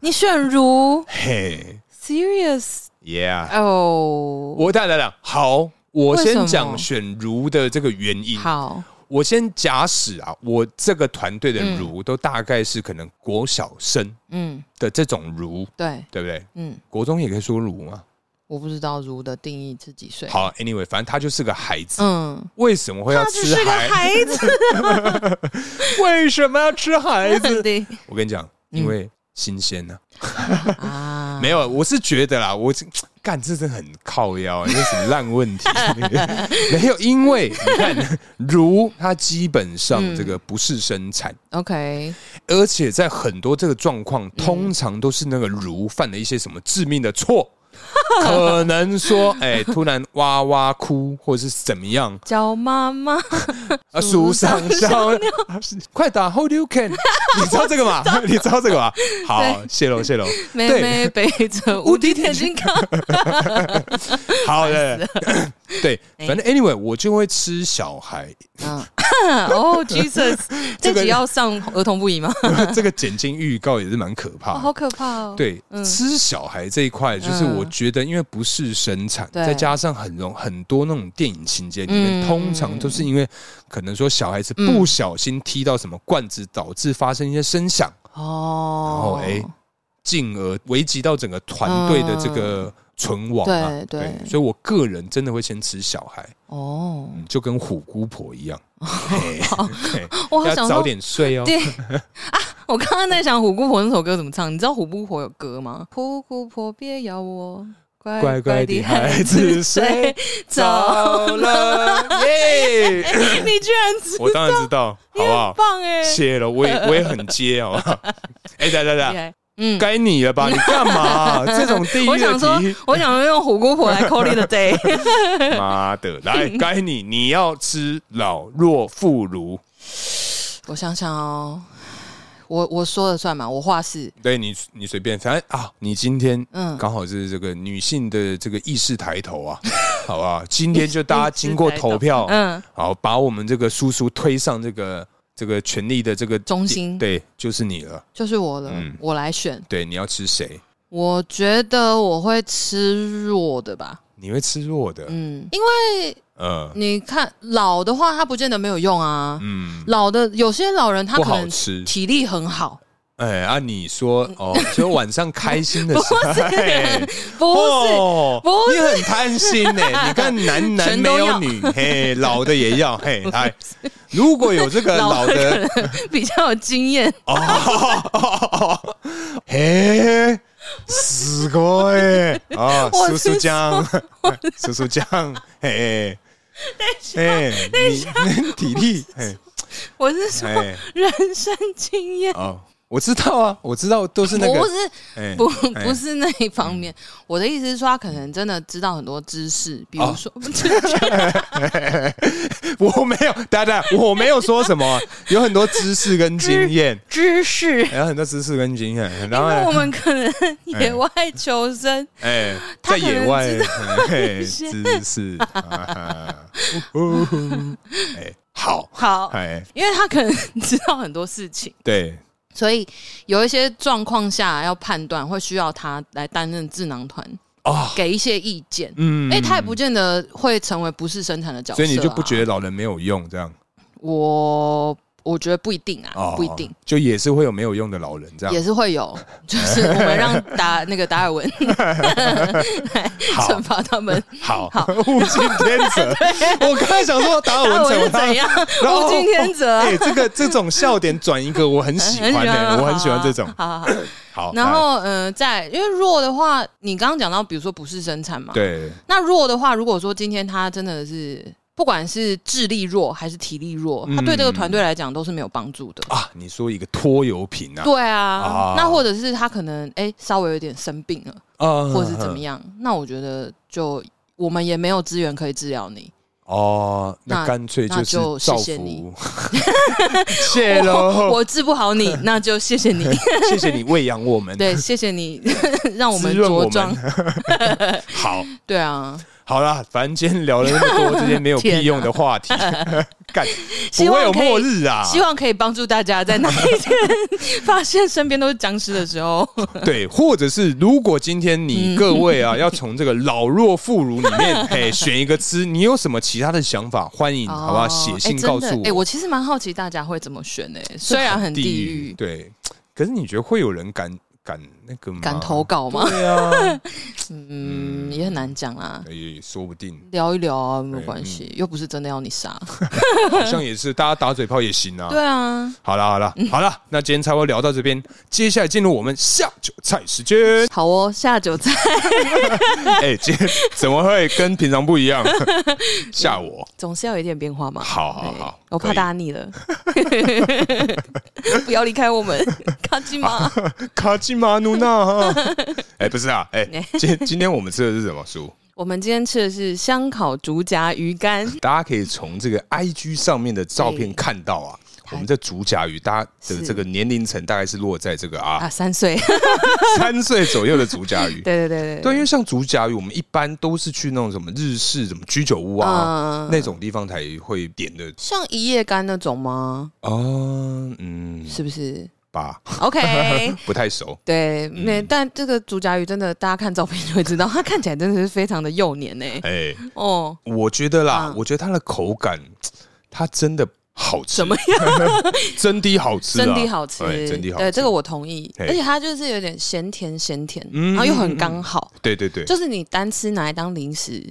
[SPEAKER 1] 你选如
[SPEAKER 2] 嘿
[SPEAKER 1] serious
[SPEAKER 2] ，yeah，
[SPEAKER 1] 呃哦，
[SPEAKER 2] 我等等等，好，
[SPEAKER 1] 为
[SPEAKER 2] 我
[SPEAKER 1] 什
[SPEAKER 2] 先
[SPEAKER 1] 么
[SPEAKER 2] 讲选儒的这个原因。
[SPEAKER 1] 好，
[SPEAKER 2] 我先假使啊，我这个团队的儒都大概是可能国小生
[SPEAKER 1] 嗯，
[SPEAKER 2] 的这种儒，
[SPEAKER 1] 对，
[SPEAKER 2] 对不对？
[SPEAKER 1] 嗯，
[SPEAKER 2] 国中也可以说儒嘛。
[SPEAKER 1] 我不知道如的定义是几岁。
[SPEAKER 2] 好，anyway，反正他就是个孩子。
[SPEAKER 1] 嗯，
[SPEAKER 2] 为什么会要
[SPEAKER 1] 他只
[SPEAKER 2] 吃
[SPEAKER 1] 是个
[SPEAKER 2] 孩？
[SPEAKER 1] 孩子，
[SPEAKER 2] 为什么要吃
[SPEAKER 1] 嗯
[SPEAKER 2] 孩子？
[SPEAKER 1] 对
[SPEAKER 2] 我跟你讲，
[SPEAKER 1] 嗯
[SPEAKER 2] 因为新鲜呢、
[SPEAKER 1] 啊，
[SPEAKER 2] 没有，我是觉得啦，我干这真的很靠腰、欸，这是什么烂问 题？没有，因为你看，如它基本
[SPEAKER 1] 嗯
[SPEAKER 2] 上这个不是生产，
[SPEAKER 1] OK，
[SPEAKER 2] 而且在很多这个状况，通常都是那个如犯了一些什么致命的错，可能说，哎、突然哇哇哭，或者是怎么样
[SPEAKER 1] 叫妈妈，
[SPEAKER 2] 啊，树上小鸟，快打 Hold you can，你 知道这个吗？你知道这个吗？好，谢喽谢喽，
[SPEAKER 1] 妹
[SPEAKER 2] 对
[SPEAKER 1] 妹背着无敌铁金 刚，
[SPEAKER 2] 好的，对，反正 anyway，我就会吃小孩，
[SPEAKER 1] 啊哦，Jesus，这
[SPEAKER 2] 这个
[SPEAKER 1] 集要上儿童不宜吗？
[SPEAKER 2] 这个简经预告也是蛮可 怕
[SPEAKER 1] 哦
[SPEAKER 2] 的。
[SPEAKER 1] 好可怕哦！
[SPEAKER 2] 对，
[SPEAKER 1] 嗯
[SPEAKER 2] 吃小孩这一块，就是
[SPEAKER 1] 嗯
[SPEAKER 2] 我觉得，因为不是生产，
[SPEAKER 1] 对
[SPEAKER 2] 再加上很容很多那种电影情节里面，
[SPEAKER 1] 嗯
[SPEAKER 2] 通常都是因为可能说小孩子不小心踢到什么罐子，导致发生一些声响，然后
[SPEAKER 1] 哦，
[SPEAKER 2] 哎，进而危及到整个团队的这个存亡啊
[SPEAKER 1] 嗯对。对
[SPEAKER 2] 所以我个人真的会先吃小孩，
[SPEAKER 1] 哦，
[SPEAKER 2] 嗯，就跟虎姑 婆一样，嘿嘿
[SPEAKER 1] 我好
[SPEAKER 2] 要
[SPEAKER 1] 想
[SPEAKER 2] 早
[SPEAKER 1] 说，
[SPEAKER 2] 点睡哦。
[SPEAKER 1] 对啊我刚刚在想《虎姑婆》那首歌怎么唱，你知道《虎姑婆》有歌吗？虎姑婆别咬我，
[SPEAKER 2] 乖
[SPEAKER 1] 乖
[SPEAKER 2] 乖
[SPEAKER 1] 地
[SPEAKER 2] 的 孩子睡
[SPEAKER 1] 着
[SPEAKER 2] 着了， 耶！
[SPEAKER 1] 你居然知
[SPEAKER 2] 我当然知道，好不好？
[SPEAKER 1] 棒哎、
[SPEAKER 2] 谢 了，我也我也很接，好不好？哎，等等
[SPEAKER 1] 厉
[SPEAKER 2] 等，
[SPEAKER 1] 害嗯，
[SPEAKER 2] 该你了吧？你干嘛这种 地
[SPEAKER 1] 我
[SPEAKER 2] 狱
[SPEAKER 1] 想
[SPEAKER 2] 的
[SPEAKER 1] 说
[SPEAKER 2] 题？，
[SPEAKER 1] 我想用虎姑婆来 call it a day。
[SPEAKER 2] 妈的，来，该你，你要吃老弱妇孺。
[SPEAKER 1] 我想想哦，我我说了算嘛，我话事。
[SPEAKER 2] 对你，你随便，反正啊，你今天
[SPEAKER 1] 嗯
[SPEAKER 2] 刚好是这个女性的这个意识抬头 啊，好不好？今天就大家经过投票，
[SPEAKER 1] 嗯，
[SPEAKER 2] 好，把我们这个叔叔推上这个这个权力的这个
[SPEAKER 1] 中心
[SPEAKER 2] 对，就是你了。
[SPEAKER 1] 就是我了，
[SPEAKER 2] 嗯
[SPEAKER 1] 我来选。
[SPEAKER 2] 对，你要吃谁？
[SPEAKER 1] 我觉得我会吃弱的吧，
[SPEAKER 2] 你会吃弱的，
[SPEAKER 1] 嗯，因为
[SPEAKER 2] 呃，
[SPEAKER 1] 你看老的话，它不见得没有用啊。
[SPEAKER 2] 嗯，
[SPEAKER 1] 老的有些老人他
[SPEAKER 2] 不
[SPEAKER 1] 可
[SPEAKER 2] 好
[SPEAKER 1] 能
[SPEAKER 2] 吃。
[SPEAKER 1] 体力很 好，
[SPEAKER 2] 哎，啊，你说哦，就晚上开心的时候，
[SPEAKER 1] 嗯 不是
[SPEAKER 2] 哎
[SPEAKER 1] 不是、
[SPEAKER 2] 哦
[SPEAKER 1] 不
[SPEAKER 2] 你很贪心呢。 你看男男
[SPEAKER 1] 全
[SPEAKER 2] 没
[SPEAKER 1] 都
[SPEAKER 2] 有
[SPEAKER 1] 要
[SPEAKER 2] 女，嘿，老的 也要，嘿，来，如果有这个老
[SPEAKER 1] 老的
[SPEAKER 2] 的，
[SPEAKER 1] 比较有经验，
[SPEAKER 2] 哦哦，哦哦哦 嘿，死过哎，哦，
[SPEAKER 1] 我
[SPEAKER 2] 叔
[SPEAKER 1] 是
[SPEAKER 2] 叔酱， 叔叔酱，嘿，哎，你体力，嘿，
[SPEAKER 1] 我是说
[SPEAKER 2] 哎，
[SPEAKER 1] 人生经验，
[SPEAKER 2] 哦，我知道啊，我知道都是那
[SPEAKER 1] 我不
[SPEAKER 2] 个，
[SPEAKER 1] 是
[SPEAKER 2] 哎
[SPEAKER 1] 不
[SPEAKER 2] 哎嗯
[SPEAKER 1] 不是那一方面。我的意思是说，他可能真的知道很多知识，比如
[SPEAKER 2] 哦
[SPEAKER 1] 说，
[SPEAKER 2] 我没有，大家，我没有说什么 啊，有很多知识跟经验，
[SPEAKER 1] 知识，因
[SPEAKER 2] 有很多知识跟经验，然后哎
[SPEAKER 1] 为我
[SPEAKER 2] 呢，
[SPEAKER 1] 们可能野外求生，
[SPEAKER 2] 哎，
[SPEAKER 1] 他
[SPEAKER 2] 在
[SPEAKER 1] 可能
[SPEAKER 2] 野外，哎
[SPEAKER 1] 知
[SPEAKER 2] 嘿
[SPEAKER 1] 些
[SPEAKER 2] 知 识，啊哈哦哦哎，好，
[SPEAKER 1] 好，
[SPEAKER 2] 哎，
[SPEAKER 1] 因为他可能知道很多事情，
[SPEAKER 2] 对，
[SPEAKER 1] 所以有一些状况下要判断，会需要他来担任智囊团，
[SPEAKER 2] 啊，
[SPEAKER 1] 给一些意见。
[SPEAKER 2] 嗯
[SPEAKER 1] 哎、他也不见得会成为不是生产的角色、啊，
[SPEAKER 2] 所以你就不觉得老人没有用这样？
[SPEAKER 1] 我我觉得不一定啊，
[SPEAKER 2] 哦
[SPEAKER 1] 不一定，，
[SPEAKER 2] 就也是会有没有用的老人这样。
[SPEAKER 1] 也是会 有，就是我们让达那个达尔文 来
[SPEAKER 2] 好
[SPEAKER 1] 惩罚他们。
[SPEAKER 2] 好
[SPEAKER 1] 好，啊
[SPEAKER 2] 物竞天 择。我刚才想说达尔
[SPEAKER 1] 达尔文
[SPEAKER 2] 文怎
[SPEAKER 1] 是
[SPEAKER 2] 么
[SPEAKER 1] 怎
[SPEAKER 2] 样？
[SPEAKER 1] 样？
[SPEAKER 2] 然后
[SPEAKER 1] 物竞天择啊、
[SPEAKER 2] 哎，这个这种笑点转一个，我很喜 欢
[SPEAKER 1] 啊
[SPEAKER 2] 的，我很喜欢这种。
[SPEAKER 1] 好好好，
[SPEAKER 2] 好，
[SPEAKER 1] 然后呃，在因为弱的话，你刚刚讲到，比如说不是生产嘛
[SPEAKER 2] 来，对，
[SPEAKER 1] 那弱的话，如果说今天他真的是。不管是智力弱还是体力弱，
[SPEAKER 2] 嗯
[SPEAKER 1] 他对这个团队来讲都是没有帮助的。
[SPEAKER 2] 啊，你说一个拖油瓶啊，
[SPEAKER 1] 对啊，
[SPEAKER 2] 啊
[SPEAKER 1] 那或者是他可能哎、稍微有点生病了，
[SPEAKER 2] 啊
[SPEAKER 1] 或者是怎么？样，那我觉得就我们也没有资源可以治疗你。
[SPEAKER 2] 哦，那
[SPEAKER 1] 那
[SPEAKER 2] 干脆
[SPEAKER 1] 那
[SPEAKER 2] 是
[SPEAKER 1] 就
[SPEAKER 2] 造
[SPEAKER 1] 谢谢你
[SPEAKER 2] 福， 谢喽，
[SPEAKER 1] 我治不好你，那就谢谢你，
[SPEAKER 2] 谢谢你喂养我们，
[SPEAKER 1] 对，谢谢你 让我们
[SPEAKER 2] 滋润我
[SPEAKER 1] 茁壮
[SPEAKER 2] 们。。 好，
[SPEAKER 1] 对啊，
[SPEAKER 2] 好啦，反正今天聊了那么多这些没有屁用的 话题， 干不
[SPEAKER 1] 希
[SPEAKER 2] 会有
[SPEAKER 1] 望可
[SPEAKER 2] 末
[SPEAKER 1] 以。
[SPEAKER 2] 日啊！
[SPEAKER 1] 希望可以帮助大家在那一 天发现身边都是僵尸的时候，
[SPEAKER 2] 对，或者是如果今天
[SPEAKER 1] 嗯
[SPEAKER 2] 你各位啊，要从这个老弱妇孺 里面，哎，选一个吃，你有什么其他的想法？欢迎，好不好？
[SPEAKER 1] 哦
[SPEAKER 2] 写
[SPEAKER 1] 哎
[SPEAKER 2] 信
[SPEAKER 1] 真
[SPEAKER 2] 告
[SPEAKER 1] 的
[SPEAKER 2] 诉
[SPEAKER 1] 哎，
[SPEAKER 2] 我
[SPEAKER 1] 我。其实蛮好奇大家会怎么选诶，虽然很地狱，
[SPEAKER 2] 对，可是你觉得会有人敢敢那个吗？
[SPEAKER 1] 敢投？稿吗？
[SPEAKER 2] 对啊，
[SPEAKER 1] 嗯，也很难讲啊，
[SPEAKER 2] 也说不定，
[SPEAKER 1] 聊一聊啊，没有
[SPEAKER 2] 对嗯
[SPEAKER 1] 关系，又不是真的要你杀。
[SPEAKER 2] 好像也是，大家打嘴炮也行 啊。
[SPEAKER 1] 对啊，
[SPEAKER 2] 好啦，好啦，好啦，那今天差不多聊到这边，接下来进入我们下酒菜 时间。
[SPEAKER 1] 好哦，下酒菜。
[SPEAKER 2] 哎、今天怎么会跟平常不一样？ 吓我！
[SPEAKER 1] 总是要有一点变化嘛。
[SPEAKER 2] 好好
[SPEAKER 1] 对
[SPEAKER 2] 好
[SPEAKER 1] 我
[SPEAKER 2] 可
[SPEAKER 1] 怕
[SPEAKER 2] 以
[SPEAKER 1] 大家腻了， 不要离开我们，卡基玛。
[SPEAKER 2] 卡基马努纳哈，哎、哎、不是啊， 哎、今今天我们吃的是什么书？
[SPEAKER 1] 我们今天吃的是香烤竹夹鱼干，
[SPEAKER 2] 大家可以从这个 IG 上面的照片
[SPEAKER 1] 对
[SPEAKER 2] 看到啊，
[SPEAKER 1] 它
[SPEAKER 2] 我们这竹夹鱼，大家的
[SPEAKER 1] 是
[SPEAKER 2] 这个年龄层大概是落在这个啊
[SPEAKER 1] 啊，三岁，
[SPEAKER 2] 三岁左右的竹夹鱼。
[SPEAKER 1] 对对对对
[SPEAKER 2] 对，因为像竹夹鱼，我们一般都是去那种什么日式什么居酒屋啊、
[SPEAKER 1] 嗯，
[SPEAKER 2] 那种地方才会点的
[SPEAKER 1] 像一夜干那种吗？
[SPEAKER 2] 啊，嗯，
[SPEAKER 1] 是不是
[SPEAKER 2] 吧，
[SPEAKER 1] ？OK，
[SPEAKER 2] 不太熟。
[SPEAKER 1] 对，
[SPEAKER 2] 嗯
[SPEAKER 1] 那、但这个竹夹鱼真的，大家看照片就会知道， 它看起来真的是非常的幼年呢、
[SPEAKER 2] 哎、
[SPEAKER 1] 哦，
[SPEAKER 2] 我觉得啦，
[SPEAKER 1] 嗯
[SPEAKER 2] 我觉得它的口感，它真的好吃，
[SPEAKER 1] 怎 么
[SPEAKER 2] 样？ 真的好吃啊，
[SPEAKER 1] 真的好吃，
[SPEAKER 2] 哎真的好吃。
[SPEAKER 1] 对，这个我同意，
[SPEAKER 2] 嘿
[SPEAKER 1] 而且它就是有点咸甜咸甜，
[SPEAKER 2] 嗯
[SPEAKER 1] 然后又很刚好，
[SPEAKER 2] 对对对
[SPEAKER 1] 就是你单吃拿来当零食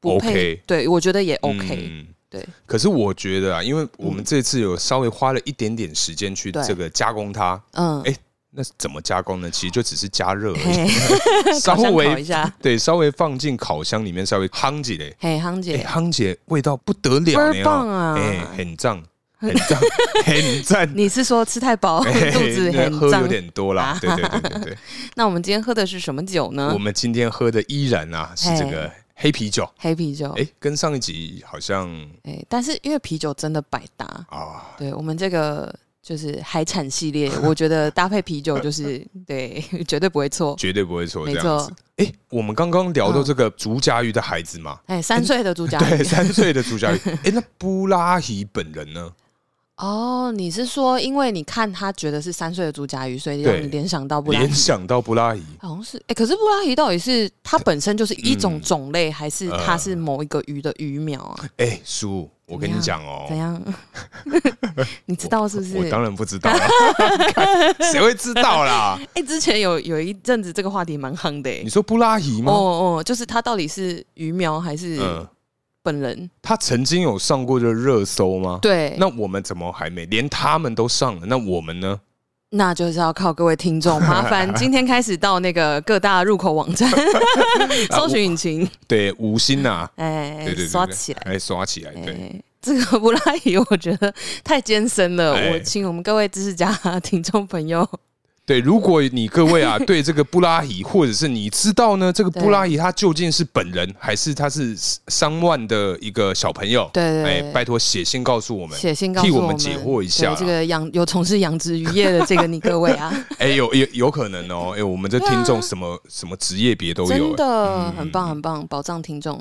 [SPEAKER 1] 不配
[SPEAKER 2] OK
[SPEAKER 1] 对我觉得也 OK，、
[SPEAKER 2] 嗯
[SPEAKER 1] 对。
[SPEAKER 2] 可是我觉得啊，因为我们这次有稍微花了一点点时间去
[SPEAKER 1] 对
[SPEAKER 2] 这个加工它，
[SPEAKER 1] 嗯，
[SPEAKER 2] 哎那是怎么加工呢？其实就只是加热而已，
[SPEAKER 1] 嘿，
[SPEAKER 2] 稍
[SPEAKER 1] 烤箱烤一
[SPEAKER 2] 微
[SPEAKER 1] 下，
[SPEAKER 2] 对，稍微放进烤箱里面，稍微夯几嘞。
[SPEAKER 1] 嘿，夯
[SPEAKER 2] 哎，
[SPEAKER 1] 姐，
[SPEAKER 2] 夯姐味道不得
[SPEAKER 1] 倍
[SPEAKER 2] 了
[SPEAKER 1] 儿
[SPEAKER 2] 呢！
[SPEAKER 1] 棒啊
[SPEAKER 2] 哎，很赞，很 赞，很赞。
[SPEAKER 1] 你是说吃太饱，
[SPEAKER 2] 哎
[SPEAKER 1] 肚子
[SPEAKER 2] 那
[SPEAKER 1] 很
[SPEAKER 2] 喝
[SPEAKER 1] 胀
[SPEAKER 2] 有？点多啦
[SPEAKER 1] 啊。嗯
[SPEAKER 2] 对对对对 对。
[SPEAKER 1] 那我们今天喝的是什么酒呢
[SPEAKER 2] 我？们今天喝的依然啊是这个
[SPEAKER 1] 哎
[SPEAKER 2] 黑啤酒，
[SPEAKER 1] 黑啤酒。
[SPEAKER 2] 哎、跟上一集好像
[SPEAKER 1] 哎，但是因为啤酒真的百搭，
[SPEAKER 2] 啊，
[SPEAKER 1] 对我们这个就是海产系 列，我觉得搭配啤酒就是对， 绝对不会错。
[SPEAKER 2] 绝对不会错
[SPEAKER 1] 没
[SPEAKER 2] 这样
[SPEAKER 1] 错
[SPEAKER 2] 子。，哎、我们刚刚聊到这个竹夹鱼的孩子嘛，
[SPEAKER 1] 哎，三岁的朱家
[SPEAKER 2] 对，
[SPEAKER 1] 瑜。
[SPEAKER 2] 三岁的竹 夹鱼，哎、那布拉提本人呢？
[SPEAKER 1] 哦，你是说因为你看他觉得是三岁的朱家瑜，所以让
[SPEAKER 2] 对
[SPEAKER 1] 你联想到布拉
[SPEAKER 2] 联
[SPEAKER 1] 提？
[SPEAKER 2] 想到布拉提，
[SPEAKER 1] 好像是，哎，可是布拉提到底是它本身就是一种
[SPEAKER 2] 嗯
[SPEAKER 1] 种类，还是
[SPEAKER 2] 呃
[SPEAKER 1] 它是某一个鱼的鱼苗啊？
[SPEAKER 2] 哎、叔，我跟你
[SPEAKER 1] 怎
[SPEAKER 2] 讲
[SPEAKER 1] 怎
[SPEAKER 2] 哦。
[SPEAKER 1] 样？你知道是不
[SPEAKER 2] 我
[SPEAKER 1] 是？
[SPEAKER 2] 当然不知道、啊， 看谁会知 道啦？
[SPEAKER 1] 哎，之前有有一阵子这个话题蛮夯的，哎
[SPEAKER 2] 你说布拉提
[SPEAKER 1] 哦
[SPEAKER 2] 吗？
[SPEAKER 1] 哦，就是它到底是鱼苗还是
[SPEAKER 2] 嗯，
[SPEAKER 1] 本人？
[SPEAKER 2] 他曾经有上过这热搜吗？
[SPEAKER 1] 对，
[SPEAKER 2] 那我们怎么还没？连他们都上了，那我们呢？
[SPEAKER 1] 那就是要靠各位听 众，麻烦今天开始到那个各大入口网
[SPEAKER 2] 啊
[SPEAKER 1] 站、搜寻引擎，
[SPEAKER 2] 对，无心呐、
[SPEAKER 1] 哎
[SPEAKER 2] 对对对，对
[SPEAKER 1] 刷起来，
[SPEAKER 2] 哎，刷起来，对，
[SPEAKER 1] 哎。这个布拉伊，我觉得太艰深了。
[SPEAKER 2] 哎
[SPEAKER 1] 我请我们各位知识家、听众朋友，
[SPEAKER 2] 对。如果你各位啊， 对这个布拉伊，或者是你知道呢，这个
[SPEAKER 1] 对
[SPEAKER 2] 布拉伊他究竟是本人，还是他是商万的一个小朋友？
[SPEAKER 1] 对对
[SPEAKER 2] 哎，
[SPEAKER 1] 对
[SPEAKER 2] 拜托写信告诉我们，
[SPEAKER 1] 写信告
[SPEAKER 2] 替
[SPEAKER 1] 诉
[SPEAKER 2] 我们
[SPEAKER 1] 们
[SPEAKER 2] 解惑一下
[SPEAKER 1] 对
[SPEAKER 2] 啦
[SPEAKER 1] 这个养 有从事养殖渔业的这个你各位 啊，
[SPEAKER 2] 哎，有有有可能哦，哎，我们这听众什么什么职业别都
[SPEAKER 1] 真
[SPEAKER 2] 有。哎
[SPEAKER 1] 的很棒很棒，保障听众。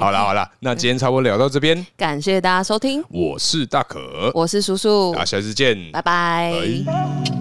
[SPEAKER 2] 好啦好啦，那今天差不多聊到这边，
[SPEAKER 1] 感谢大家收听，
[SPEAKER 2] 我是大可，
[SPEAKER 1] 我是叔叔
[SPEAKER 2] 大，家下次见，
[SPEAKER 1] 拜拜。
[SPEAKER 2] 拜。